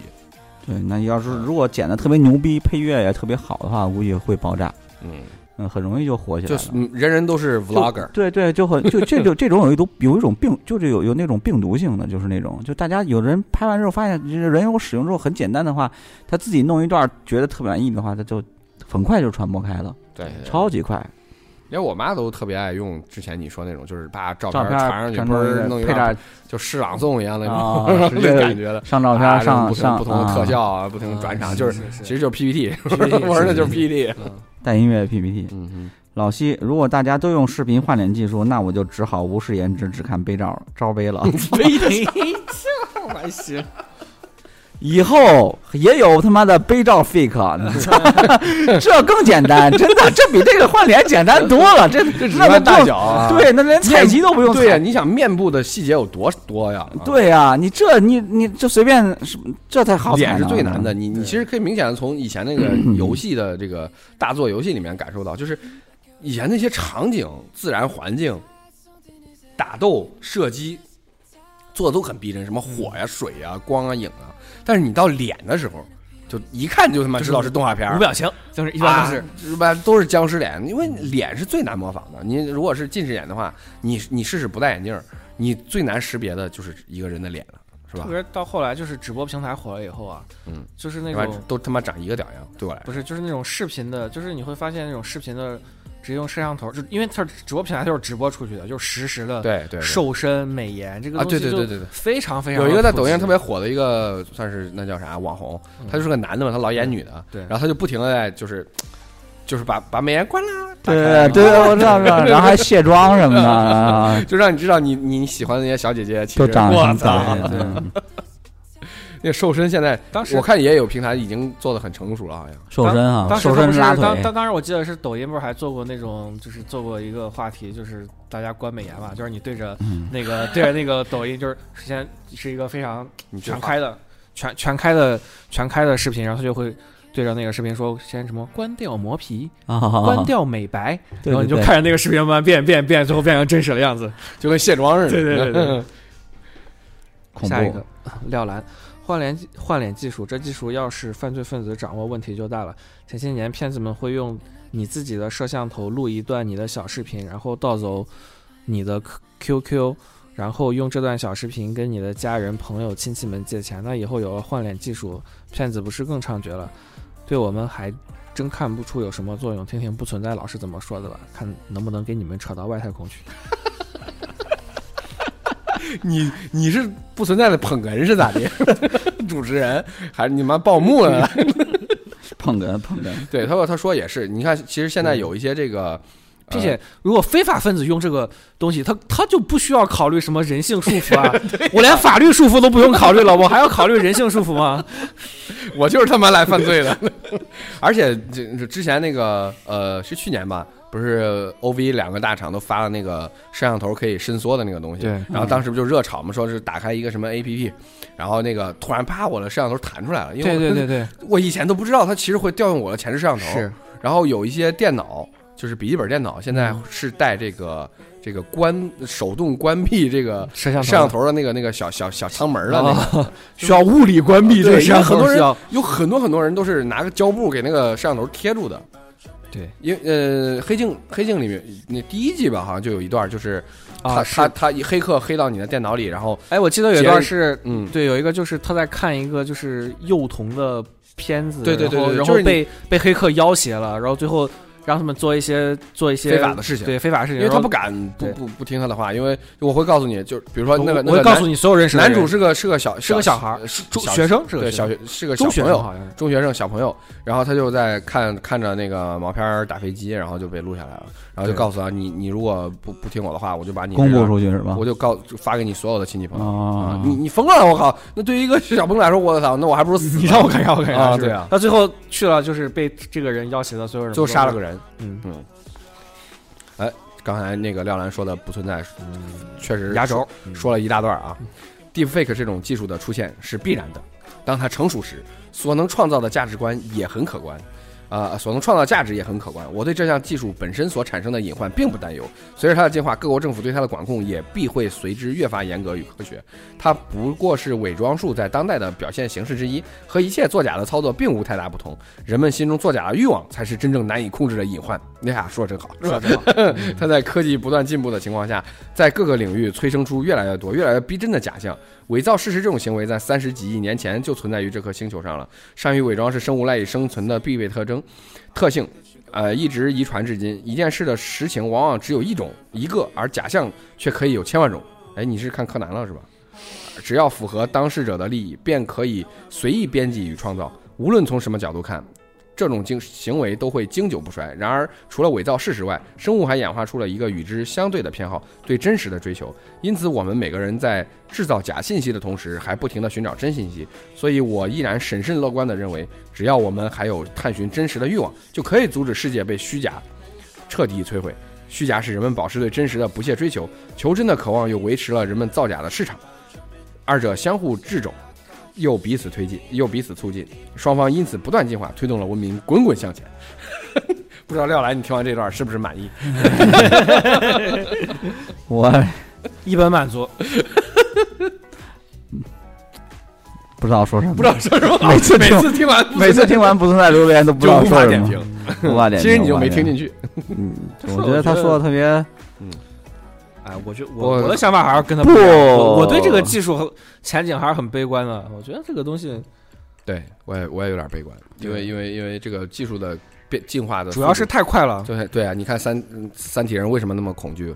[SPEAKER 3] 对，那要是如果剪的特别牛逼，配乐也特别好的话，估计会爆炸，
[SPEAKER 1] 嗯，
[SPEAKER 3] 嗯，很容易就火起来
[SPEAKER 1] 就
[SPEAKER 3] 了。
[SPEAKER 1] 是嗯人人都是
[SPEAKER 3] 就
[SPEAKER 1] vlogger，
[SPEAKER 3] 对对，就很就 这就这种有一种有一种病，就是有有那种病毒性的，就是那种就大家有的人拍完之后发现，就是人有使用之后很简单的话，他自己弄一段觉得特满意的话，他就很快就传播开了，
[SPEAKER 1] 对，对
[SPEAKER 3] 超级快。
[SPEAKER 1] 连我妈都特别爱用之前你说那种，就是把照
[SPEAKER 3] 照
[SPEAKER 1] 儿
[SPEAKER 3] 片
[SPEAKER 1] 传上去，不是弄一
[SPEAKER 3] 配
[SPEAKER 1] 段
[SPEAKER 3] 点
[SPEAKER 1] 就诗朗诵一样的
[SPEAKER 3] 啊
[SPEAKER 1] 那
[SPEAKER 3] 对
[SPEAKER 1] 种感觉的。
[SPEAKER 3] 上照
[SPEAKER 1] 啊
[SPEAKER 3] 片上
[SPEAKER 1] 不同
[SPEAKER 3] 上
[SPEAKER 1] 不同的特
[SPEAKER 3] 啊
[SPEAKER 1] 效啊，不同的转场，就是
[SPEAKER 2] 是
[SPEAKER 1] 其实就是 PPT，
[SPEAKER 2] PPT
[SPEAKER 1] 玩的就是
[SPEAKER 2] 是
[SPEAKER 1] PPT。
[SPEAKER 2] 嗯，
[SPEAKER 3] 带音乐 PPT。
[SPEAKER 1] 嗯哼，
[SPEAKER 3] 老西，如果大家都用视频换脸技术，那我就只好无视颜值，只看杯照罩杯了。
[SPEAKER 2] 没这还行，
[SPEAKER 3] 以后也有他妈的杯照 fake，你知道吗 这更简单，真的，这比这个换脸简单多了。这
[SPEAKER 1] 这只
[SPEAKER 3] 那
[SPEAKER 1] 看大
[SPEAKER 3] 都
[SPEAKER 1] 小啊，
[SPEAKER 3] 对，那连采集都不用
[SPEAKER 1] 对呀，
[SPEAKER 3] 采。
[SPEAKER 1] 你想面部的细节有多多呀？啊
[SPEAKER 3] 对呀，你这你你就随便什么，这才好。
[SPEAKER 1] 脸是最难的，，你你
[SPEAKER 2] 嗯对嗯
[SPEAKER 1] 其实可以明显的从以前那个游戏的这个大作游戏里面感受到，就是以前那些场景、自然环境、打斗、射击做的都很逼真，什么火呀、水呀、光啊、影啊，但是你到脸的时候，就一看就他妈知道是动画片儿
[SPEAKER 2] 无。表情，就是一般
[SPEAKER 1] 啊
[SPEAKER 2] 都是，
[SPEAKER 1] 一般都是僵尸脸，因为脸是最难模仿的。你如果是近视眼的话，你你试试不戴眼镜儿，你最难识别的就是一个人的脸了，是吧
[SPEAKER 2] 特？别是到后来就是直播平台火了以后啊，
[SPEAKER 1] 嗯，
[SPEAKER 2] 就是那
[SPEAKER 1] 要不然
[SPEAKER 2] 种
[SPEAKER 1] 都他妈长一个屌样，对我来说。
[SPEAKER 2] 不是就是那种视频的，就是你会发现那种视频的直接用摄像头，就因为它直播平台就是直播出去的，就是实时的
[SPEAKER 1] 对对，对
[SPEAKER 2] 瘦身美颜这个
[SPEAKER 1] 啊，
[SPEAKER 2] 东西
[SPEAKER 1] 对对
[SPEAKER 2] 就
[SPEAKER 1] 对对对。
[SPEAKER 2] 非常非常
[SPEAKER 1] 有一个在抖音
[SPEAKER 2] 普
[SPEAKER 1] 上
[SPEAKER 2] 及
[SPEAKER 1] 特别火的一个，算是那叫啥网红，
[SPEAKER 2] 嗯
[SPEAKER 1] 他就是个男的嘛，他老演女的，
[SPEAKER 2] 对
[SPEAKER 1] 然后他就不停的在就是，就是把把美颜关 了，打开嗯
[SPEAKER 3] 对对，我知道知 道，然后还卸妆什么的啊，
[SPEAKER 1] 就让你知道你你喜欢的那些小姐姐，其
[SPEAKER 3] 都
[SPEAKER 1] 实
[SPEAKER 3] 长得
[SPEAKER 1] 我
[SPEAKER 3] 挺早
[SPEAKER 1] 操，
[SPEAKER 3] 的，对
[SPEAKER 1] 那个瘦身现在
[SPEAKER 2] 当时
[SPEAKER 1] 我看也有平台已经做的很成熟了，好像
[SPEAKER 3] 瘦身啊，
[SPEAKER 2] 当时
[SPEAKER 3] 瘦
[SPEAKER 2] 他们
[SPEAKER 3] 身
[SPEAKER 2] 是
[SPEAKER 3] 拉
[SPEAKER 2] 当
[SPEAKER 3] 腿
[SPEAKER 2] 当，当时我记得是抖音不是还做过那种，就是做过一个话题，就是大家关美颜嘛，就是你对着
[SPEAKER 3] 嗯
[SPEAKER 2] 那个、对着那个抖音，就是首先是一个非 常
[SPEAKER 1] 你这
[SPEAKER 2] 全
[SPEAKER 1] 话
[SPEAKER 2] 开的全全开的全开的视频，然后他就会对着那个视频说先什么关掉磨皮，
[SPEAKER 3] 啊，
[SPEAKER 2] 关掉美白，
[SPEAKER 3] 对
[SPEAKER 2] 然后
[SPEAKER 3] 对
[SPEAKER 2] 你就
[SPEAKER 3] 对，
[SPEAKER 2] 看着那个视频慢慢变变变，最后变成真实的样子。
[SPEAKER 1] 就跟卸妆似的，
[SPEAKER 2] 对对对对
[SPEAKER 3] 恐
[SPEAKER 2] 下一
[SPEAKER 3] 怖
[SPEAKER 2] 个，廖兰，换脸技换脸技术，这技术要是犯罪分子掌握，问题就大了。前些年骗子们会用你自己的摄像头录一段你的小视频，然后盗走你的 Q- QQ，然后用这段小视频跟你的家人、朋友、亲戚们借钱。那以后有了换脸技术，骗子不是更猖獗了？对我们还真看不出有什么作用。听听不存在老师怎么说的吧，看能不能给你们扯到外太空去。
[SPEAKER 1] 你你是不存在的捧哏是咋的？ 主持人还是你妈报幕 了？
[SPEAKER 3] 碰哏碰哏，
[SPEAKER 1] 对，他说他说也是，你看，其实现在有一些这个，
[SPEAKER 2] 嗯并且，如果非法分子用这个东西，他他就不需要考虑什么人性束缚 啊！我连法律束缚都不用考虑了，我还要考虑人性束缚 吗？
[SPEAKER 1] 呃我就是他妈来犯罪的， 而且这这之前那个呃是去年吧，不是 O V 两个大厂都发了那个摄像头可以伸缩的那个东西，
[SPEAKER 2] 对
[SPEAKER 1] 然后当时不就热炒嘛，说是打开一个什么 A P P，然后那个突然啪，我的摄像头弹出来了，因为
[SPEAKER 2] 对
[SPEAKER 1] 我
[SPEAKER 2] 对对对，
[SPEAKER 1] 我以前都不知道它其实会调用我的前置摄像 头，
[SPEAKER 2] 是
[SPEAKER 1] 然后有一些电脑，就是笔记本电脑，现在
[SPEAKER 2] 嗯
[SPEAKER 1] 是带这个这个关手动关闭这个
[SPEAKER 2] 摄像
[SPEAKER 1] 摄像头的那个那个小小小舱门的那个。
[SPEAKER 2] 啊，需要物理关闭这个
[SPEAKER 1] 对，
[SPEAKER 2] 摄
[SPEAKER 1] 因为
[SPEAKER 2] 像
[SPEAKER 1] 很
[SPEAKER 2] 头
[SPEAKER 1] 多
[SPEAKER 2] 需
[SPEAKER 1] 人
[SPEAKER 2] 要
[SPEAKER 1] 有很多很多人都是拿个胶布给那个摄像头贴住的。
[SPEAKER 2] 对，
[SPEAKER 1] 因为呃，黑镜黑镜里面那第一季吧，好像就有一段就是他、
[SPEAKER 2] 啊。
[SPEAKER 1] 他
[SPEAKER 2] 是，
[SPEAKER 1] 他一黑客黑到你的电脑里，然后
[SPEAKER 2] 哎，我记得有一段是，
[SPEAKER 1] 嗯，
[SPEAKER 2] 对，有一个就是他在看一个就是幼童的片子，
[SPEAKER 1] 对对对
[SPEAKER 2] 然后
[SPEAKER 1] 对
[SPEAKER 2] 然
[SPEAKER 1] 就
[SPEAKER 2] 后
[SPEAKER 1] 是你
[SPEAKER 2] 被被黑客要挟了，然后最后让他们做一些做一些
[SPEAKER 1] 非法的事情。
[SPEAKER 2] 对非法事情，
[SPEAKER 1] 因为他
[SPEAKER 2] 然
[SPEAKER 1] 不
[SPEAKER 2] 后
[SPEAKER 1] 敢不
[SPEAKER 2] 对
[SPEAKER 1] 不不听他的话，因为我会告诉你，就是比如说那个
[SPEAKER 2] 我
[SPEAKER 1] 那
[SPEAKER 2] 我
[SPEAKER 1] 个
[SPEAKER 2] 会告诉
[SPEAKER 1] 你，
[SPEAKER 2] 你所有认识的
[SPEAKER 1] 男主
[SPEAKER 2] 人
[SPEAKER 1] 是个是个小
[SPEAKER 2] 是个小孩儿
[SPEAKER 1] 是
[SPEAKER 2] 中
[SPEAKER 1] 小
[SPEAKER 2] 学生，是个
[SPEAKER 1] 对
[SPEAKER 2] 学
[SPEAKER 1] 小
[SPEAKER 2] 生
[SPEAKER 1] 学是个小
[SPEAKER 2] 中学
[SPEAKER 1] 朋
[SPEAKER 2] 生
[SPEAKER 1] 友，
[SPEAKER 2] 好像 是。
[SPEAKER 1] 中学生小朋友，然后他就在看看着那个毛片儿打飞机，然后就被录下来了，然后就
[SPEAKER 2] 对
[SPEAKER 1] 告诉他你你如果不不听我的话，我就把你
[SPEAKER 3] 公
[SPEAKER 1] 这
[SPEAKER 3] 布
[SPEAKER 1] 个
[SPEAKER 3] 出去是
[SPEAKER 2] 啊
[SPEAKER 3] 吧
[SPEAKER 1] 我？就告就发给你所有的亲戚朋友。啊
[SPEAKER 3] 啊，
[SPEAKER 1] 你你疯了！我靠，那对于一个小朋友来说，我操，那我还不如死。
[SPEAKER 2] 你让我看一下，我看一下。
[SPEAKER 1] 啊
[SPEAKER 2] 是
[SPEAKER 1] 对啊
[SPEAKER 2] 他最后去了，就是被这个人要挟的所有人，
[SPEAKER 1] 就杀了个。人。
[SPEAKER 2] 嗯，
[SPEAKER 1] 嗯，哎，刚才那个廖兰说的不存在，嗯确实
[SPEAKER 2] 压轴
[SPEAKER 1] 说了一大段啊。Deepfake 这种技术的出现是必然的，当它成熟时，所能创造的价值观也很可观，啊，所能创造价值也很可观。我对这项技术本身所产生的隐患并不担忧。随着它的进化，各国政府对它的管控也必会随之越发严格与科学。它不过是伪装术在当代的表现形式之一，和一切作假的操作并无太大不同。人们心中作假的欲望才是真正难以控制的隐患。哎呀，说的真好，嗯是吧？ 它在科技不断进步的情况下，在各个领域催生出越来越多、越来越逼真的假象。伪造事实这种行为，在三十几亿年前就存在于这颗星球上了。善于伪装是生物赖以生存的必备特征、特性，呃，一直遗传至今。一件事的实情往往只有一种、一个，而假象却可以有千万种。哎，你是看柯南了是吧？只要符合当事者的利益，便可以随意编辑与创造。无论从什么角度看，这种经行为都会经久不衰。然而，除了伪造事实外，生物还演化出了一个与之相对的偏好——对真实的追求。因此，我们每个人在制造假信息的同时，还不停地寻找真信息。所以我依然审慎乐观地认为，只要我们还有探寻真实的欲望，就可以阻止世界被虚假彻底摧毁。虚假使人们保持对真实的不懈追求，求真的渴望又维持了人们造假的市场，二者相互掣肘，又彼此推进，又彼此促进。双方因此不断进化，推动了文明滚滚向前。 不知道廖兰，你听完这段是不是满意？
[SPEAKER 3] 我
[SPEAKER 2] 一本满足，
[SPEAKER 3] 不知道说什 么，
[SPEAKER 1] 不知道说什么好，
[SPEAKER 3] 每 次
[SPEAKER 1] 每
[SPEAKER 3] 听
[SPEAKER 1] 次听完，
[SPEAKER 3] 每次听完不存在留言都不知
[SPEAKER 1] 就
[SPEAKER 3] 道
[SPEAKER 1] 无
[SPEAKER 3] 说
[SPEAKER 1] 法
[SPEAKER 3] 什
[SPEAKER 1] 点
[SPEAKER 3] 么，
[SPEAKER 1] 评，
[SPEAKER 3] 无法点
[SPEAKER 1] 其
[SPEAKER 3] 评。
[SPEAKER 1] 实你就没听进
[SPEAKER 3] 进去。
[SPEAKER 1] 去。
[SPEAKER 3] 嗯，
[SPEAKER 2] 就是
[SPEAKER 3] 我
[SPEAKER 2] 我
[SPEAKER 3] 觉
[SPEAKER 2] 觉
[SPEAKER 3] 得他
[SPEAKER 2] 得
[SPEAKER 3] 说的特别
[SPEAKER 2] 哎，我觉
[SPEAKER 1] 我
[SPEAKER 2] 我我的想法还是跟他不一样。我
[SPEAKER 3] 不
[SPEAKER 2] 我对这个技术和前景还是很悲观的。我觉得这个东西，
[SPEAKER 1] 对我也我也有点悲观，因为
[SPEAKER 2] 对
[SPEAKER 1] 因为因为这个技术的变进化的速
[SPEAKER 2] 主
[SPEAKER 1] 度，
[SPEAKER 2] 要是太快了，
[SPEAKER 1] 对对啊，你看三嗯三体人为什么那么恐惧？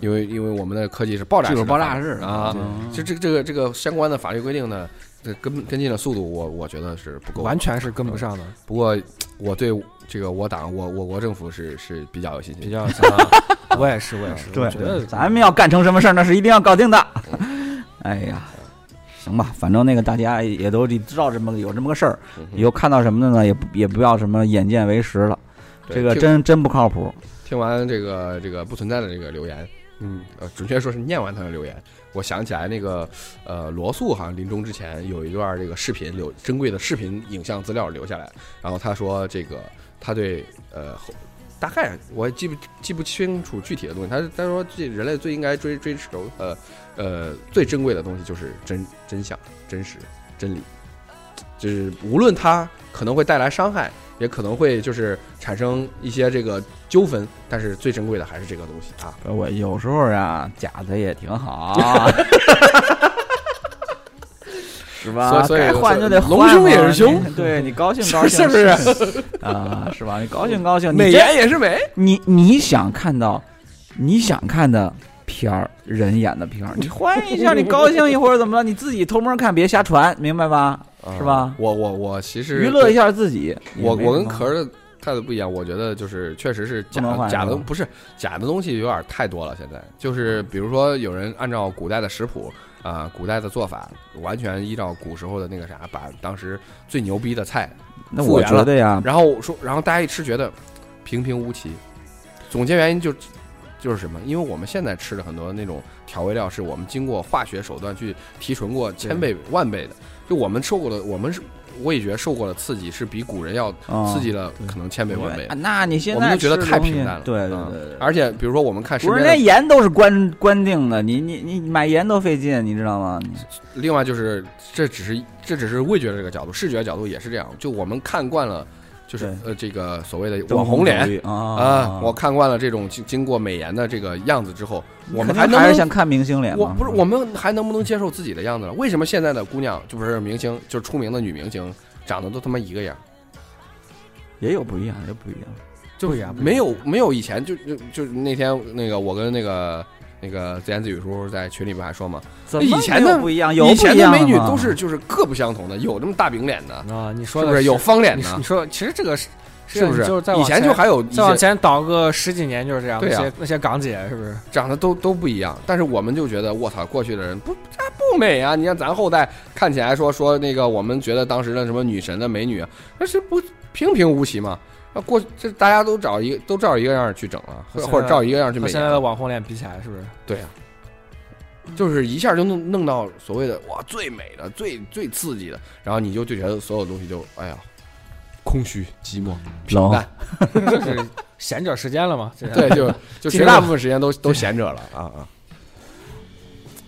[SPEAKER 1] 因为因为我们的科技是爆炸
[SPEAKER 3] 技
[SPEAKER 1] 式
[SPEAKER 3] 术
[SPEAKER 1] 的
[SPEAKER 3] 爆
[SPEAKER 1] 发
[SPEAKER 3] 炸
[SPEAKER 1] 展
[SPEAKER 3] 式嗯
[SPEAKER 1] 啊，
[SPEAKER 3] 对
[SPEAKER 1] 就这个这个这个相关的法律规定呢，这跟跟进的速度我，我觉得是不够的。
[SPEAKER 2] 完全是跟不上的。
[SPEAKER 1] 不过我对这个我党我我国政府是是比较有信心
[SPEAKER 2] 比
[SPEAKER 1] 的。
[SPEAKER 2] 较强大，我也是，我也是，
[SPEAKER 3] 对
[SPEAKER 2] 我觉得
[SPEAKER 3] 咱们要干成什么事儿，那是一定要搞定的。 哎呀，行吧，反正那个大家也都知道这么个有这么个事儿，
[SPEAKER 1] 嗯哼
[SPEAKER 3] 以后看到什么的呢，也不也不要什么眼见为实了，
[SPEAKER 1] 对
[SPEAKER 3] 这个
[SPEAKER 1] 听
[SPEAKER 3] 真真不靠谱。
[SPEAKER 1] 听完这个这个不存在的这个留言，嗯，呃，准确说是念完他的留言，我想起来那个呃罗素好像临终之前有一段这个视频留珍贵的视频影像资料留下来，然后他说这个他对呃后大概我也记不记不清楚具体的东西，他他说这人类最应该追追求呃呃最珍贵的东西就是真真相、真实、真理，就是无论它可能会带来伤害。也可能会就是产生一些这个纠纷，但是最珍贵的还是这个东西啊。
[SPEAKER 3] 我有时候啊，假的也挺 好，是吧？
[SPEAKER 1] 所以所以
[SPEAKER 3] 该换就得换
[SPEAKER 1] 龙兄
[SPEAKER 3] 嘛
[SPEAKER 1] 也是兄
[SPEAKER 3] 你对你高兴高兴
[SPEAKER 1] 是不是
[SPEAKER 3] 啊？是吧？你高兴高兴，
[SPEAKER 1] 美
[SPEAKER 3] 你这
[SPEAKER 1] 颜也是美，
[SPEAKER 3] 你你想看到你想看的片儿，人演 的片儿，你换一下，你高兴一会儿怎么了？你自己偷摸看，别瞎传，明白吧？是吧
[SPEAKER 1] 我我我其实
[SPEAKER 3] 娱乐一
[SPEAKER 1] 下，
[SPEAKER 3] 下自己。
[SPEAKER 1] 我
[SPEAKER 3] 啊也没
[SPEAKER 1] 我跟
[SPEAKER 3] 什么
[SPEAKER 1] 壳儿的态度不一样，我觉得就是确实是假
[SPEAKER 3] 不能换
[SPEAKER 1] 假
[SPEAKER 3] 是
[SPEAKER 1] 的
[SPEAKER 3] 吧
[SPEAKER 1] 不是假的东西有点太多了。现在就是比如说有人按照古代的食谱。啊、古代的做法完全依照古时候的那个啥，把当时最牛逼的菜，
[SPEAKER 3] 那
[SPEAKER 1] 复
[SPEAKER 3] 我
[SPEAKER 1] 原
[SPEAKER 3] 觉得呀，
[SPEAKER 1] 然后说，然后大家一吃觉得平平无奇。总结原因就就是什么？因为我们现在吃的很多那种调味料，是我们经过化学手段去提纯过千倍万倍的。就我们受过的，我们是味觉受过的刺激是比古人要
[SPEAKER 3] 嗯
[SPEAKER 1] 刺激了
[SPEAKER 2] 对
[SPEAKER 1] 可能千倍万倍
[SPEAKER 3] 啊。那你现
[SPEAKER 1] 我
[SPEAKER 3] 在
[SPEAKER 1] 们就觉得
[SPEAKER 3] 吃
[SPEAKER 1] 太
[SPEAKER 3] 东西
[SPEAKER 1] 平淡了。
[SPEAKER 3] 对对
[SPEAKER 1] 嗯
[SPEAKER 3] 对对。
[SPEAKER 1] 而且比如说我们看身
[SPEAKER 3] 不是，
[SPEAKER 1] 边
[SPEAKER 3] 那
[SPEAKER 1] 的，
[SPEAKER 3] 盐都是关关定的，你你你买盐都费劲，你知道吗？
[SPEAKER 1] 另外就是这只是这只是味觉的这个角度，视觉角度也是这样。就我们看惯了，就是
[SPEAKER 3] 对
[SPEAKER 1] 呃这个所谓的
[SPEAKER 3] 灯
[SPEAKER 1] 网红脸
[SPEAKER 3] 手。艺啊
[SPEAKER 1] 啊，我看惯了这种经经过美颜的这个样子之后，我们
[SPEAKER 3] 肯
[SPEAKER 1] 能
[SPEAKER 3] 定还
[SPEAKER 1] 不
[SPEAKER 3] 是
[SPEAKER 1] 能
[SPEAKER 3] 想看明星脸嘛。
[SPEAKER 1] 我不是我们还能不能接受自己的样子了？为什么现在的姑娘就不是明星，就是出名的女明星，长得都他妈一个样？
[SPEAKER 3] 也有不一样，也不一样。
[SPEAKER 1] 就
[SPEAKER 2] 不一样不一样
[SPEAKER 1] 没有没有以前就就就那天那个我跟那个那个自言自语叔在群里边还说嘛，
[SPEAKER 3] 怎么
[SPEAKER 1] 以前
[SPEAKER 3] 没有
[SPEAKER 1] 的
[SPEAKER 3] 不一样，有不
[SPEAKER 1] 以前
[SPEAKER 3] 一样
[SPEAKER 1] 美女
[SPEAKER 3] 吗
[SPEAKER 1] 都是就是各不相同的，有这么大饼脸的，
[SPEAKER 2] 啊，你说
[SPEAKER 1] 是
[SPEAKER 2] 的
[SPEAKER 1] 不是有方脸
[SPEAKER 2] 你说
[SPEAKER 1] 的
[SPEAKER 2] 你？说，其实这个是
[SPEAKER 1] 是不是？
[SPEAKER 2] 就是再
[SPEAKER 1] 以
[SPEAKER 2] 往
[SPEAKER 1] 前就还有一
[SPEAKER 2] 再往
[SPEAKER 1] 些
[SPEAKER 2] 前倒个十几年就是这样，
[SPEAKER 1] 对
[SPEAKER 2] 那
[SPEAKER 1] 啊
[SPEAKER 2] 些那些港姐是不是？
[SPEAKER 1] 长得都都不一样，但是我们就觉得我操，过去的人不他不美啊！你看咱后代看起来说说那个，我们觉得当时的什么女神的美女，啊那是不平平无奇嘛？那过这大家都找一个都照一个样儿去整了，或
[SPEAKER 2] 和现
[SPEAKER 1] 或者
[SPEAKER 2] 在
[SPEAKER 1] 照一个样儿去
[SPEAKER 2] 和
[SPEAKER 1] 美
[SPEAKER 2] 现在的
[SPEAKER 1] 颜，
[SPEAKER 2] 网红脸比起来，是不是？
[SPEAKER 1] 对呀、就是一下就弄弄到所谓的哇最美的、最最刺激的，然后你就就觉得所有东西就哎呀空虚、寂寞、平淡，
[SPEAKER 2] 就是闲者时间了嘛？这 是
[SPEAKER 1] 对，就就
[SPEAKER 2] 这
[SPEAKER 1] 绝
[SPEAKER 2] 个
[SPEAKER 1] 大部分时间都都闲着了啊啊！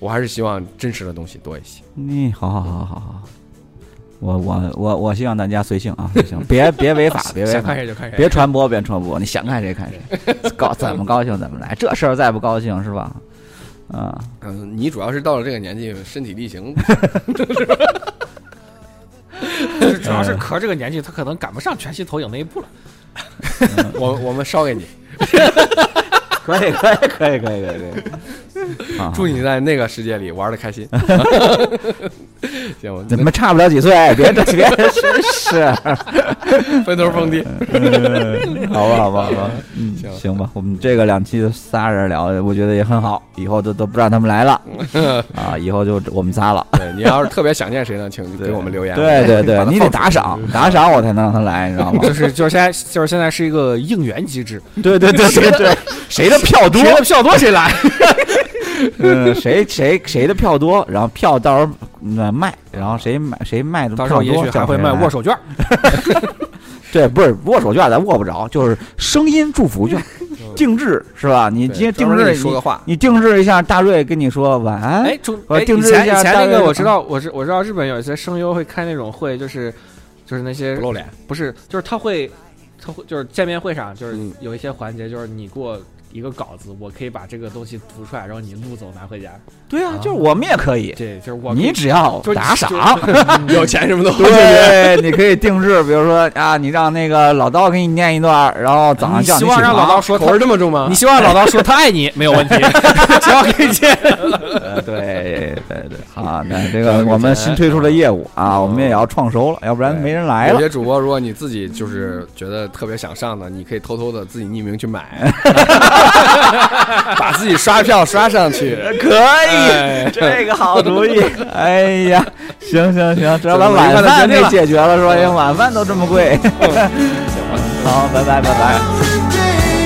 [SPEAKER 1] 我还是希望真实的东西多一些。
[SPEAKER 3] 你嗯好好好好好，我我我我希望大家随性啊，随性，别别违法，别违
[SPEAKER 2] 想
[SPEAKER 3] 法
[SPEAKER 2] 看，谁就看谁，
[SPEAKER 3] 别传播，别传播，你想看谁看 谁，高怎么高兴怎么来，这事儿再不高兴是吧？啊，
[SPEAKER 1] 嗯，你主要是到了这个年纪，身体力 行，
[SPEAKER 2] 就是主要是壳这个年纪，他可能赶不上全息投影那一步了。
[SPEAKER 1] 我我们烧给你，
[SPEAKER 3] 可以可以可以可以可以可以，啊，
[SPEAKER 1] 祝你在那个世界里玩的开 心。行，我
[SPEAKER 3] 怎
[SPEAKER 1] 们
[SPEAKER 3] 么差不了几岁，别这别真是，
[SPEAKER 1] 分头封地。
[SPEAKER 3] 好吧好吧好吧，嗯
[SPEAKER 1] 行
[SPEAKER 3] 行吧，我们这个两期仨人聊，我觉得也很好，以后都都不让他们来 了啊，以后就我们仨了。
[SPEAKER 1] 对你要是特别想念谁呢，请给我们留言。哎
[SPEAKER 3] 对对对
[SPEAKER 1] 把，它
[SPEAKER 3] 你得
[SPEAKER 1] 放出来
[SPEAKER 3] 打赏，打赏我才能让他来，你知道 吗？
[SPEAKER 2] 就是就是现在就是现在是一个应援机制，
[SPEAKER 3] 对对对对 对，谁的票多，
[SPEAKER 2] 谁的票多谁来。
[SPEAKER 3] 嗯，谁谁谁的票多，然后票到时候嗯卖，然后谁买谁卖的
[SPEAKER 2] 到
[SPEAKER 3] 票
[SPEAKER 2] 时候也
[SPEAKER 3] 嗯多哎
[SPEAKER 2] 许还会
[SPEAKER 3] 叫谁
[SPEAKER 2] 卖
[SPEAKER 3] 来
[SPEAKER 2] 握，手券，
[SPEAKER 3] 对，不是握手券咱握不着，就是声音祝福券，定制是吧？你
[SPEAKER 1] 对
[SPEAKER 3] 今天
[SPEAKER 1] 专
[SPEAKER 3] 定
[SPEAKER 1] 门
[SPEAKER 3] 制
[SPEAKER 1] 给你说个话，
[SPEAKER 3] 你定制一下，大瑞跟你说晚安。
[SPEAKER 2] 哎，中
[SPEAKER 3] 我
[SPEAKER 2] 哎
[SPEAKER 3] 定制
[SPEAKER 2] 以前
[SPEAKER 3] 一下
[SPEAKER 2] 以前
[SPEAKER 3] 大
[SPEAKER 2] 那
[SPEAKER 3] 概
[SPEAKER 2] 个我
[SPEAKER 3] 的
[SPEAKER 2] 知道，我知我知道日本有一些声优会开那种会，就是就是那些
[SPEAKER 1] 不露脸。
[SPEAKER 2] 不是，就是他会他会就是见面会上，就是
[SPEAKER 1] 嗯
[SPEAKER 2] 有一些环节，就是你给我一个稿子，我可以把这个东西读出来，然后你录走拿回家。
[SPEAKER 3] 对啊
[SPEAKER 2] 啊，
[SPEAKER 3] 就是我们也可以，
[SPEAKER 2] 对，就是我
[SPEAKER 3] 你只要
[SPEAKER 2] 就是
[SPEAKER 3] 打
[SPEAKER 2] 就是
[SPEAKER 3] 赏，
[SPEAKER 1] 有钱什么都
[SPEAKER 3] 对，你可以定制，比如说啊，你让那个老刀给你念一段，然后早上
[SPEAKER 2] 你
[SPEAKER 3] 叫
[SPEAKER 2] 希
[SPEAKER 3] 起
[SPEAKER 2] 望让老
[SPEAKER 3] 床
[SPEAKER 2] 刀说
[SPEAKER 1] 啊口
[SPEAKER 2] 他
[SPEAKER 1] 味这么重吗
[SPEAKER 2] 你？希望老刀说他爱你没有 问题，只要可以见。
[SPEAKER 3] 呃，对对对，好，那这个我们新推出的业务啊，我们也要创收了，要不然没人来
[SPEAKER 1] 有
[SPEAKER 3] 了。
[SPEAKER 1] 些主播，如果你自己就是觉得特别想上的，你可以偷偷的自己匿名去买， 把自己刷票刷上去。
[SPEAKER 3] 可
[SPEAKER 2] 哎
[SPEAKER 3] 以，这个好主 意。哎呀，行行行，只要把晚饭给解决了，是吧？因为晚饭都这么 贵。 好，拜拜拜拜。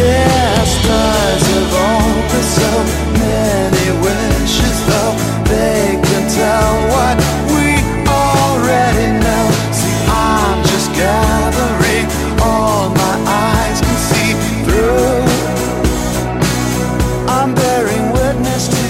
[SPEAKER 4] Yeah, stars have opened so many wishes, though they can tell what we already know. See, I'm just gathering all my eyes can see through. I'm bearing witness to